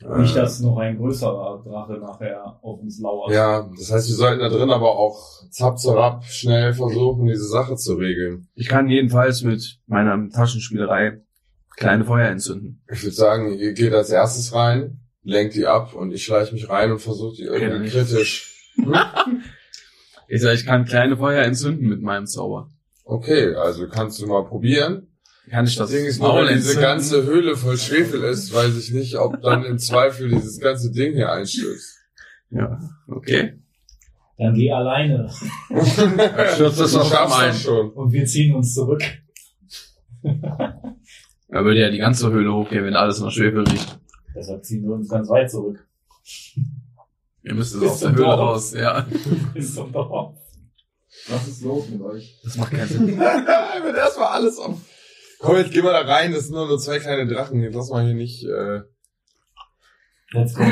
[SPEAKER 1] Nicht,
[SPEAKER 3] Äh,
[SPEAKER 1] dass noch ein größerer Drache nachher auf uns lauert.
[SPEAKER 3] Ja, das heißt, wir sollten da drin aber auch zapp, zapp, schnell versuchen, diese Sache zu regeln.
[SPEAKER 2] Ich kann jedenfalls mit meiner Taschenspielerei kleine Feuer entzünden.
[SPEAKER 3] Ich würde sagen, ihr geht als erstes rein, lenkt die ab und ich schleiche mich rein und versuche die
[SPEAKER 2] Ja,
[SPEAKER 3] irgendwie
[SPEAKER 2] ich-
[SPEAKER 3] kritisch.
[SPEAKER 2] Ich sag, ich kann kleine Feuer entzünden mit meinem Zauber.
[SPEAKER 3] Okay, also kannst du mal probieren.
[SPEAKER 2] Kann ich das
[SPEAKER 3] Das Ding ist nur,
[SPEAKER 2] Maul
[SPEAKER 3] wenn diese
[SPEAKER 2] entzünden?
[SPEAKER 3] ganze Höhle voll Schwefel ist, weiß ich nicht, ob dann im Zweifel dieses ganze Ding hier einstürzt.
[SPEAKER 2] Ja, okay.
[SPEAKER 1] Dann geh alleine
[SPEAKER 2] stürzt es
[SPEAKER 3] Du
[SPEAKER 2] doch
[SPEAKER 3] schaffst
[SPEAKER 2] ein.
[SPEAKER 3] das schon.
[SPEAKER 1] und wir ziehen uns zurück.
[SPEAKER 2] Er würde ja die ganze Höhle hochgehen, wenn alles nach Schwefel riecht.
[SPEAKER 1] Deshalb ziehen wir uns ganz weit zurück.
[SPEAKER 2] Ihr müsst es
[SPEAKER 1] Bis
[SPEAKER 2] aus der
[SPEAKER 1] zum
[SPEAKER 2] Höhle
[SPEAKER 1] Dorf.
[SPEAKER 2] raus, ja.
[SPEAKER 1] Bis zum Dorf.
[SPEAKER 5] Was ist los mit euch?
[SPEAKER 2] Das macht keinen Sinn.
[SPEAKER 3] Ich bin erstmal alles auf. Komm, jetzt geh mal da rein, das sind nur, nur zwei kleine Drachen, jetzt lass mal hier nicht, äh,
[SPEAKER 1] Let's go.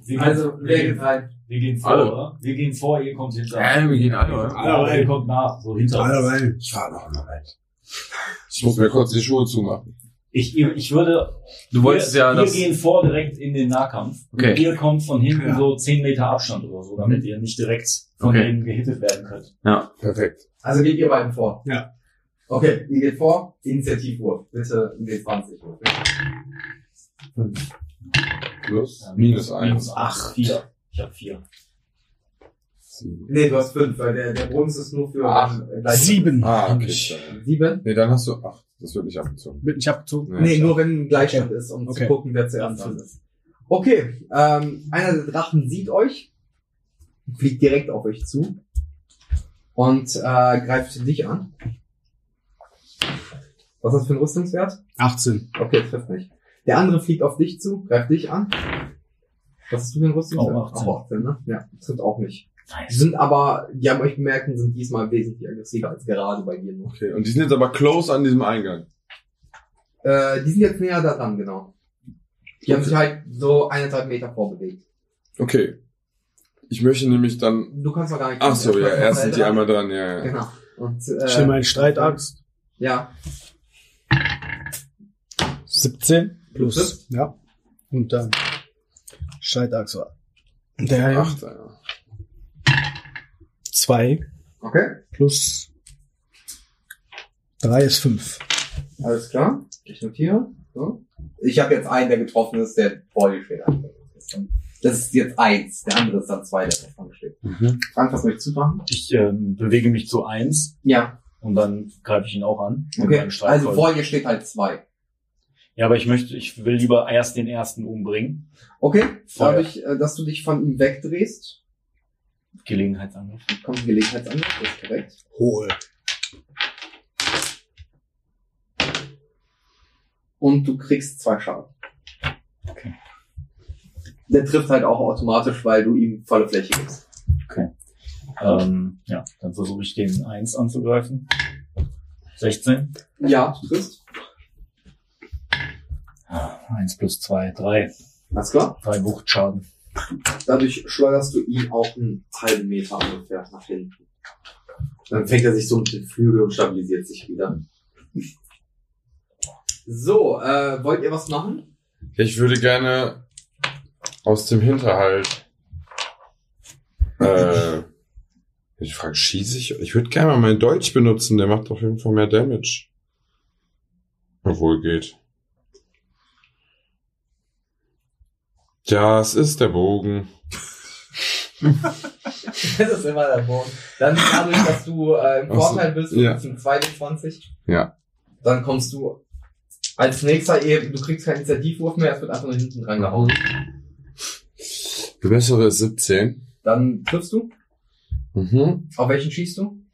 [SPEAKER 1] Sie
[SPEAKER 5] Also,
[SPEAKER 1] gehen- wir,
[SPEAKER 5] wer geht
[SPEAKER 1] gehen,
[SPEAKER 5] rein?
[SPEAKER 1] wir gehen vor,
[SPEAKER 2] Alle.
[SPEAKER 1] oder? Wir gehen vor, ihr kommt hinter.
[SPEAKER 2] Ja, wir gehen alle, oder?
[SPEAKER 1] Alle rein, ihr kommt nach, so hinter uns.
[SPEAKER 4] rein.
[SPEAKER 3] Ich war noch einen Moment. Ich muss mir kurz die Schuhe zumachen.
[SPEAKER 1] Ich, ihr- ich würde,
[SPEAKER 2] Du wolltest
[SPEAKER 1] wir,
[SPEAKER 2] ja
[SPEAKER 1] wir
[SPEAKER 2] das...
[SPEAKER 1] gehen vor direkt in den Nahkampf.
[SPEAKER 2] Okay,
[SPEAKER 1] Ihr kommt von hinten
[SPEAKER 4] Ja.
[SPEAKER 1] so 10 Meter Abstand oder so, damit ihr nicht direkt von
[SPEAKER 2] Okay.
[SPEAKER 1] denen gehittet werden könnt.
[SPEAKER 3] Perfekt.
[SPEAKER 5] Also geht ihr beiden vor.
[SPEAKER 4] Ja.
[SPEAKER 5] Okay, ihr geht vor. Initiativwurf. Bitte in den 20 Uhr.
[SPEAKER 3] Plus, minus eins.
[SPEAKER 1] Ach, 4. Ich habe 4.
[SPEAKER 3] Sieben.
[SPEAKER 5] Nee, du hast 5, weil der, der Bonus ist nur für
[SPEAKER 3] Ach,
[SPEAKER 5] äh, gleich-
[SPEAKER 4] Sieben.
[SPEAKER 3] Ah, okay.
[SPEAKER 4] Ich-
[SPEAKER 5] Sieben?
[SPEAKER 3] Nee, dann hast du acht. Das wird nicht abgezogen.
[SPEAKER 4] Bin ich abgezogen.
[SPEAKER 5] Nee, nur wenn ein Gleichstand ist, um
[SPEAKER 4] Okay.
[SPEAKER 5] zu gucken, wer zuerst dran ist. Okay, ähm, einer der Drachen sieht euch, fliegt direkt auf euch zu und äh, greift dich an. Was ist das für ein Rüstungswert?
[SPEAKER 4] 18.
[SPEAKER 5] Okay, trifft nicht. Der andere fliegt auf dich zu, greift dich an. Was ist für ein Rüstungswert?
[SPEAKER 1] Auch 18.
[SPEAKER 5] Auch 18, ne? Ja, trifft auch nicht. Die sind aber, die haben euch bemerkt und sind diesmal wesentlich aggressiver als gerade bei dir ne? nur.
[SPEAKER 3] Okay, und die sind jetzt aber close an diesem Eingang.
[SPEAKER 5] Äh, die sind jetzt näher daran, genau. Die haben
[SPEAKER 3] Okay.
[SPEAKER 5] sich halt so eineinhalb Meter vorbewegt.
[SPEAKER 3] Okay. Ich möchte nämlich dann.
[SPEAKER 5] Du kannst doch gar nicht.
[SPEAKER 3] Ach so, ja, erst sind die
[SPEAKER 5] Genau.
[SPEAKER 3] einmal dran, ja. ja.
[SPEAKER 5] Genau. Und,
[SPEAKER 4] Ich nehme
[SPEAKER 5] äh,
[SPEAKER 4] einen Streitaxt.
[SPEAKER 5] ja,
[SPEAKER 4] 17 plus.
[SPEAKER 5] Plus.
[SPEAKER 4] Ja. Und dann Streitaxt war. Der ja.
[SPEAKER 3] Acht, ja.
[SPEAKER 4] 2
[SPEAKER 5] okay,
[SPEAKER 4] plus 3 ist 5.
[SPEAKER 5] alles klar. Ich notiere. So. Ich habe jetzt einen, der getroffen ist, der vor dir steht. Das ist jetzt eins, der andere ist dann zwei, der davon steht.
[SPEAKER 4] Mhm.
[SPEAKER 5] Frank, was möchtest du machen?
[SPEAKER 1] Ich ähm, bewege mich zu 1
[SPEAKER 5] Ja,
[SPEAKER 1] und dann greife ich ihn auch an. mit
[SPEAKER 5] okay.
[SPEAKER 1] meinem Streitkolben.
[SPEAKER 5] Also vor dir steht halt zwei.
[SPEAKER 1] Ja, aber ich möchte, ich will lieber erst den ersten umbringen.
[SPEAKER 5] Okay,
[SPEAKER 1] Feuer.
[SPEAKER 5] dadurch, äh, dass du dich von ihm wegdrehst,
[SPEAKER 1] Gelegenheitsangriff.
[SPEAKER 5] kommt ein Gelegenheitsangriff, das ist korrekt.
[SPEAKER 4] Hohl.
[SPEAKER 5] Und du kriegst zwei Schaden.
[SPEAKER 1] Okay.
[SPEAKER 5] Der trifft halt auch automatisch, weil du ihm volle Fläche gibst.
[SPEAKER 1] Ähm, ja, dann versuche ich den 1 anzugreifen. 16.
[SPEAKER 5] Ja, du triffst.
[SPEAKER 1] 1 Ah, plus 2, 3.
[SPEAKER 5] Alles klar.
[SPEAKER 1] 3 Wuchtschaden.
[SPEAKER 5] Dadurch schleuderst du ihn auch einen halben Meter ungefähr nach hinten.
[SPEAKER 9] Dann fängt er sich so mit den Flügeln und stabilisiert sich wieder.
[SPEAKER 5] So, äh, wollt ihr was machen?
[SPEAKER 3] Ich würde gerne aus dem Hinterhalt. Äh, ich frage, schieße ich? Ich würde gerne mal meinen Deutsch benutzen, der macht auf jeden Fall mehr Damage. Obwohl geht. Ja, es ist der Bogen.
[SPEAKER 5] Das ist immer der Bogen. Dann dadurch, dass du äh, im
[SPEAKER 3] Ach so,
[SPEAKER 5] Vorteil bist,
[SPEAKER 3] ja.
[SPEAKER 5] ja. zum 2D20,
[SPEAKER 3] Ja.
[SPEAKER 5] dann kommst du als nächster eben, du kriegst keinen Initiativwurf mehr, es wird einfach nur hinten dran gehauen.
[SPEAKER 3] Die bessere ist 17.
[SPEAKER 5] Dann triffst du.
[SPEAKER 3] Mhm.
[SPEAKER 5] Auf welchen schießt du?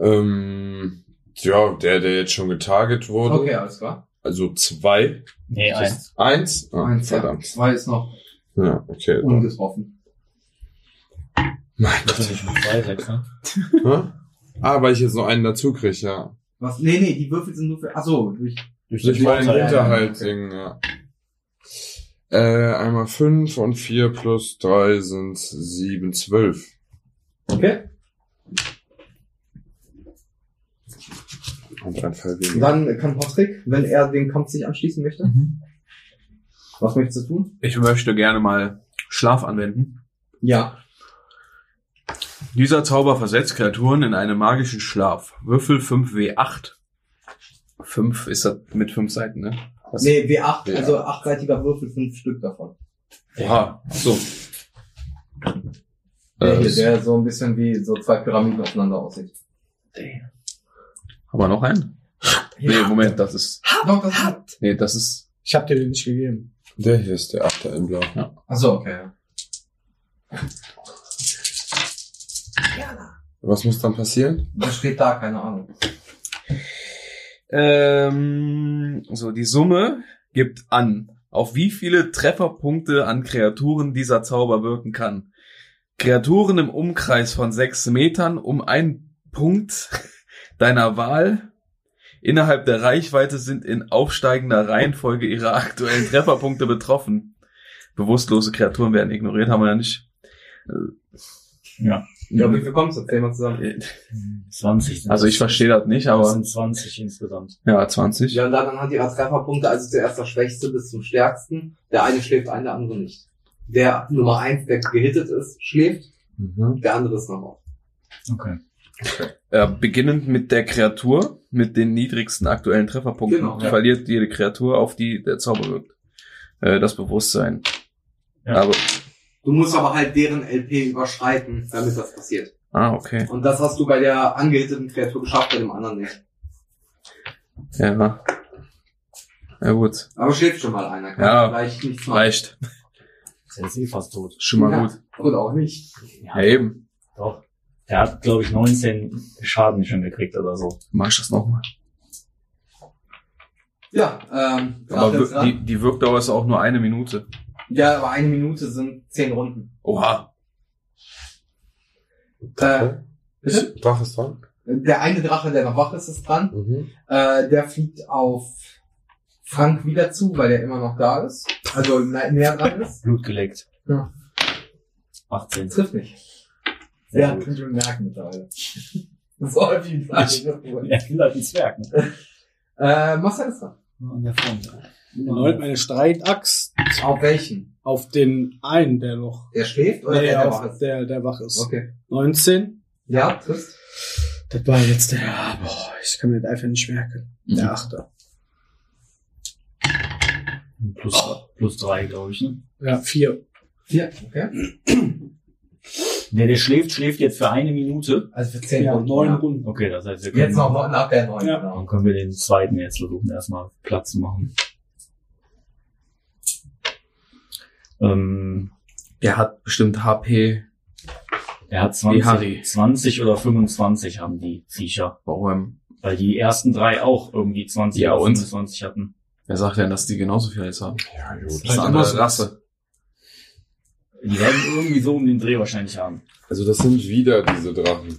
[SPEAKER 3] Ähm, ja, der, der jetzt schon getarget wurde.
[SPEAKER 5] Okay, alles klar.
[SPEAKER 3] Also zwei.
[SPEAKER 6] Nee,
[SPEAKER 3] Das
[SPEAKER 6] eins.
[SPEAKER 3] ist Eins? Ah,
[SPEAKER 5] Eins, ja.
[SPEAKER 3] verdammt.
[SPEAKER 5] Zwei ist noch
[SPEAKER 3] Ja, okay. Dann.
[SPEAKER 5] ungetroffen.
[SPEAKER 3] Mein Gott.
[SPEAKER 1] Natürlich mit zwei ne? Sechser.
[SPEAKER 3] Hä? ah, weil ich jetzt noch einen dazu kriege, ja.
[SPEAKER 5] Was? Nee, nee, die Würfel sind nur für. Achso, durch.
[SPEAKER 1] Durch
[SPEAKER 3] Durch
[SPEAKER 1] den
[SPEAKER 3] meinen
[SPEAKER 1] Vorteil.
[SPEAKER 3] Hinterhalt singen, ja. Äh, einmal fünf und vier plus drei sind sieben, zwölf.
[SPEAKER 5] Okay.
[SPEAKER 3] Und ein Fall
[SPEAKER 5] Und
[SPEAKER 3] weniger.
[SPEAKER 5] Dann kann Patrick, wenn er den Kampf sich anschließen möchte. Was möchtest du tun?
[SPEAKER 2] Ich möchte gerne mal Schlaf anwenden.
[SPEAKER 5] Ja.
[SPEAKER 2] Dieser Zauber versetzt Kreaturen in einen magischen Schlaf. Würfel 5W8. 5 ist das mit 5 Seiten, ne? Was?
[SPEAKER 5] Nee, W8,
[SPEAKER 3] Ja.
[SPEAKER 5] also achtseitiger Würfel, fünf Stück davon.
[SPEAKER 2] Oha, ach so. Äh,
[SPEAKER 5] Der,
[SPEAKER 3] Äh,
[SPEAKER 5] hier, der so ein bisschen wie so zwei Pyramiden aufeinander aussieht.
[SPEAKER 2] Haben wir noch einen? Nee, Moment, das ist.
[SPEAKER 5] Doch, das hat.
[SPEAKER 2] Nee, das ist.
[SPEAKER 4] Ich hab dir den nicht gegeben.
[SPEAKER 3] der hier ist der Achter in Blau.
[SPEAKER 5] Achso, okay.
[SPEAKER 3] Was muss dann passieren?
[SPEAKER 5] Was steht da? Keine Ahnung.
[SPEAKER 2] Ähm, so, die Summe gibt an, auf wie viele Trefferpunkte an Kreaturen dieser Zauber wirken kann. Kreaturen im Umkreis von sechs Metern um einen Punkt deiner Wahl innerhalb der Reichweite sind in aufsteigender Reihenfolge ihrer aktuellen Trefferpunkte betroffen. Bewusstlose Kreaturen werden ignoriert, haben wir ja nicht.
[SPEAKER 1] Ja.
[SPEAKER 5] Ja, wie viel kommst du? Zähl mal zusammen.
[SPEAKER 6] 20.
[SPEAKER 2] Also ich verstehe das nicht,
[SPEAKER 1] Das
[SPEAKER 2] aber
[SPEAKER 1] sind 20 insgesamt.
[SPEAKER 2] ja, 20.
[SPEAKER 5] Ja, und dann hat die als Trefferpunkte, also zuerst der Schwächste bis zum Stärksten. Der eine schläft ein, der andere nicht. Der Nummer eins, der gehittet ist, schläft,
[SPEAKER 2] Mhm.
[SPEAKER 5] der andere ist noch auf.
[SPEAKER 1] Okay.
[SPEAKER 2] Äh, beginnend mit der Kreatur mit den niedrigsten aktuellen Trefferpunkten
[SPEAKER 5] Genau, ja.
[SPEAKER 2] verliert jede Kreatur, auf die der Zauber wirkt. Äh, das Bewusstsein.
[SPEAKER 1] Ja.
[SPEAKER 2] Aber
[SPEAKER 5] Du musst aber halt deren LP überschreiten, damit das passiert.
[SPEAKER 2] ah okay,
[SPEAKER 5] Und das hast du bei der angehitteten Kreatur geschafft, bei dem anderen nicht.
[SPEAKER 2] ja, ja gut,
[SPEAKER 5] Aber schläft schon mal einer. Kann
[SPEAKER 2] Ja.
[SPEAKER 5] Vielleicht nichts machen.
[SPEAKER 2] reicht,
[SPEAKER 6] Der ist eh fast tot.
[SPEAKER 2] schon mal
[SPEAKER 5] Ja.
[SPEAKER 2] gut.
[SPEAKER 5] Und auch nicht.
[SPEAKER 2] Ja eben,
[SPEAKER 6] Doch. Der hat, glaube ich, 19 Schaden schon gekriegt oder so.
[SPEAKER 2] mach ich das nochmal.
[SPEAKER 5] Ja, ähm, wer
[SPEAKER 2] Aber
[SPEAKER 5] ist
[SPEAKER 2] wir,
[SPEAKER 5] dran?
[SPEAKER 2] die, die Wirkdauer ist auch nur eine Minute.
[SPEAKER 5] ja, aber eine Minute sind zehn Runden.
[SPEAKER 2] Oha,
[SPEAKER 5] Äh,
[SPEAKER 3] Ich, Dach ist dran.
[SPEAKER 5] der eine Drache, der noch wach ist, ist dran.
[SPEAKER 3] Mhm.
[SPEAKER 5] Äh, der fliegt auf Frank wieder zu, weil er immer noch da ist. Also nä- näher dran ist.
[SPEAKER 6] Blut geleckt.
[SPEAKER 5] Ja.
[SPEAKER 6] 18.
[SPEAKER 5] Trifft nicht.
[SPEAKER 6] Sehr
[SPEAKER 5] Ja,
[SPEAKER 6] gut.
[SPEAKER 5] könnt ihr merken mittlerweile. So, wie
[SPEAKER 1] Ich-
[SPEAKER 5] Frage.
[SPEAKER 1] Er will halt ein Zwerg. Ne?
[SPEAKER 5] Äh, machst du das dran?
[SPEAKER 6] An der Front.
[SPEAKER 4] Dann holt meine Streitaxt
[SPEAKER 5] Auf welchen?
[SPEAKER 4] auf den einen, der noch.
[SPEAKER 5] Der schläft oder
[SPEAKER 4] Nee,
[SPEAKER 5] der, der
[SPEAKER 4] auf,
[SPEAKER 5] wach ist?
[SPEAKER 4] Äh, der, der wach ist.
[SPEAKER 5] Okay.
[SPEAKER 4] 19.
[SPEAKER 5] Ja, trifft.
[SPEAKER 4] Das war jetzt der. Boah, ich kann mir das einfach nicht merken. Der Achter.
[SPEAKER 6] Plus, plus drei, glaube ich. Ne?
[SPEAKER 4] Ja, vier.
[SPEAKER 5] Vier. Okay.
[SPEAKER 6] Der, der schläft, schläft jetzt für eine Minute.
[SPEAKER 5] Also für zehn
[SPEAKER 4] Ja,
[SPEAKER 5] Runden.
[SPEAKER 4] neun
[SPEAKER 5] ja.
[SPEAKER 4] Runden.
[SPEAKER 6] Okay, das heißt, wir können,
[SPEAKER 5] Jetzt noch neun, nach der neun.
[SPEAKER 4] Ja.
[SPEAKER 5] Genau.
[SPEAKER 6] Dann können wir den zweiten jetzt versuchen, erstmal Platz zu machen. Ähm,
[SPEAKER 2] der hat bestimmt HP.
[SPEAKER 6] er hat
[SPEAKER 2] Wie Harry.
[SPEAKER 6] 20, 20 oder 25 haben die Viecher.
[SPEAKER 2] Warum?
[SPEAKER 6] Weil die ersten drei auch irgendwie 20
[SPEAKER 2] Ja,
[SPEAKER 6] oder
[SPEAKER 2] und?
[SPEAKER 6] 25 hatten.
[SPEAKER 2] Wer sagt denn, dass die genauso viel jetzt haben?
[SPEAKER 3] Ja, gut.
[SPEAKER 2] Das ist eine
[SPEAKER 4] immer
[SPEAKER 2] andere
[SPEAKER 4] so.
[SPEAKER 2] Rasse.
[SPEAKER 6] Die werden irgendwie so um den Dreh wahrscheinlich haben.
[SPEAKER 3] Also das sind wieder diese Drachen.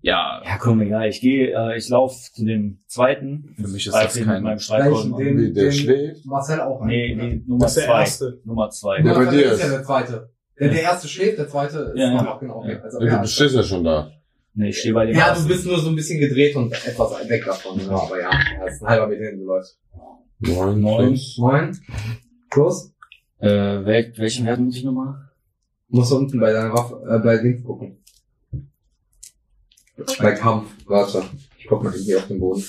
[SPEAKER 2] Ja,
[SPEAKER 6] Ja, komm, egal. Ich gehe, äh, ich laufe zu dem zweiten.
[SPEAKER 2] für mich ist
[SPEAKER 6] Greif
[SPEAKER 2] das
[SPEAKER 6] den mit
[SPEAKER 2] kein.
[SPEAKER 6] meinem Streitkolben
[SPEAKER 5] Welchen?
[SPEAKER 6] an.
[SPEAKER 5] Den-
[SPEAKER 3] Wie, der
[SPEAKER 5] den-
[SPEAKER 3] schläft.
[SPEAKER 5] Marcel auch ein.
[SPEAKER 6] Nee,
[SPEAKER 5] oder?
[SPEAKER 6] nee, Nummer
[SPEAKER 4] das ist der
[SPEAKER 6] zwei.
[SPEAKER 4] erste.
[SPEAKER 6] Nummer zwei.
[SPEAKER 3] Ja, bei
[SPEAKER 5] das
[SPEAKER 3] dir
[SPEAKER 5] ist ja
[SPEAKER 3] ist-
[SPEAKER 5] der zweite. Der, der erste schläft, der zweite ist
[SPEAKER 6] Ja, ja.
[SPEAKER 5] noch genau.
[SPEAKER 6] Ja.
[SPEAKER 5] Also,
[SPEAKER 3] Ja,
[SPEAKER 5] ja,
[SPEAKER 3] du stehst ja schon da.
[SPEAKER 1] Ne, ich stehe bei dem
[SPEAKER 5] Ja,
[SPEAKER 1] ersten.
[SPEAKER 5] du bist nur so ein bisschen gedreht und etwas weg davon. Ja, aber ja, das ist ein halber Meter hinten läuft.
[SPEAKER 3] Neun.
[SPEAKER 1] Neun.
[SPEAKER 5] Moin. Los.
[SPEAKER 1] Äh, wel welchen Wert muss ich nochmal?
[SPEAKER 5] Musst du unten bei deiner Waffe, äh, bei links gucken. Bei Kampf. Warte. Ich guck mal hier auf den Boden.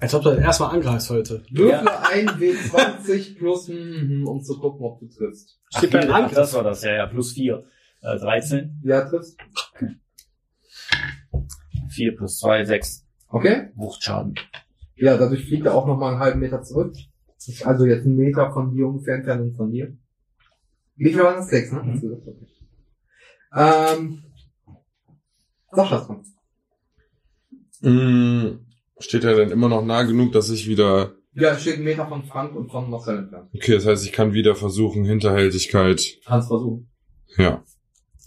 [SPEAKER 4] Als ob du das erstmal angreifst heute.
[SPEAKER 5] Würfel ein W20 plus, mhm, um zu gucken, ob du triffst.
[SPEAKER 1] Ach,
[SPEAKER 4] bei
[SPEAKER 1] ach,
[SPEAKER 4] Angriff.
[SPEAKER 1] das war das, ja, ja, plus vier. Äh, 13,
[SPEAKER 5] Ja, triffst.
[SPEAKER 1] 4 plus 2, 6.
[SPEAKER 5] Okay?
[SPEAKER 1] Wuchtschaden.
[SPEAKER 5] Ja, dadurch fliegt er auch nochmal einen halben Meter zurück. Ist Also jetzt einen Meter von dir ungefähr entfernt und von dir. Wie viel waren das? Sechs, ne? Hast du gesagt, okay. Ähm, sag das mal.
[SPEAKER 3] Mm, Steht er denn immer noch nah genug, dass ich wieder.
[SPEAKER 5] Ja, es steht ein Meter von Frank und von Marcel entfernt.
[SPEAKER 3] Okay, das heißt, ich kann wieder versuchen, Hinterhältigkeit.
[SPEAKER 5] Kannst versuchen.
[SPEAKER 3] Ja.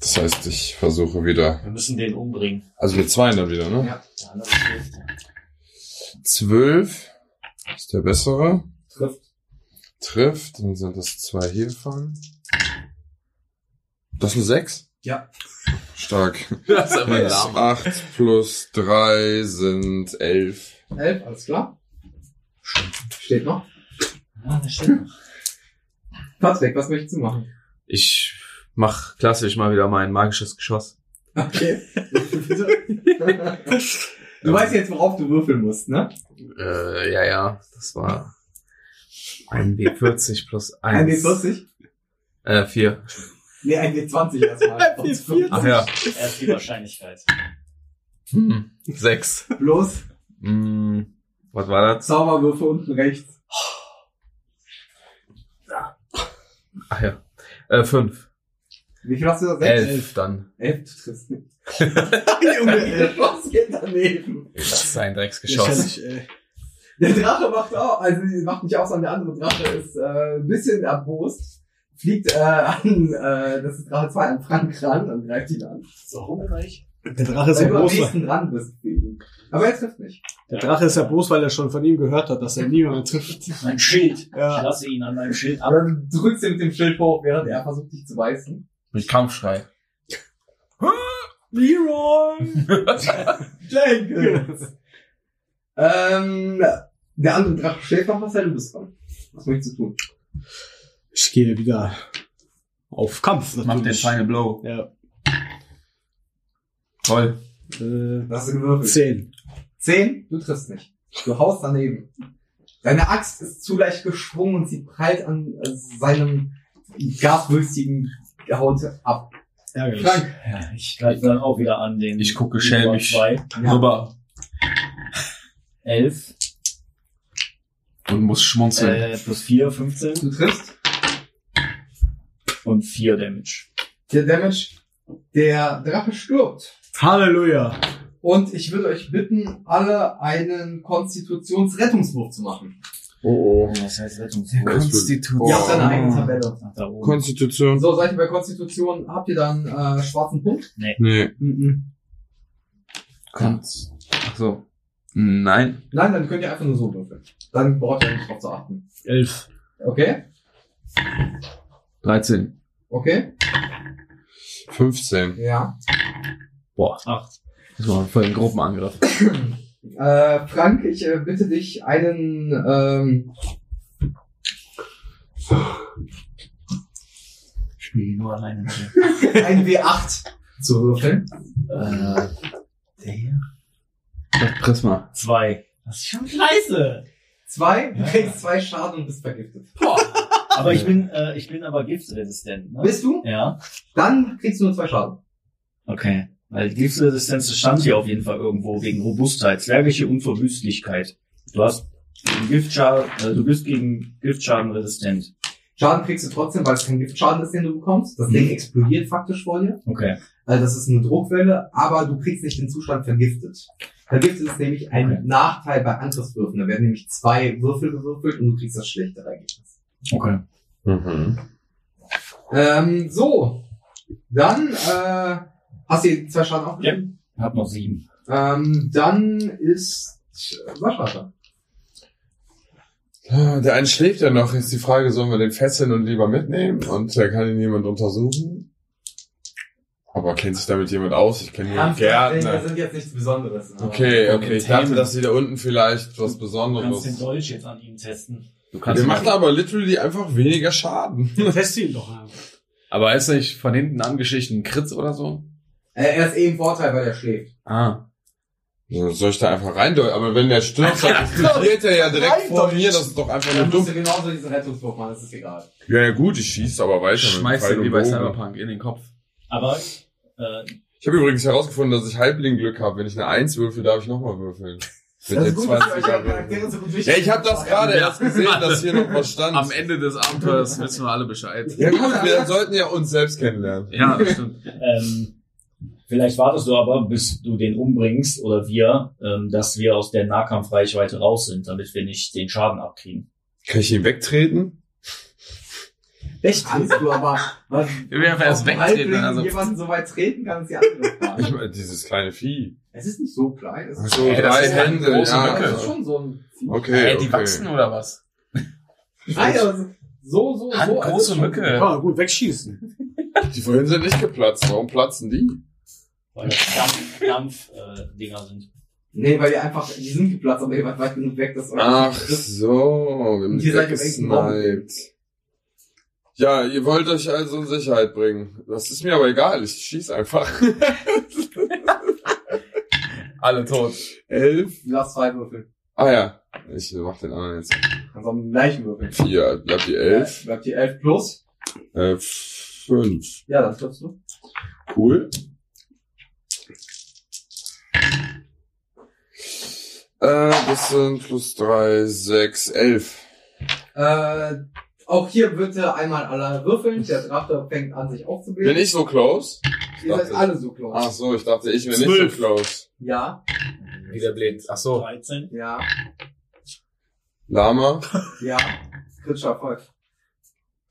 [SPEAKER 3] Das heißt, ich versuche wieder.
[SPEAKER 1] Wir müssen den umbringen.
[SPEAKER 3] Also mit zwei dann wieder, ne?
[SPEAKER 5] Ja.
[SPEAKER 6] Ja, das ist gut.
[SPEAKER 3] Zwölf ist der bessere.
[SPEAKER 5] Trifft.
[SPEAKER 3] Trifft. Dann sind das zwei hiervon. Das sind sechs?
[SPEAKER 5] Ja.
[SPEAKER 3] Stark.
[SPEAKER 2] Das ist einfach ein
[SPEAKER 3] Jetzt
[SPEAKER 2] Lama.
[SPEAKER 3] acht plus drei sind elf.
[SPEAKER 5] Elf, alles klar. Steht noch.
[SPEAKER 6] Ah, das stimmt.
[SPEAKER 5] Patrick, was möchtest du machen?
[SPEAKER 2] Ich mach klassisch mal wieder mein magisches Geschoss.
[SPEAKER 5] Okay. du weißt jetzt, worauf du würfeln musst, ne?
[SPEAKER 2] Äh, ja, ja, das war ein W40 plus 1.
[SPEAKER 5] Ein W40?
[SPEAKER 2] Äh, 4.
[SPEAKER 5] Ne, ein W20 erstmal.
[SPEAKER 2] Ach ja.
[SPEAKER 1] Erst die Wahrscheinlichkeit.
[SPEAKER 2] Hm. 6.
[SPEAKER 5] Bloß
[SPEAKER 2] Hm. Was war das?
[SPEAKER 5] Zauberwürfe unten rechts.
[SPEAKER 2] Ach ja. Äh, 5.
[SPEAKER 5] Wie viel hast du da? Sechs?
[SPEAKER 2] 11 dann.
[SPEAKER 5] Elf, du triffst nicht. Junge, elf. Was geht daneben?
[SPEAKER 2] Das ist ein Drecksgeschoss.
[SPEAKER 4] Wahrscheinlich, äh,
[SPEAKER 5] Der Drache macht auch, also macht nicht aus, sondern der andere Drache ist äh, ein bisschen erbost, fliegt äh, an, äh, das ist Drache 2 an Frank ran und greift ihn an.
[SPEAKER 6] So hungrig.
[SPEAKER 4] der Drache ist
[SPEAKER 5] Weil du am
[SPEAKER 4] erbost.
[SPEAKER 5] nächsten dran bist für ihn. Aber er trifft nicht.
[SPEAKER 4] Der Drache ist erbost, weil er schon von ihm gehört hat, dass er niemanden trifft.
[SPEAKER 1] Mein Schild. Ich
[SPEAKER 4] Ja.
[SPEAKER 1] lasse ihn an meinem Schild ab.
[SPEAKER 5] Aber du drückst ihn mit dem Schild hoch, während er versucht, dich zu beißen.
[SPEAKER 2] Mit Kampfschrei.
[SPEAKER 4] Leroy!
[SPEAKER 5] Jenkins! ähm, der andere Drache steht noch, was er du bist dran. Was möchtest du tun?
[SPEAKER 4] Ich gehe wieder auf Kampf
[SPEAKER 2] Mach den
[SPEAKER 4] natürlich.
[SPEAKER 2] Final Blow.
[SPEAKER 4] Ja.
[SPEAKER 2] Toll.
[SPEAKER 4] Äh,
[SPEAKER 5] Das ist gewürfelt.
[SPEAKER 4] zehn.
[SPEAKER 5] Zehn, du triffst nicht. Du haust daneben. Deine Axt ist zu leicht geschwungen und sie prallt an äh, seinem gaswürstigen Haut ab.
[SPEAKER 4] Ärgerlich.
[SPEAKER 5] Frank,
[SPEAKER 1] Ja, ich greife dann auch wieder an den.
[SPEAKER 2] Ich gucke schelmisch.
[SPEAKER 5] ja.
[SPEAKER 2] Rüber.
[SPEAKER 1] 11
[SPEAKER 2] Und muss schmunzeln.
[SPEAKER 1] äh, plus 4, 15
[SPEAKER 5] du triffst.
[SPEAKER 1] und 4 Damage.
[SPEAKER 5] Der Damage, der Drache stirbt.
[SPEAKER 4] Halleluja.
[SPEAKER 5] Und ich würde euch bitten, alle einen Konstitutionsrettungswurf zu machen.
[SPEAKER 3] Oh oh.
[SPEAKER 1] Was heißt Rettung?
[SPEAKER 5] Ihr habt
[SPEAKER 3] Oh.
[SPEAKER 5] eine eigene Tabelle.
[SPEAKER 1] Nach da oben.
[SPEAKER 3] Konstitution.
[SPEAKER 5] So, seid ihr bei Konstitution, habt ihr dann äh, schwarzen Punkt?
[SPEAKER 3] Nee.
[SPEAKER 5] Mhm.
[SPEAKER 2] Oh, Konst. Ach so. Nein.
[SPEAKER 5] Nein, dann könnt ihr einfach nur so würfeln. Dann braucht ihr nicht drauf zu achten.
[SPEAKER 4] Elf.
[SPEAKER 5] Okay?
[SPEAKER 2] 13.
[SPEAKER 5] Okay?
[SPEAKER 3] 15.
[SPEAKER 5] Ja.
[SPEAKER 2] Boah.
[SPEAKER 1] 8.
[SPEAKER 2] Das war voll ein Gruppenangriff.
[SPEAKER 5] Äh, Frank, ich äh, bitte dich, einen ähm,
[SPEAKER 1] Ich spiele nur alleine. hier.
[SPEAKER 5] ein W8 zu würfeln.
[SPEAKER 1] äh, der hier?
[SPEAKER 2] Das Prisma.
[SPEAKER 1] 2. Das ist schon scheiße.
[SPEAKER 5] Zwei, du kriegst zwei Schaden und bist vergiftet.
[SPEAKER 1] Aber ich bin, äh, ich bin aber giftresistent, ne?
[SPEAKER 5] Bist du?
[SPEAKER 1] Ja.
[SPEAKER 5] Dann kriegst du nur zwei Schaden.
[SPEAKER 1] Okay. Weil Giftresistenz das stand hier auf jeden Fall irgendwo wegen Robustheit, zwergische Unverwüstlichkeit. Du hast gegen Giftschaden, äh, du bist gegen Giftschaden resistent.
[SPEAKER 5] Schaden kriegst du trotzdem, weil es kein Giftschaden ist, den du bekommst. Das Ding explodiert faktisch vor dir.
[SPEAKER 1] Okay.
[SPEAKER 5] Also das ist eine Druckwelle, aber du kriegst nicht den Zustand vergiftet. Vergiftet ist nämlich ein
[SPEAKER 1] Okay.
[SPEAKER 5] Nachteil bei Angriffswürfen. Da werden nämlich zwei Würfel gewürfelt und du kriegst das schlechtere Ergebnis.
[SPEAKER 1] Okay.
[SPEAKER 3] Mhm.
[SPEAKER 5] Ähm, so. Dann, äh, hast du die zwei Schaden aufgeschrieben?
[SPEAKER 1] Hab noch 7.
[SPEAKER 5] Ähm, dann ist Sascha dran.
[SPEAKER 3] Ah, Der eine schläft ja noch. Ist die Frage, sollen wir den fesseln und lieber mitnehmen? Und da kann ihn jemand untersuchen. Aber kennt sich damit jemand aus? Ich kenne nur
[SPEAKER 5] Das
[SPEAKER 3] Gärtner.
[SPEAKER 5] sind jetzt nichts Besonderes. aber-
[SPEAKER 3] Okay, okay. Ich dachte,
[SPEAKER 1] Entertainment.
[SPEAKER 3] dass sie da unten vielleicht was
[SPEAKER 6] ne? Du kannst den
[SPEAKER 3] Besonderes.
[SPEAKER 6] Dolch jetzt an ihm testen.
[SPEAKER 2] Du kannst
[SPEAKER 3] Der
[SPEAKER 2] ihn
[SPEAKER 3] macht
[SPEAKER 2] machen.
[SPEAKER 3] aber literally einfach weniger Schaden.
[SPEAKER 4] Teste ihn doch einmal.
[SPEAKER 2] aber ist nicht von hinten angeschichten ein Kritz oder so?
[SPEAKER 5] Äh, Er ist eh im Vorteil, weil er schläft.
[SPEAKER 2] Ah.
[SPEAKER 3] So, Soll ich da einfach reindeuten? Aber wenn der stirbt, dann explodiert er ja direkt vor mir. Das ist doch einfach nur
[SPEAKER 5] Dann musst
[SPEAKER 3] dumm.
[SPEAKER 5] du genauso diesen Rettungswurf machen, das ist egal.
[SPEAKER 3] Ja, ja gut, ich schieß aber weiter. mit
[SPEAKER 2] Schmeißt
[SPEAKER 3] Pfeil
[SPEAKER 2] ihn wie
[SPEAKER 3] und
[SPEAKER 2] bei
[SPEAKER 3] Bogen.
[SPEAKER 2] Cyberpunk in den Kopf.
[SPEAKER 1] Aber äh,
[SPEAKER 3] Ich habe übrigens herausgefunden, dass ich Halbling-Glück habe. Wenn ich eine Eins würfel, darf ich nochmal würfeln. Wenn
[SPEAKER 5] Das
[SPEAKER 3] der
[SPEAKER 5] ist gut, dass ihr euch
[SPEAKER 3] 20er
[SPEAKER 5] eure
[SPEAKER 3] würfel.
[SPEAKER 5] Charaktere so gut wichtig
[SPEAKER 3] Ja, ich habe das gerade
[SPEAKER 2] Ja.
[SPEAKER 3] erst gesehen, dass hier noch was stand.
[SPEAKER 2] Am Ende des Abenteuers wissen wir alle Bescheid.
[SPEAKER 3] Ja gut, wir sollten ja uns selbst kennenlernen.
[SPEAKER 2] Ja, das stimmt.
[SPEAKER 1] ähm, vielleicht wartest du aber, bis du den umbringst oder wir, ähm, dass wir aus der Nahkampfreichweite raus sind, damit wir nicht den Schaden abkriegen.
[SPEAKER 3] Kann ich ihn wegtreten?
[SPEAKER 5] Echt? Kannst du aber. Was,
[SPEAKER 2] Wir werden erst
[SPEAKER 5] auf
[SPEAKER 2] wegtreten.
[SPEAKER 5] Halbling
[SPEAKER 2] Also,
[SPEAKER 5] jemanden so weit treten kann, ist die andere Frage.
[SPEAKER 3] Ich meine, dieses kleine Vieh.
[SPEAKER 5] Es ist nicht so klein. Es ist,
[SPEAKER 3] So
[SPEAKER 2] Ey, das
[SPEAKER 3] drei
[SPEAKER 2] ist eine
[SPEAKER 3] Hände.
[SPEAKER 2] große
[SPEAKER 3] Ja,
[SPEAKER 2] Mücke.
[SPEAKER 5] es ist
[SPEAKER 3] also-
[SPEAKER 5] schon so ein.
[SPEAKER 3] okay,
[SPEAKER 2] Ey,
[SPEAKER 3] okay.
[SPEAKER 2] die wachsen oder was?
[SPEAKER 5] Nein, aber so, so, so.
[SPEAKER 2] Hand,
[SPEAKER 5] so
[SPEAKER 2] große Mücke.
[SPEAKER 4] Ja, gut, wegschießen.
[SPEAKER 3] halt. Die vorhin sind nicht geplatzt. Warum platzen die?
[SPEAKER 1] Weil das Dampf- Dampf-Dinger äh, Dinger sind.
[SPEAKER 5] Nee, weil die einfach. Die sind geplatzt, aber ihr wart weit genug weg, dass euch.
[SPEAKER 3] Ach so, wir haben
[SPEAKER 5] Und
[SPEAKER 3] die
[SPEAKER 5] ihr seid im echten Raum.
[SPEAKER 3] weggesniped. Ja, ihr wollt euch also in Sicherheit bringen. Das ist mir aber egal, ich schieß einfach.
[SPEAKER 2] Alle tot.
[SPEAKER 3] Elf?
[SPEAKER 5] Du darfst zwei würfeln.
[SPEAKER 3] Ah ja, ich mach den anderen jetzt.
[SPEAKER 5] Kannst auch mit dem Also gleichen würfeln.
[SPEAKER 3] Vier, bleibt die elf.
[SPEAKER 5] Bleibt die elf plus.
[SPEAKER 3] Äh, fünf.
[SPEAKER 5] Ja, das triffst du.
[SPEAKER 3] Cool. Äh, das sind plus drei, sechs, elf.
[SPEAKER 5] Äh, auch hier bitte einmal alle würfeln. Der Drachter fängt an, sich aufzublähen.
[SPEAKER 3] Bin ich so close?
[SPEAKER 5] Ihr seid
[SPEAKER 3] dachte-
[SPEAKER 5] alle so close.
[SPEAKER 3] Ach so, ich dachte, ich bin nicht
[SPEAKER 2] Zwölf.
[SPEAKER 3] so close.
[SPEAKER 5] Ja,
[SPEAKER 2] Wieder blind. Ach so.
[SPEAKER 1] 13.
[SPEAKER 5] ja,
[SPEAKER 3] Lama?
[SPEAKER 5] ja. Kritischer Erfolg.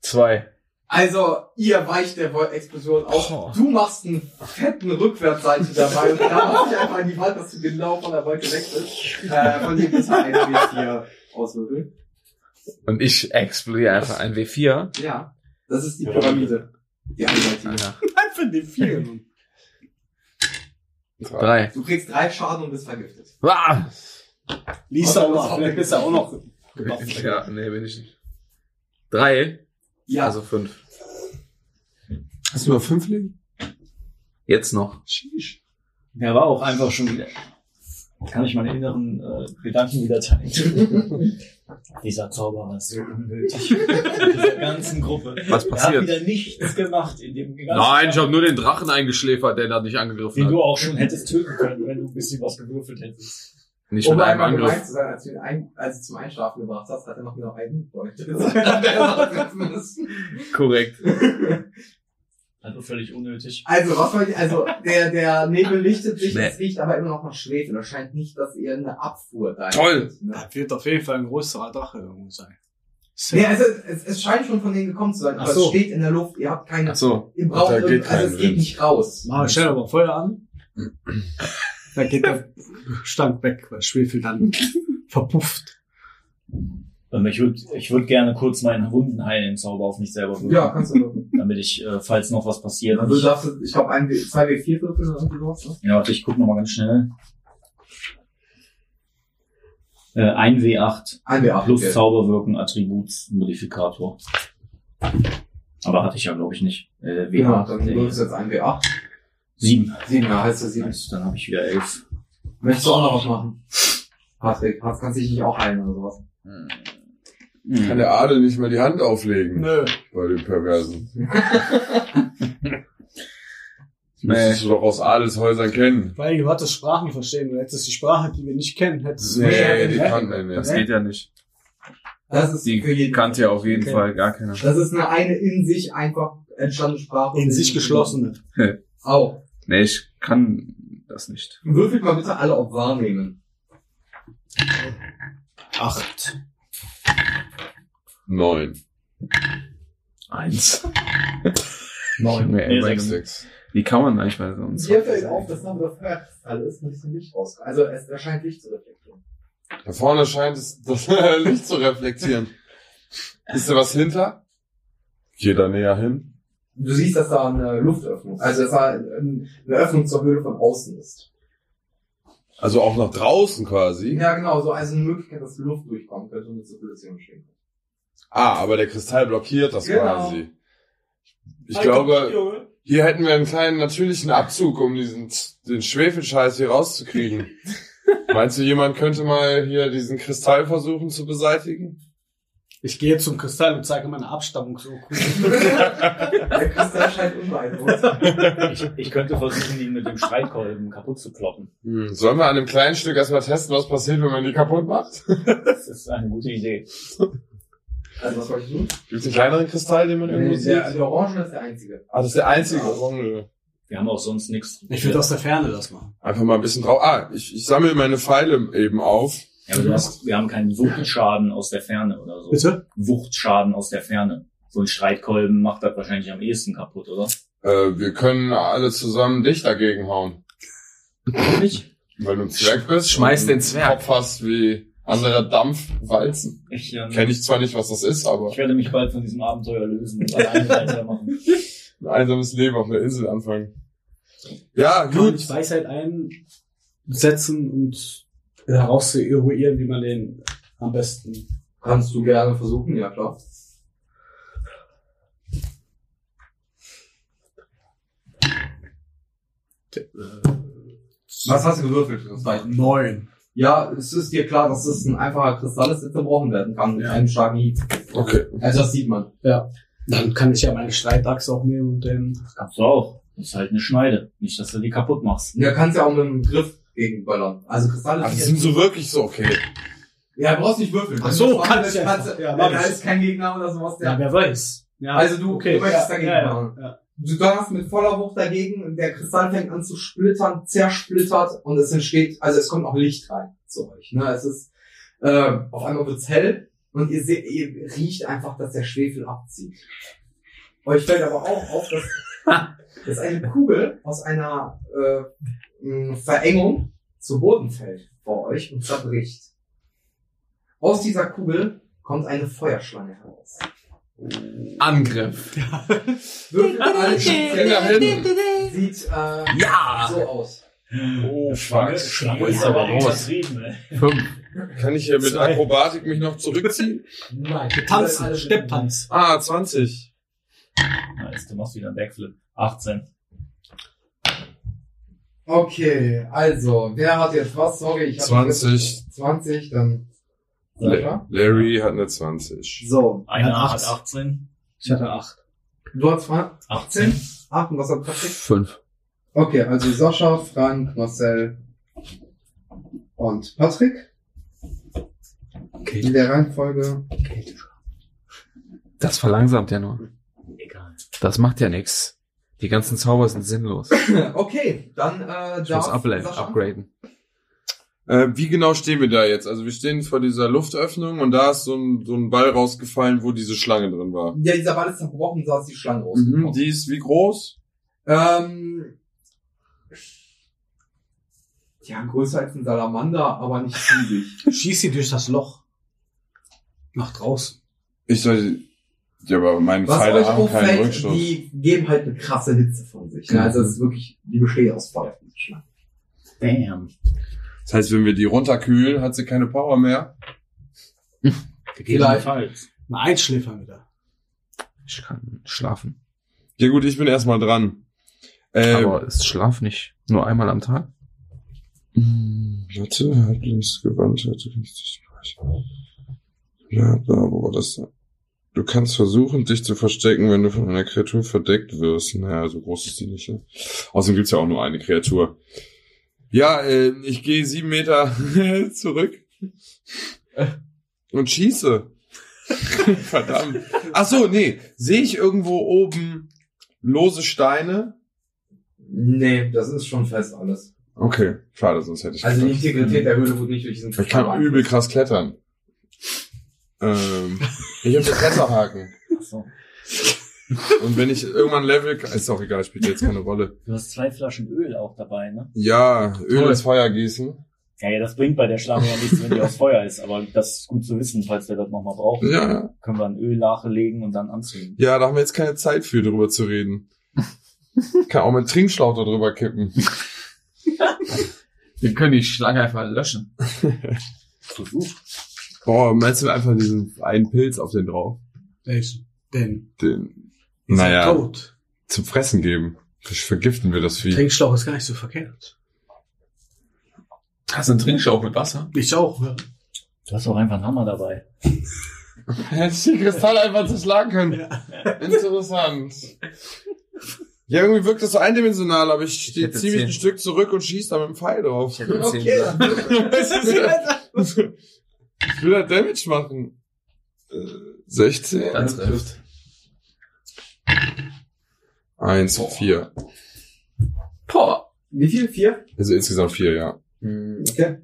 [SPEAKER 2] Zwei.
[SPEAKER 5] Also, ihr weicht der Vol- Explosion auf. Du machst einen fetten Rückwärtsseite dabei und da machst ich einfach in die Wand, dass du genau von der Wolke weg bist. Äh, von dem ist ein jetzt hier auswürfeln.
[SPEAKER 2] Und ich explodiere einfach ein W4.
[SPEAKER 5] Ja, das ist die Pyramide. Die Einheit hier.
[SPEAKER 2] Ja.
[SPEAKER 4] Einfach den vier.
[SPEAKER 2] Drei.
[SPEAKER 5] Du kriegst drei Schaden und bist vergiftet.
[SPEAKER 2] Ah!
[SPEAKER 4] Lies da auch noch. Vielleicht bist du auch noch.
[SPEAKER 2] Ja, nee, bin ich nicht. Drei.
[SPEAKER 5] Ja,
[SPEAKER 2] Also fünf.
[SPEAKER 3] Hast du nur fünf Leben?
[SPEAKER 2] Jetzt noch.
[SPEAKER 1] Der war auch einfach schon wieder. Kann ich meine inneren äh, Gedanken wieder teilen? Dieser Zauberer ist so unnötig. In dieser ganzen Gruppe.
[SPEAKER 2] Was
[SPEAKER 1] Er hat
[SPEAKER 2] passiert?
[SPEAKER 1] wieder nichts gemacht in dem ganzen
[SPEAKER 2] Nein, ich
[SPEAKER 1] Kampf,
[SPEAKER 2] habe nur den Drachen eingeschläfert, der da nicht angegriffen
[SPEAKER 1] den
[SPEAKER 2] hat.
[SPEAKER 1] du auch schon hättest töten können, wenn du ein bisschen was gewürfelt hättest.
[SPEAKER 2] Nicht
[SPEAKER 5] um
[SPEAKER 2] mit einem
[SPEAKER 5] einmal
[SPEAKER 2] Angriff.
[SPEAKER 5] gemeint zu sein, als du, ihn ein, als du zum Einschlafen gebracht hast, hat er noch genau einen Freund. also,
[SPEAKER 2] Korrekt.
[SPEAKER 1] Also völlig unnötig.
[SPEAKER 5] was wollte ich, also, der, der Nebel lichtet sich,
[SPEAKER 2] Nee.
[SPEAKER 5] es riecht aber immer noch nach Schwefel. Das scheint nicht, dass ihr eine Abfuhr da
[SPEAKER 3] Toll.
[SPEAKER 5] ist, ne?
[SPEAKER 4] Das wird auf jeden Fall ein größerer Drache irgendwo sein.
[SPEAKER 5] Nee, also, es, es scheint schon von denen gekommen zu sein,
[SPEAKER 4] Ach
[SPEAKER 5] aber es
[SPEAKER 4] so.
[SPEAKER 5] steht in der Luft, ihr habt keine,
[SPEAKER 2] Ach so.
[SPEAKER 5] ihr braucht,
[SPEAKER 3] Da geht
[SPEAKER 5] irgend- also
[SPEAKER 3] kein
[SPEAKER 5] es geht
[SPEAKER 3] Wind.
[SPEAKER 5] nicht raus.
[SPEAKER 4] Mal, stell aber Feuer an. Da geht der Stank weg, weil Schwefel dann verpufft.
[SPEAKER 1] Ähm, Ich würde ich würd gerne kurz meinen Wunden heilen Zauber auf mich selber wirken,
[SPEAKER 5] Ja, kannst du würfeln.
[SPEAKER 1] damit ich, äh, falls noch was passiert.
[SPEAKER 5] Also, du darfst, es- ich glaube, ein, W- zwei W4 würfeln oder irgendwie sowas, ne?
[SPEAKER 1] ja, warte, ich gucke nochmal ganz schnell. Äh, 1W8
[SPEAKER 5] Ein W8.
[SPEAKER 1] plus
[SPEAKER 5] okay.
[SPEAKER 1] Zauberwirken Attributsmodifikator. Aber hatte ich ja, glaube ich, nicht. Äh, W8.
[SPEAKER 5] Ja, Genau, dann
[SPEAKER 6] Also,
[SPEAKER 5] würfelst du jetzt ein W8.
[SPEAKER 1] 7.
[SPEAKER 5] Sieben, ja, heißt das sieben.
[SPEAKER 1] Nice, dann habe ich wieder 11.
[SPEAKER 5] Möchtest du auch noch was machen? Patrick, Hans kann sich nicht auch heilen oder sowas.
[SPEAKER 2] Hm.
[SPEAKER 3] Kann der Adel nicht mal die Hand auflegen
[SPEAKER 4] Nö.
[SPEAKER 3] bei dem Perversen.
[SPEAKER 2] Nee.
[SPEAKER 3] Müsstest du doch aus Adelshäusern kennen.
[SPEAKER 4] Weil du hattest Sprachen verstehen. Du hättest die Sprache, die wir nicht kennen, hättest du
[SPEAKER 3] Nee, die
[SPEAKER 4] Hä?
[SPEAKER 3] kann er
[SPEAKER 2] Das
[SPEAKER 3] nicht.
[SPEAKER 2] geht ja nicht.
[SPEAKER 5] Das ist für
[SPEAKER 2] Die
[SPEAKER 5] jeden.
[SPEAKER 2] kannte ja auf jeden
[SPEAKER 5] Okay.
[SPEAKER 2] Fall gar keiner.
[SPEAKER 5] Das ist eine, eine in sich einfach entstandene Sprache.
[SPEAKER 4] in sich geschlossene.
[SPEAKER 5] Auch.
[SPEAKER 2] Nee, ich kann das nicht.
[SPEAKER 5] Würfelt mal bitte alle auf Wahrnehmen.
[SPEAKER 4] Acht.
[SPEAKER 3] Neun.
[SPEAKER 2] Eins.
[SPEAKER 1] Neun.
[SPEAKER 2] Junge, ey,
[SPEAKER 1] Nee,
[SPEAKER 2] bei
[SPEAKER 1] sechs.
[SPEAKER 2] dem-
[SPEAKER 3] Sechs.
[SPEAKER 2] Wie kann man manchmal so uns?
[SPEAKER 5] Mir fällt auf, dass nach der Feuerkristall ist nicht so Licht raus. Also es erscheint Licht zu reflektieren.
[SPEAKER 3] Da vorne scheint es das Licht zu reflektieren. Ist da was hinter? Geh da näher hin.
[SPEAKER 5] Du siehst, dass da eine Luftöffnung, also dass da ein- eine Öffnung zur Höhle von außen ist.
[SPEAKER 3] Also auch nach draußen quasi.
[SPEAKER 5] Ja, genau, so also eine Möglichkeit, dass Luft durchkommen könnte und eine Zirkulation entstehen könnte.
[SPEAKER 3] Ah, aber der Kristall blockiert das
[SPEAKER 5] Genau.
[SPEAKER 3] quasi. Ich glaube, hier hätten wir einen kleinen natürlichen Abzug, um diesen den Schwefelscheiß hier rauszukriegen. Meinst du, jemand könnte mal hier diesen Kristall versuchen zu beseitigen?
[SPEAKER 4] Ich gehe zum Kristall und zeige meine Abstammung so cool.
[SPEAKER 5] Der Kristall scheint unbeeindruckt. Also,
[SPEAKER 1] Ich, ich könnte versuchen, ihn mit dem Streitkolben kaputt zu kloppen.
[SPEAKER 3] Hm, Sollen wir an dem kleinen Stück erstmal testen, was passiert, wenn man die kaputt macht?
[SPEAKER 1] Das ist eine gute Idee.
[SPEAKER 5] Also was soll ich tun?
[SPEAKER 3] Gibt's einen kleineren Kristall, den man irgendwo
[SPEAKER 5] Der,
[SPEAKER 3] sieht?
[SPEAKER 5] der,
[SPEAKER 3] Ah,
[SPEAKER 5] der Orange ist der einzige.
[SPEAKER 3] das ist der einzige Orange.
[SPEAKER 1] Wir haben auch sonst nichts.
[SPEAKER 4] Ich würde aus der Ferne das machen.
[SPEAKER 3] Einfach mal ein bisschen drauf. Ah, ich, ich sammle meine Pfeile eben auf.
[SPEAKER 1] Ja, aber du hast, wir haben keinen Wuchtschaden aus der Ferne oder so.
[SPEAKER 4] Bitte?
[SPEAKER 1] Wuchtschaden aus der Ferne. So ein Streitkolben macht das wahrscheinlich am ehesten kaputt, oder?
[SPEAKER 3] Äh, wir können alle zusammen dich dagegen hauen.
[SPEAKER 1] Nicht?
[SPEAKER 3] Weil du ein Zwerg bist.
[SPEAKER 2] Schmeiß
[SPEAKER 3] und
[SPEAKER 2] den
[SPEAKER 3] einen
[SPEAKER 2] Zwerg.
[SPEAKER 3] Kopf hast wie anderer Dampfwalzen.
[SPEAKER 1] Ich,
[SPEAKER 2] Mhm.
[SPEAKER 1] ähm,
[SPEAKER 3] Kenne ich zwar nicht, was das ist, aber
[SPEAKER 1] ich werde mich bald von diesem Abenteuer lösen und alleine weitermachen.
[SPEAKER 3] ein einsames Leben auf einer Insel anfangen. Ja,
[SPEAKER 4] Kann man nicht
[SPEAKER 3] gut.
[SPEAKER 4] Weisheit einsetzen und heraus zu eruieren, wie man den am besten.
[SPEAKER 5] Kannst du gerne versuchen, ja klar. Was hast du gewürfelt? Das war
[SPEAKER 4] Neun.
[SPEAKER 5] Ja, es ist dir klar, dass es ein einfacher Kristall ist, der zerbrochen werden kann mit
[SPEAKER 4] Ja.
[SPEAKER 5] einem starken Hieb.
[SPEAKER 3] Okay.
[SPEAKER 5] Also das sieht man.
[SPEAKER 4] Dann kann ich ja meine Streitachse auch nehmen und den.
[SPEAKER 1] Das kannst du auch. Das ist halt eine Schneide. Nicht, dass du die kaputt machst.
[SPEAKER 5] Ja, kannst ja auch mit einem Griff gegenböllern. Also Kristalle
[SPEAKER 3] Aber die
[SPEAKER 5] jetzt-
[SPEAKER 3] sind so wirklich so okay.
[SPEAKER 5] Ja, brauchst nicht würfeln.
[SPEAKER 4] Ach so, kann ich
[SPEAKER 5] kannst
[SPEAKER 4] einfach.
[SPEAKER 5] du.
[SPEAKER 4] Ja,
[SPEAKER 5] Ja,
[SPEAKER 4] mach
[SPEAKER 5] da
[SPEAKER 4] ich.
[SPEAKER 5] ist kein Gegner oder sowas. Der,
[SPEAKER 4] wer weiß. Ja.
[SPEAKER 5] also du, du möchtest dagegen
[SPEAKER 4] ja,
[SPEAKER 5] machen.
[SPEAKER 4] ja, ja.
[SPEAKER 5] Du donnerst mit voller Wucht dagegen und der Kristall fängt an zu splittern, zersplittert und es entsteht, also es kommt auch Licht rein zu euch. Ne? Es ist, äh, auf einmal wird's hell und ihr, seht, ihr riecht einfach, dass der Schwefel abzieht. Euch fällt aber auch auf, dass, dass eine Kugel aus einer äh, mh, Verengung zu Boden fällt vor euch und zerbricht. Aus dieser Kugel kommt eine Feuerschlange heraus.
[SPEAKER 2] Angriff.
[SPEAKER 5] Würfelt alle
[SPEAKER 3] Geh nach hinten.
[SPEAKER 5] sieht äh,
[SPEAKER 2] Ja!
[SPEAKER 5] so aus.
[SPEAKER 3] Oh,
[SPEAKER 1] Schlange,
[SPEAKER 3] fuck.
[SPEAKER 1] Schlange
[SPEAKER 2] Ist
[SPEAKER 1] ist aber
[SPEAKER 2] aber groß.
[SPEAKER 1] übertrieben, ey.
[SPEAKER 2] Fünf.
[SPEAKER 3] Kann ich hier mit
[SPEAKER 4] Zwei.
[SPEAKER 3] Akrobatik mich noch zurückziehen?
[SPEAKER 5] Nein,
[SPEAKER 4] Tanzen, Stepptanz.
[SPEAKER 3] Ah, 20.
[SPEAKER 1] Nice, du machst wieder einen Backflip. 18.
[SPEAKER 5] Okay, also, wer hat jetzt was? Sorry, ich hab
[SPEAKER 3] 20.
[SPEAKER 5] 20, dann.
[SPEAKER 3] La- Larry hat eine 20.
[SPEAKER 5] So,
[SPEAKER 1] Einer
[SPEAKER 4] Ja,
[SPEAKER 1] hat
[SPEAKER 4] 18.
[SPEAKER 1] 18.
[SPEAKER 4] Ich hatte acht.
[SPEAKER 5] du hast Fra-
[SPEAKER 1] 18?
[SPEAKER 5] 8 und was hat Patrick?
[SPEAKER 2] Fünf.
[SPEAKER 5] Okay, also Sascha, Frank, Marcel und Patrick. Okay. In der Reihenfolge.
[SPEAKER 2] Das verlangsamt ja nur.
[SPEAKER 1] Egal.
[SPEAKER 2] Das macht ja nix. Die ganzen Zauber sind sinnlos.
[SPEAKER 5] Okay, dann äh,
[SPEAKER 2] Ich muss
[SPEAKER 5] darf
[SPEAKER 2] upla-
[SPEAKER 5] Sascha-
[SPEAKER 2] upgraden.
[SPEAKER 3] Äh, wie genau stehen wir da jetzt? Also wir stehen vor dieser Luftöffnung und da ist so ein, so ein Ball rausgefallen, wo diese Schlange drin war.
[SPEAKER 5] Ja, dieser Ball ist zerbrochen, da ist die Schlange rausgekommen.
[SPEAKER 3] Mhm. Die ist wie groß?
[SPEAKER 5] Ähm, ja, größer als ein Salamander, aber nicht riesig.
[SPEAKER 4] Schieß sie durch das Loch. Nach draußen.
[SPEAKER 3] Ich soll... Ja, aber meine
[SPEAKER 5] Was
[SPEAKER 3] Pfeile
[SPEAKER 5] euch
[SPEAKER 3] haben keinen
[SPEAKER 5] auffällt,
[SPEAKER 3] Rückstoß.
[SPEAKER 5] die geben halt eine krasse Hitze von sich. Ne? Also es ist wirklich, die besteht aus Feuer.
[SPEAKER 1] Damn.
[SPEAKER 3] Das heißt, wenn wir die runterkühlen, hat sie keine Power mehr.
[SPEAKER 1] Gegebenenfalls.
[SPEAKER 4] Mal einschläfern wieder.
[SPEAKER 2] Ich kann schlafen.
[SPEAKER 3] Ja gut, ich bin erstmal dran. Ähm,
[SPEAKER 2] Aber ist Schlaf nicht nur einmal am Tag?
[SPEAKER 3] Hm, Warte, Halblingsgewand hatte richtig Bla bla, wo war das denn? Du kannst versuchen, dich zu verstecken, wenn du von einer Kreatur verdeckt wirst. Naja, so groß ist die nicht. Ne? Außerdem gibt's ja auch nur eine Kreatur. Ja, äh, ich gehe sieben Meter zurück und schieße. Verdammt. Ach so, nee. Sehe ich irgendwo oben lose Steine?
[SPEAKER 5] Nee, das ist schon fest alles.
[SPEAKER 3] Okay, schade, sonst hätte ich
[SPEAKER 5] Also die
[SPEAKER 3] gedacht.
[SPEAKER 5] Integrität der Höhle wurde nicht durch diesen
[SPEAKER 3] Ich kann übel krass klettern. Ähm, ich habe den Kletterhaken.
[SPEAKER 1] Achso.
[SPEAKER 3] Und wenn ich irgendwann Level, ist auch egal, spielt jetzt keine Rolle.
[SPEAKER 1] Du hast zwei Flaschen Öl auch dabei, ne?
[SPEAKER 3] Ja, Öl
[SPEAKER 2] Toll.
[SPEAKER 3] ins Feuer gießen.
[SPEAKER 6] Ja, ja, das bringt bei der Schlange ja nichts, wenn die aus Feuer ist, aber das ist gut zu wissen, falls wir das nochmal brauchen.
[SPEAKER 3] Ja, ja.
[SPEAKER 6] Können wir ein Öl nachlegen und dann anziehen.
[SPEAKER 3] ja, da haben wir jetzt keine Zeit für, drüber zu reden. Kann auch mit Trinkschlauch da drüber kippen.
[SPEAKER 2] Wir können die Schlange einfach löschen.
[SPEAKER 3] Boah, meinst du einfach diesen einen Pilz auf den drauf?
[SPEAKER 4] Der ist denn
[SPEAKER 3] Den,
[SPEAKER 4] ist er
[SPEAKER 3] naja,
[SPEAKER 4] tot.
[SPEAKER 3] zum Fressen geben. Vergiften wir das Vieh.
[SPEAKER 4] Trinkschlauch ist gar nicht so verkehrt.
[SPEAKER 2] Hast du einen Trinkschlauch mit Wasser?
[SPEAKER 4] Ich auch. Ja.
[SPEAKER 6] Du hast auch einfach einen Hammer dabei.
[SPEAKER 3] Hättest die Kristalle einfach zerschlagen können. Interessant. Ja, irgendwie wirkt das so eindimensional, aber ich stehe
[SPEAKER 2] hätte
[SPEAKER 3] ziemlich
[SPEAKER 2] zehn.
[SPEAKER 3] ein Stück zurück und schieß da mit dem Pfeil drauf.
[SPEAKER 2] hätte
[SPEAKER 10] Okay,
[SPEAKER 2] gesagt.
[SPEAKER 10] dann-
[SPEAKER 3] Ich will da Damage machen. Äh, 16.
[SPEAKER 2] Dann trifft.
[SPEAKER 3] 1 und 4.
[SPEAKER 2] Boah.
[SPEAKER 5] Wie viel? Vier?
[SPEAKER 3] Also insgesamt 4, ja.
[SPEAKER 5] Hm, Okay.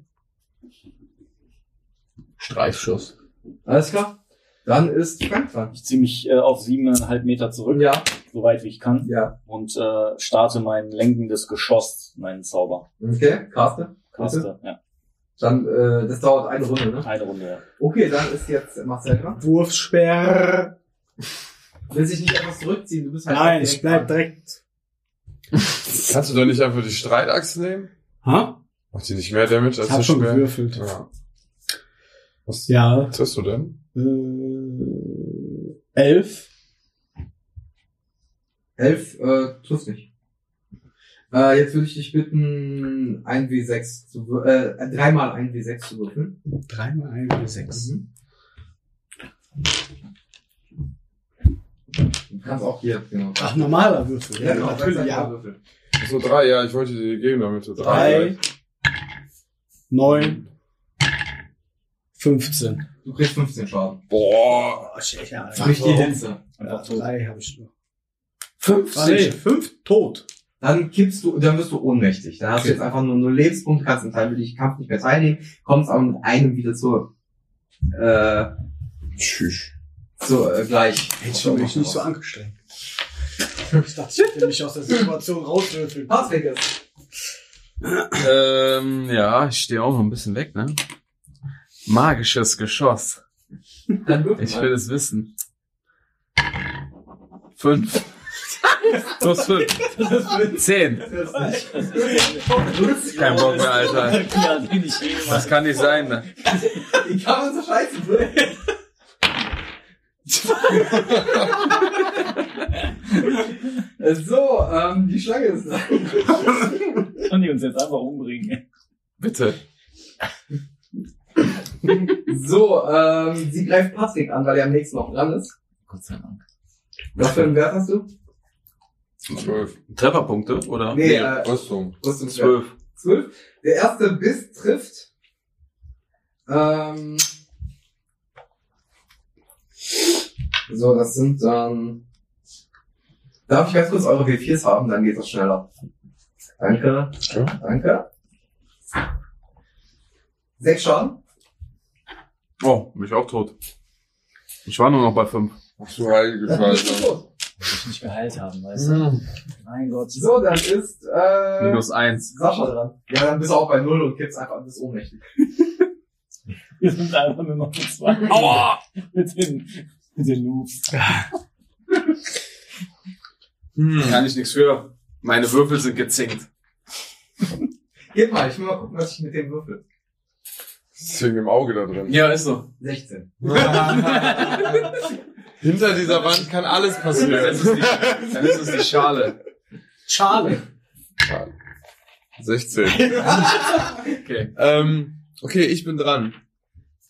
[SPEAKER 2] Streifschuss.
[SPEAKER 5] Alles klar. Dann ist Frank dran.
[SPEAKER 6] Ich ziehe mich äh, auf siebeneinhalb Meter zurück,
[SPEAKER 5] Ja.
[SPEAKER 6] soweit wie ich kann,
[SPEAKER 5] Ja.
[SPEAKER 6] und äh, starte mein lenkendes Geschoss, meinen Zauber.
[SPEAKER 5] Okay. Carsten.
[SPEAKER 6] Caster, ja.
[SPEAKER 5] Dann, äh, das dauert eine Runde, ne?
[SPEAKER 6] Eine Runde. ja.
[SPEAKER 5] Okay, dann ist jetzt Marcel dran.
[SPEAKER 4] Wurfsperr.
[SPEAKER 5] Will sich nicht etwas zurückziehen, du bist halt
[SPEAKER 4] Nein,
[SPEAKER 5] direkt
[SPEAKER 4] ich bleib
[SPEAKER 5] dran.
[SPEAKER 4] direkt.
[SPEAKER 3] Kannst du doch nicht einfach die Streitachse nehmen?
[SPEAKER 4] Ha?
[SPEAKER 3] Macht die nicht mehr Damage als
[SPEAKER 4] Ich hab
[SPEAKER 3] das
[SPEAKER 4] schon
[SPEAKER 3] Schwert?
[SPEAKER 4] gewürfelt.
[SPEAKER 3] Ja. Was
[SPEAKER 4] Ja.
[SPEAKER 3] triffst du denn?
[SPEAKER 4] Äh, elf.
[SPEAKER 5] Elf, äh, triffst nicht. Äh, jetzt würde ich dich bitten, ein W6 zu, wür- äh, dreimal ein W6 zu würfeln.
[SPEAKER 4] Dreimal ein oder sechs.
[SPEAKER 5] Mhm. Du kannst auch hier, genau.
[SPEAKER 4] Ach, normaler Würfel. Ja, natürlich.
[SPEAKER 5] Ja.
[SPEAKER 4] Ja.
[SPEAKER 5] Würfeln.
[SPEAKER 3] So Also drei, ja, ich wollte die Gegner mit so
[SPEAKER 4] Drei, neun, 15.
[SPEAKER 5] Du kriegst 15 Schaden.
[SPEAKER 3] Boah.
[SPEAKER 4] Oh, shit, ja.
[SPEAKER 5] Durch die Hitze.
[SPEAKER 4] Ja, drei habe ich nur.
[SPEAKER 2] 15.
[SPEAKER 4] nee, fünf tot.
[SPEAKER 5] Dann kippst du, dann wirst du ohnmächtig. Dann hast
[SPEAKER 4] Okay.
[SPEAKER 5] du jetzt einfach nur nur Lebenspunkte, kannst im teilwilligen Kampf nicht mehr teilnehmen, kommst aber mit einem wieder zu, äh,
[SPEAKER 3] Tschüss.
[SPEAKER 5] zu, äh, gleich.
[SPEAKER 4] Hätte ich mich nicht so angestrengt. Ich dachte, ich hätte mich aus der Situation rauswürfeln.
[SPEAKER 5] Haus weg ist.
[SPEAKER 2] Ähm, ja, ich stehe auch noch ein bisschen weg, ne? Magisches Geschoss.
[SPEAKER 5] Dann würfel
[SPEAKER 2] Ich
[SPEAKER 5] mal.
[SPEAKER 2] will es wissen. Fünf. Plus fünf. Zehn. Kein Bock mehr, Alter.
[SPEAKER 6] Ja, den ich eh
[SPEAKER 2] Das kann nicht sein, ne?
[SPEAKER 5] Wie kann man so scheiße würfeln? so, ähm, die Schlange ist da.
[SPEAKER 6] mach. Kann die uns jetzt einfach umbringen.
[SPEAKER 2] Bitte.
[SPEAKER 5] So, ähm, sie greift Patrick an, weil er am nächsten noch dran ist.
[SPEAKER 6] Gott sei Dank.
[SPEAKER 5] Was für einen Wert hast du?
[SPEAKER 3] Zwölf.
[SPEAKER 2] Trefferpunkte, oder?
[SPEAKER 5] Nee, äh,
[SPEAKER 3] Rüstung.
[SPEAKER 5] Rüstungswert.
[SPEAKER 2] Zwölf.
[SPEAKER 5] 12. Der erste Biss trifft. Ähm, so, das sind dann. Darf ich ganz kurz eure W4s haben, dann geht das schneller. Danke.
[SPEAKER 3] Ja.
[SPEAKER 5] Danke. Sechs Schaden.
[SPEAKER 2] Oh, mich auch tot. Ich war nur noch bei fünf.
[SPEAKER 3] Ach halt, du heilige Scheiße.
[SPEAKER 6] Muss ich nicht geheilt haben, weißt du?
[SPEAKER 3] Hm.
[SPEAKER 6] Mein Gott.
[SPEAKER 5] So, dann ist äh,
[SPEAKER 2] Minus eins.
[SPEAKER 5] Sascha dran. Ja, dann bist du auch bei Null und kippst einfach bis ohnmächtig.
[SPEAKER 6] Wir sind einfach nur noch mit zwei.
[SPEAKER 2] Aua!
[SPEAKER 6] Mit den, mit den Loops.
[SPEAKER 2] Kann ich nichts für. Meine Würfel sind gezinkt.
[SPEAKER 5] Gib mal, ich will mal gucken, was ich mit dem würfel.
[SPEAKER 3] Deswegen im Auge da drin.
[SPEAKER 2] Ja, ist so.
[SPEAKER 5] 16.
[SPEAKER 3] Hinter dieser Wand kann alles
[SPEAKER 2] Dann ist
[SPEAKER 3] passieren.
[SPEAKER 2] es die, dann ist es die Schale.
[SPEAKER 4] Schade.
[SPEAKER 3] 16.
[SPEAKER 2] Okay.
[SPEAKER 3] ähm, okay, ich bin dran.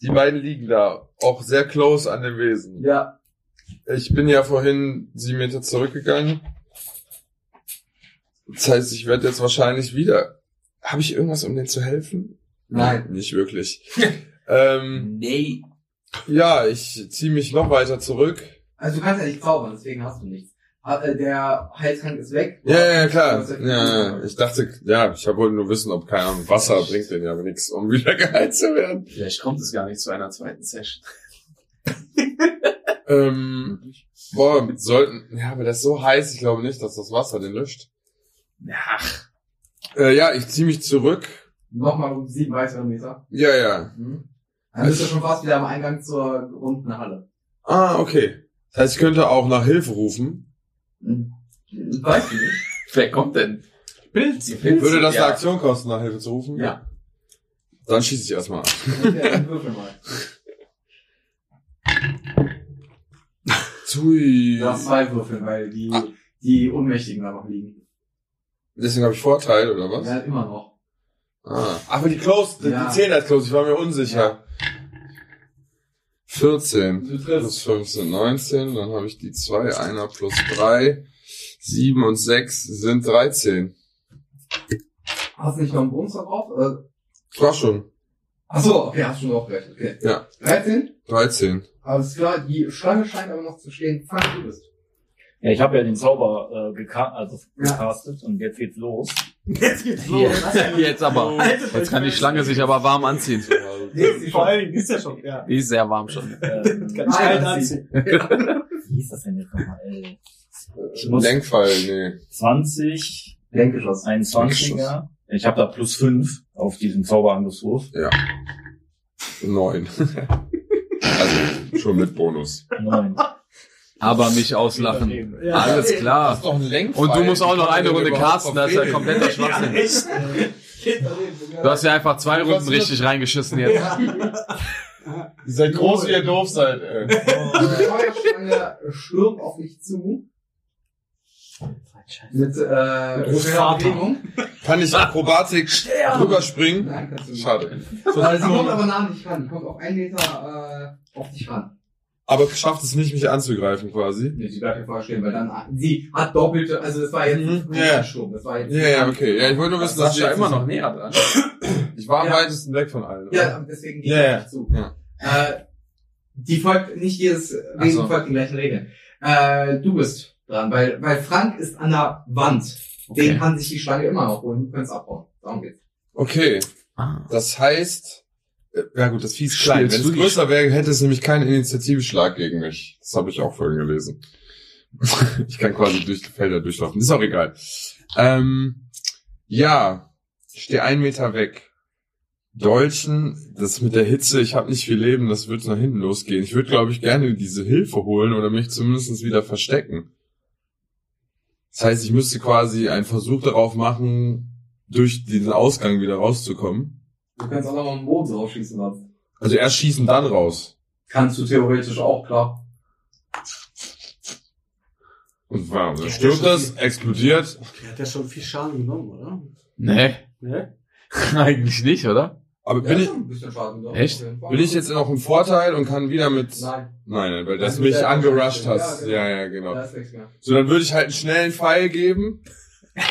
[SPEAKER 3] Die beiden liegen da, auch sehr close an dem Wesen.
[SPEAKER 5] Ja.
[SPEAKER 3] Ich bin ja vorhin sieben Meter zurückgegangen. Das heißt, ich werde jetzt wahrscheinlich wieder. Habe ich irgendwas, um denen zu helfen?
[SPEAKER 5] Nein.
[SPEAKER 3] Nicht wirklich. ähm,
[SPEAKER 2] Nee.
[SPEAKER 3] ja, ich ziehe mich noch weiter zurück.
[SPEAKER 5] Also du kannst ja nicht zaubern, deswegen hast du nichts. Ha- äh, Der Heiltrank ist weg.
[SPEAKER 3] Ja, ja, ja, klar.
[SPEAKER 5] Du hast
[SPEAKER 3] Ja, ja, ja. Ich dachte, ja, ich wollte nur wissen, ob keine Ahnung, Wasser bringt denen ja nichts, um wieder geheilt zu werden.
[SPEAKER 2] Vielleicht kommt es gar nicht zu einer zweiten Session.
[SPEAKER 3] Ähm, boah, sollten. Ja, aber das ist so heiß, ich glaube nicht, dass das Wasser den löscht.
[SPEAKER 2] Ach.
[SPEAKER 3] Äh, ja, ich ziehe mich zurück,
[SPEAKER 5] Nochmal um sieben weitere Meter.
[SPEAKER 3] Ja, ja.
[SPEAKER 5] Mhm. Dann bist du schon fast wieder am Eingang zur runden Halle.
[SPEAKER 3] Ah, okay. Das heißt, ich könnte auch nach Hilfe rufen.
[SPEAKER 5] Mhm. Weißt du nicht?
[SPEAKER 2] Wer kommt denn? Pilz.
[SPEAKER 3] Würde das
[SPEAKER 2] ja.
[SPEAKER 3] eine Aktion kosten, nach Hilfe zu rufen?
[SPEAKER 5] Ja.
[SPEAKER 3] Dann schieße ich erstmal ab.
[SPEAKER 5] Okay, dann würfel mal.
[SPEAKER 3] Zui.
[SPEAKER 5] Du hast zwei Würfel, weil die,
[SPEAKER 3] Ah.
[SPEAKER 5] die Ohnmächtigen da noch liegen.
[SPEAKER 3] Deswegen habe ich Vorteil, oder was?
[SPEAKER 5] Ja, immer noch.
[SPEAKER 3] Ah. Aber die Close, die,
[SPEAKER 5] Ja.
[SPEAKER 3] die 10 als Close, ich war mir unsicher. 14.
[SPEAKER 5] Du
[SPEAKER 3] Plus
[SPEAKER 5] triffst.
[SPEAKER 3] 15, 19. Dann habe ich die 2, 1 plus 3. 7 und 6 sind 13.
[SPEAKER 5] Hast du nicht noch einen Bonus drauf? Äh,
[SPEAKER 3] Ich war schon.
[SPEAKER 5] achso, okay, hast du schon aufgerechnet. Okay.
[SPEAKER 3] Ja.
[SPEAKER 5] 13?
[SPEAKER 3] 13.
[SPEAKER 5] Alles klar, die Schlange scheint aber noch zu stehen. Fang, du bist.
[SPEAKER 1] Ja, ich habe ja den Zauber äh, geka also
[SPEAKER 5] Ja.
[SPEAKER 1] gecastet und jetzt geht's los.
[SPEAKER 6] Jetzt geht's
[SPEAKER 2] Jetzt aber. Jetzt Also, kann die Schlange sich aber warm anziehen.
[SPEAKER 6] Vor allen Dingen ist ja schon, ja.
[SPEAKER 2] Die ist sehr warm schon.
[SPEAKER 1] Ähm,
[SPEAKER 6] Kann ich
[SPEAKER 5] Nein,
[SPEAKER 6] kalt
[SPEAKER 5] das
[SPEAKER 6] anziehen.
[SPEAKER 11] Wie hieß das denn jetzt nochmal? Äh,
[SPEAKER 1] Ich muss-
[SPEAKER 3] Lenkfall, nee.
[SPEAKER 1] 20,
[SPEAKER 5] Denkgeschoss.
[SPEAKER 1] 21er. Ich habe da plus 5 auf diesen Zauberangriffswurf.
[SPEAKER 3] 9. also, schon mit Bonus.
[SPEAKER 1] Neun.
[SPEAKER 2] Aber mich auslachen.
[SPEAKER 1] Überleben.
[SPEAKER 6] Ja.
[SPEAKER 2] Alles klar.
[SPEAKER 3] Ah. doch ein Lenkfall.
[SPEAKER 2] Und du musst auch noch eine Runde casten, das ist ja
[SPEAKER 3] komplett.
[SPEAKER 2] kompletter Schwachsinn. Du hast ja einfach zwei Runden richtig reingeschissen jetzt.
[SPEAKER 3] Ihr seid groß, wie ihr doof seid, ey.
[SPEAKER 5] Die Feuerschlange stürmt auf dich zu. Mit, äh, schwerer Bewegung.
[SPEAKER 3] Kann ich Akrobatik rüberspringen?
[SPEAKER 5] Nein, kannst du nicht.
[SPEAKER 3] Schade.
[SPEAKER 5] Äh, sie kommt aber nah an dich ran. Die kommt auf einen Meter, äh, auf dich ran.
[SPEAKER 3] Aber schafft es nicht, mich anzugreifen, quasi.
[SPEAKER 5] Nee, sie bleibt ja vorher stehen, weil dann, sie hat doppelte, also das war jetzt
[SPEAKER 3] Mhm.
[SPEAKER 5] ein
[SPEAKER 3] Ja.
[SPEAKER 5] Schub, das war jetzt.
[SPEAKER 3] Ja, ja, okay. Ja, ich wollte nur wissen, dass ich jetzt-
[SPEAKER 2] näher dran.
[SPEAKER 3] Ich war am
[SPEAKER 5] Ja.
[SPEAKER 3] weitesten weg von allen. oder?
[SPEAKER 5] Ja, deswegen geht
[SPEAKER 3] Ja,
[SPEAKER 5] yeah.
[SPEAKER 3] ja.
[SPEAKER 5] nicht zu.
[SPEAKER 3] Ja.
[SPEAKER 5] Äh, die folgt, nicht jedes Wesen
[SPEAKER 3] so.
[SPEAKER 5] folgt den gleichen Regeln. Äh, du bist dran, weil, weil Frank ist an der Wand. Den kann sich die Schlange immer noch holen, du kannst abbauen. Darum geht's.
[SPEAKER 3] Okay,
[SPEAKER 2] Ah.
[SPEAKER 3] das heißt, äh, ja gut, das Vieh ist klein.
[SPEAKER 2] Spielst
[SPEAKER 3] Wenn
[SPEAKER 2] du
[SPEAKER 3] es
[SPEAKER 2] die
[SPEAKER 3] größer wäre, hätte es nämlich keinen Initiativschlag gegen mich. Das habe ich auch vorhin gelesen. ich kann quasi durch die Felder durchlaufen. Ist auch egal. Ähm, ja, ich stehe einen Meter weg. Dolchen, das mit der Hitze, ich habe nicht viel Leben, das wird nach hinten losgehen. Ich würde, glaube ich, gerne diese Hilfe holen oder mich zumindest wieder verstecken. Das heißt, ich müsste quasi einen Versuch darauf machen, durch diesen Ausgang wieder rauszukommen.
[SPEAKER 5] Du kannst auch noch einen Bogen drauf schießen sonst.
[SPEAKER 3] Also erst schießen, dann raus.
[SPEAKER 5] Kannst du theoretisch auch, klar.
[SPEAKER 3] Und wow, dann stirbt das, explodiert.
[SPEAKER 4] Der hat ja schon viel Schaden genommen, oder?
[SPEAKER 2] Nee.
[SPEAKER 4] Ne?
[SPEAKER 2] Eigentlich nicht, oder?
[SPEAKER 3] Aber bin ich,
[SPEAKER 5] schon ein bisschen Schaden gemacht,
[SPEAKER 2] Echt?
[SPEAKER 5] auf jeden Fall.
[SPEAKER 3] bin ich jetzt noch im Vorteil und kann wieder mit... Nein,
[SPEAKER 5] Nein,
[SPEAKER 3] nein, weil das
[SPEAKER 5] Nein, mit
[SPEAKER 3] mich
[SPEAKER 5] der-
[SPEAKER 3] angerusht
[SPEAKER 5] Ja,
[SPEAKER 3] hast.
[SPEAKER 5] genau.
[SPEAKER 3] Ja, ja, genau.
[SPEAKER 5] da ist nichts mehr.
[SPEAKER 3] So, dann würde ich halt einen schnellen Pfeil geben.
[SPEAKER 5] Du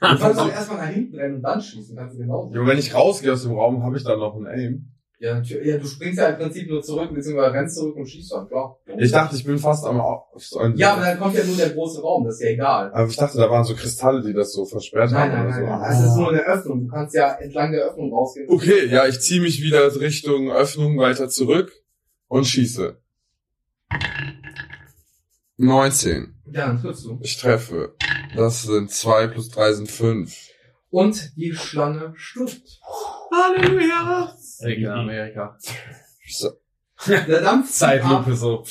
[SPEAKER 5] kannst auch erstmal nach hinten rennen und dann schießen, kannst du genauso.
[SPEAKER 3] Ja, wenn ich rausgehe aus dem Raum, habe ich dann noch einen Aim.
[SPEAKER 5] Ja, natürlich. ja, du springst ja im Prinzip nur zurück, beziehungsweise rennst zurück und schießt dann, klar.
[SPEAKER 3] Ich dachte, ich bin fast am... Aus
[SPEAKER 5] Ja, aber dann kommt ja nur der große Raum, das ist ja egal.
[SPEAKER 3] aber ich dachte, da waren so Kristalle, die das so versperrt
[SPEAKER 5] Nein,
[SPEAKER 3] haben
[SPEAKER 5] nein,
[SPEAKER 3] oder
[SPEAKER 5] nein,
[SPEAKER 3] so.
[SPEAKER 5] nein.
[SPEAKER 3] Ah.
[SPEAKER 5] Das ist nur eine Öffnung. Du kannst ja entlang der Öffnung rausgehen.
[SPEAKER 3] Okay, ja, ich ziehe mich wieder Richtung Öffnung weiter zurück und schieße. 19.
[SPEAKER 5] Ja, dann triffst du.
[SPEAKER 3] Ich treffe. Das sind 2 plus 3 sind 5.
[SPEAKER 5] Und die Schlange stirbt.
[SPEAKER 2] Halleluja.
[SPEAKER 1] Egal.
[SPEAKER 2] Hm. Amerika.
[SPEAKER 5] Der Dampf zieht ab
[SPEAKER 2] Zeitlupe so.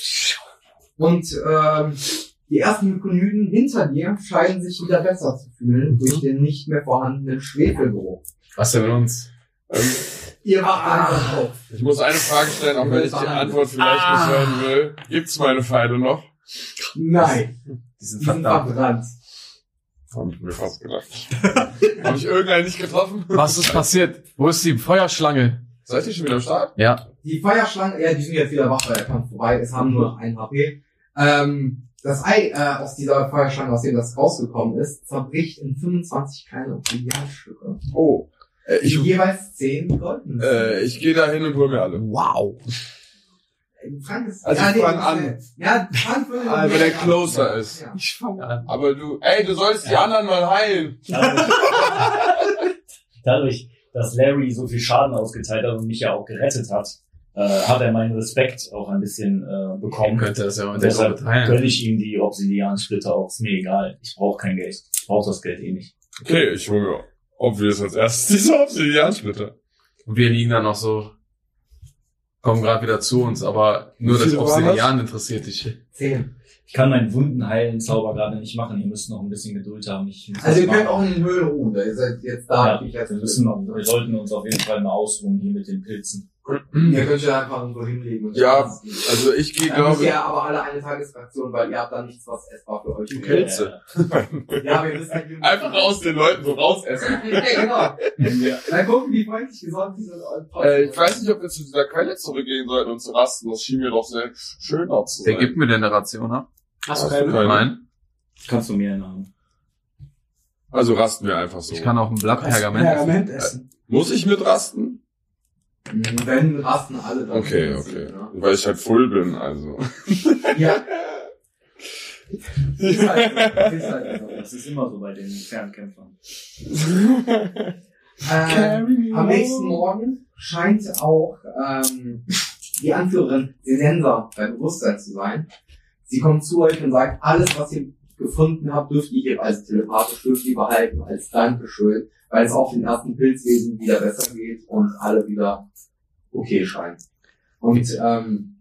[SPEAKER 5] und ähm, die ersten Mykonyden hinter dir scheinen sich wieder besser zu fühlen durch den nicht mehr vorhandenen Schwefelgeruch.
[SPEAKER 2] Was denn mit uns?
[SPEAKER 3] Ähm,
[SPEAKER 5] Ihr wacht langsam auf.
[SPEAKER 3] ich muss eine Frage stellen, auch wenn ich die Antwort vielleicht nicht hören will. Gibt's meine Pfeile noch?
[SPEAKER 5] Nein,
[SPEAKER 2] Die
[SPEAKER 5] die sind verbrannt.
[SPEAKER 3] Hab ich mir fast gedacht. Habe ich irgendeinen nicht getroffen?
[SPEAKER 2] Was ist passiert? Wo ist die Feuerschlange?
[SPEAKER 3] Seid ihr schon wieder am Start?
[SPEAKER 2] Ja.
[SPEAKER 5] Die Feuerschlangen, ja, die sind jetzt wieder wach, weil der Kampf vorbei ist, haben nur noch ein HP. Ähm, das Ei äh, aus dieser Feuerschlange, aus dem das rausgekommen ist, zerbricht in 25 kleine Filialstücke.
[SPEAKER 3] Oh. Äh,
[SPEAKER 5] Die
[SPEAKER 3] ich
[SPEAKER 5] jeweils 10 Golden.
[SPEAKER 3] äh, ich gehe da hin und hol mir alle.
[SPEAKER 2] Wow.
[SPEAKER 5] Äh, Frank ist,
[SPEAKER 3] also ich fang an.
[SPEAKER 5] äh, Ja, Frank würde
[SPEAKER 3] Ah, weil der closer ist.
[SPEAKER 5] Ja.
[SPEAKER 2] Ich fange an.
[SPEAKER 3] Aber du, ey, du sollst die anderen mal heilen.
[SPEAKER 1] Dadurch, dadurch, dass Larry so viel Schaden ausgeteilt hat und mich ja auch gerettet hat, äh, hat er meinen Respekt auch ein bisschen äh,
[SPEAKER 2] Warum
[SPEAKER 1] bekommen.
[SPEAKER 2] könnte das ja mit der Gruppe
[SPEAKER 1] Deshalb gönne
[SPEAKER 2] teilen?
[SPEAKER 1] ich ihm die Obsidian-Splitter auch. Ist mir egal. Ich brauche kein Geld. Ich brauche das Geld eh nicht.
[SPEAKER 3] Okay, ich hol mir Obvious als erstes diese Obsidiansplitter.
[SPEAKER 2] Und wir liegen dann noch so, kommen gerade wieder zu uns, aber nur
[SPEAKER 3] Wie
[SPEAKER 2] das
[SPEAKER 3] viele waren das?
[SPEAKER 2] Obsidian interessiert dich.
[SPEAKER 5] Zehn.
[SPEAKER 6] Ich kann meinen Wunden heilen Zauber gerade nicht machen. Ihr müsst noch ein bisschen Geduld haben. Ich muss
[SPEAKER 5] Also ihr
[SPEAKER 6] mal-
[SPEAKER 5] könnt auch in den Müll ruhen, weil ihr seid jetzt da.
[SPEAKER 6] Ja,
[SPEAKER 5] ich jetzt
[SPEAKER 3] Mhm.
[SPEAKER 6] wir, müssen noch, wir sollten uns auf jeden Fall mal ausruhen hier mit den Pilzen.
[SPEAKER 5] Ihr könnt ja einfach irgendwo hinlegen. und
[SPEAKER 3] Ja,
[SPEAKER 5] dann-
[SPEAKER 3] Also ich gehe,
[SPEAKER 5] Dann müsst
[SPEAKER 3] glaube
[SPEAKER 5] ihr aber alle eine Tagesfraktion, weil ihr habt da nichts, was essbar für euch
[SPEAKER 3] Okay.
[SPEAKER 5] wäre.
[SPEAKER 3] Pilze.
[SPEAKER 5] Ja, aber ihr müsst halt
[SPEAKER 3] einfach aus den Leuten so raus essen.
[SPEAKER 5] ja, genau.
[SPEAKER 6] Wenn wir,
[SPEAKER 5] Dann gucken, wie freundlich gesorgt die sind. und trotzdem-
[SPEAKER 3] Äh, ich weiß nicht, ob wir zu dieser Quelle zurückgehen sollten und zu rasten. Das schien mir doch sehr schön auch zu
[SPEAKER 2] Der
[SPEAKER 3] sein.
[SPEAKER 2] gibt mir denn eine Ration ab?
[SPEAKER 4] Hast du
[SPEAKER 3] Hast du keine?
[SPEAKER 4] keine?
[SPEAKER 2] Nein.
[SPEAKER 6] kannst du mir einen haben.
[SPEAKER 3] Also rasten wir einfach so.
[SPEAKER 2] Ich kann auch ein Blatt Pergament. essen.
[SPEAKER 4] Pergament essen.
[SPEAKER 3] Muss ich mit rasten?
[SPEAKER 5] Wenn rasten alle dann. ne?
[SPEAKER 3] Okay, okay. Weil ich halt voll bin, also.
[SPEAKER 5] Ja. Ist halt so. Ist halt so.
[SPEAKER 6] Das ist immer so bei den Fernkämpfern.
[SPEAKER 5] Ähm, am nächsten Morgen scheint auch ähm, die Anführerin Sensa bei Bewusstsein zu sein. Sie kommt zu euch und sagt, alles, was ihr gefunden habt, dürft ihr hier als telepathisch dürft ihr behalten, als Dankeschön, weil es auch den ersten Pilzwesen wieder besser geht und alle wieder okay scheinen. Und ähm,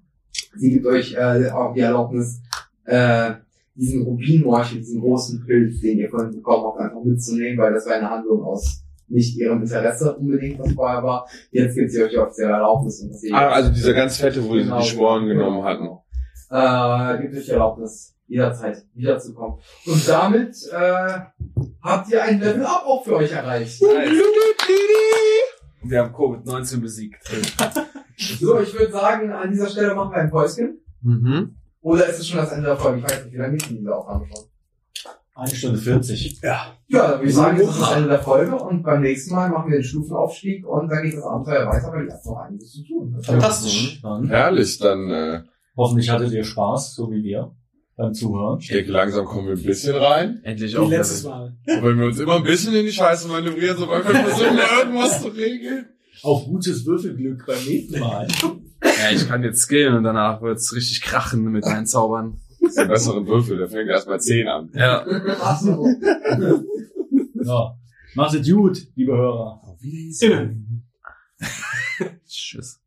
[SPEAKER 5] sie gibt euch äh, auch die Erlaubnis, äh, diesen Rubinmorchel, diesen großen Pilz, den ihr vorhin bekommen habt, einfach mitzunehmen, weil das war eine Handlung aus nicht ihrem Interesse unbedingt, was vorher war. Jetzt gibt sie euch offiziell Erlaubnis und das
[SPEAKER 3] Ah, also dieser ganz fette, wo
[SPEAKER 5] Genau.
[SPEAKER 3] sie die Sporen genommen
[SPEAKER 5] Genau.
[SPEAKER 3] hatten.
[SPEAKER 5] Äh, gibt euch Erlaubnis, jederzeit wiederzukommen. Und damit äh, habt ihr ein Level Up auch für euch erreicht.
[SPEAKER 2] Und Wir haben Covid-19 besiegt.
[SPEAKER 5] So, ich würde sagen, an dieser Stelle machen wir ein Päuschen.
[SPEAKER 2] Mhm.
[SPEAKER 5] Oder ist es schon das Ende der Folge? Ich weiß nicht, wie lange ist denn diese Aufnahme schon?
[SPEAKER 6] Eine Stunde 40.
[SPEAKER 5] Ja, dann würde ich sagen, das ist das Ende der Folge und beim nächsten Mal machen wir den Stufenaufstieg und dann geht das Abenteuer weiter, weil ich habe noch einiges zu tun.
[SPEAKER 4] Fantastisch.
[SPEAKER 2] Mhm.
[SPEAKER 6] Dann.
[SPEAKER 3] Herrlich, dann, äh,
[SPEAKER 6] Hoffentlich hattet ihr Spaß, so wie wir, beim Zuhören.
[SPEAKER 3] ich denke, langsam kommen wir ein bisschen rein.
[SPEAKER 2] Endlich
[SPEAKER 4] Wie
[SPEAKER 2] auch.
[SPEAKER 4] letztes
[SPEAKER 2] wieder.
[SPEAKER 4] Mal.
[SPEAKER 3] Und wenn wir uns immer ein bisschen in die Scheiße manövrieren, sobald wir versuchen, irgendwas zu regeln.
[SPEAKER 6] Auf gutes Würfelglück beim nächsten Mal.
[SPEAKER 2] Ja, ich kann jetzt skillen und danach wird's richtig krachen mit meinen Zaubern.
[SPEAKER 3] Das ist der bessere Würfel, der fängt erst bei 10 an.
[SPEAKER 2] Ja.
[SPEAKER 5] Absolut.
[SPEAKER 4] Oh,
[SPEAKER 6] Ja. Macht es gut, liebe Hörer.
[SPEAKER 4] Innen.
[SPEAKER 2] Tschüss.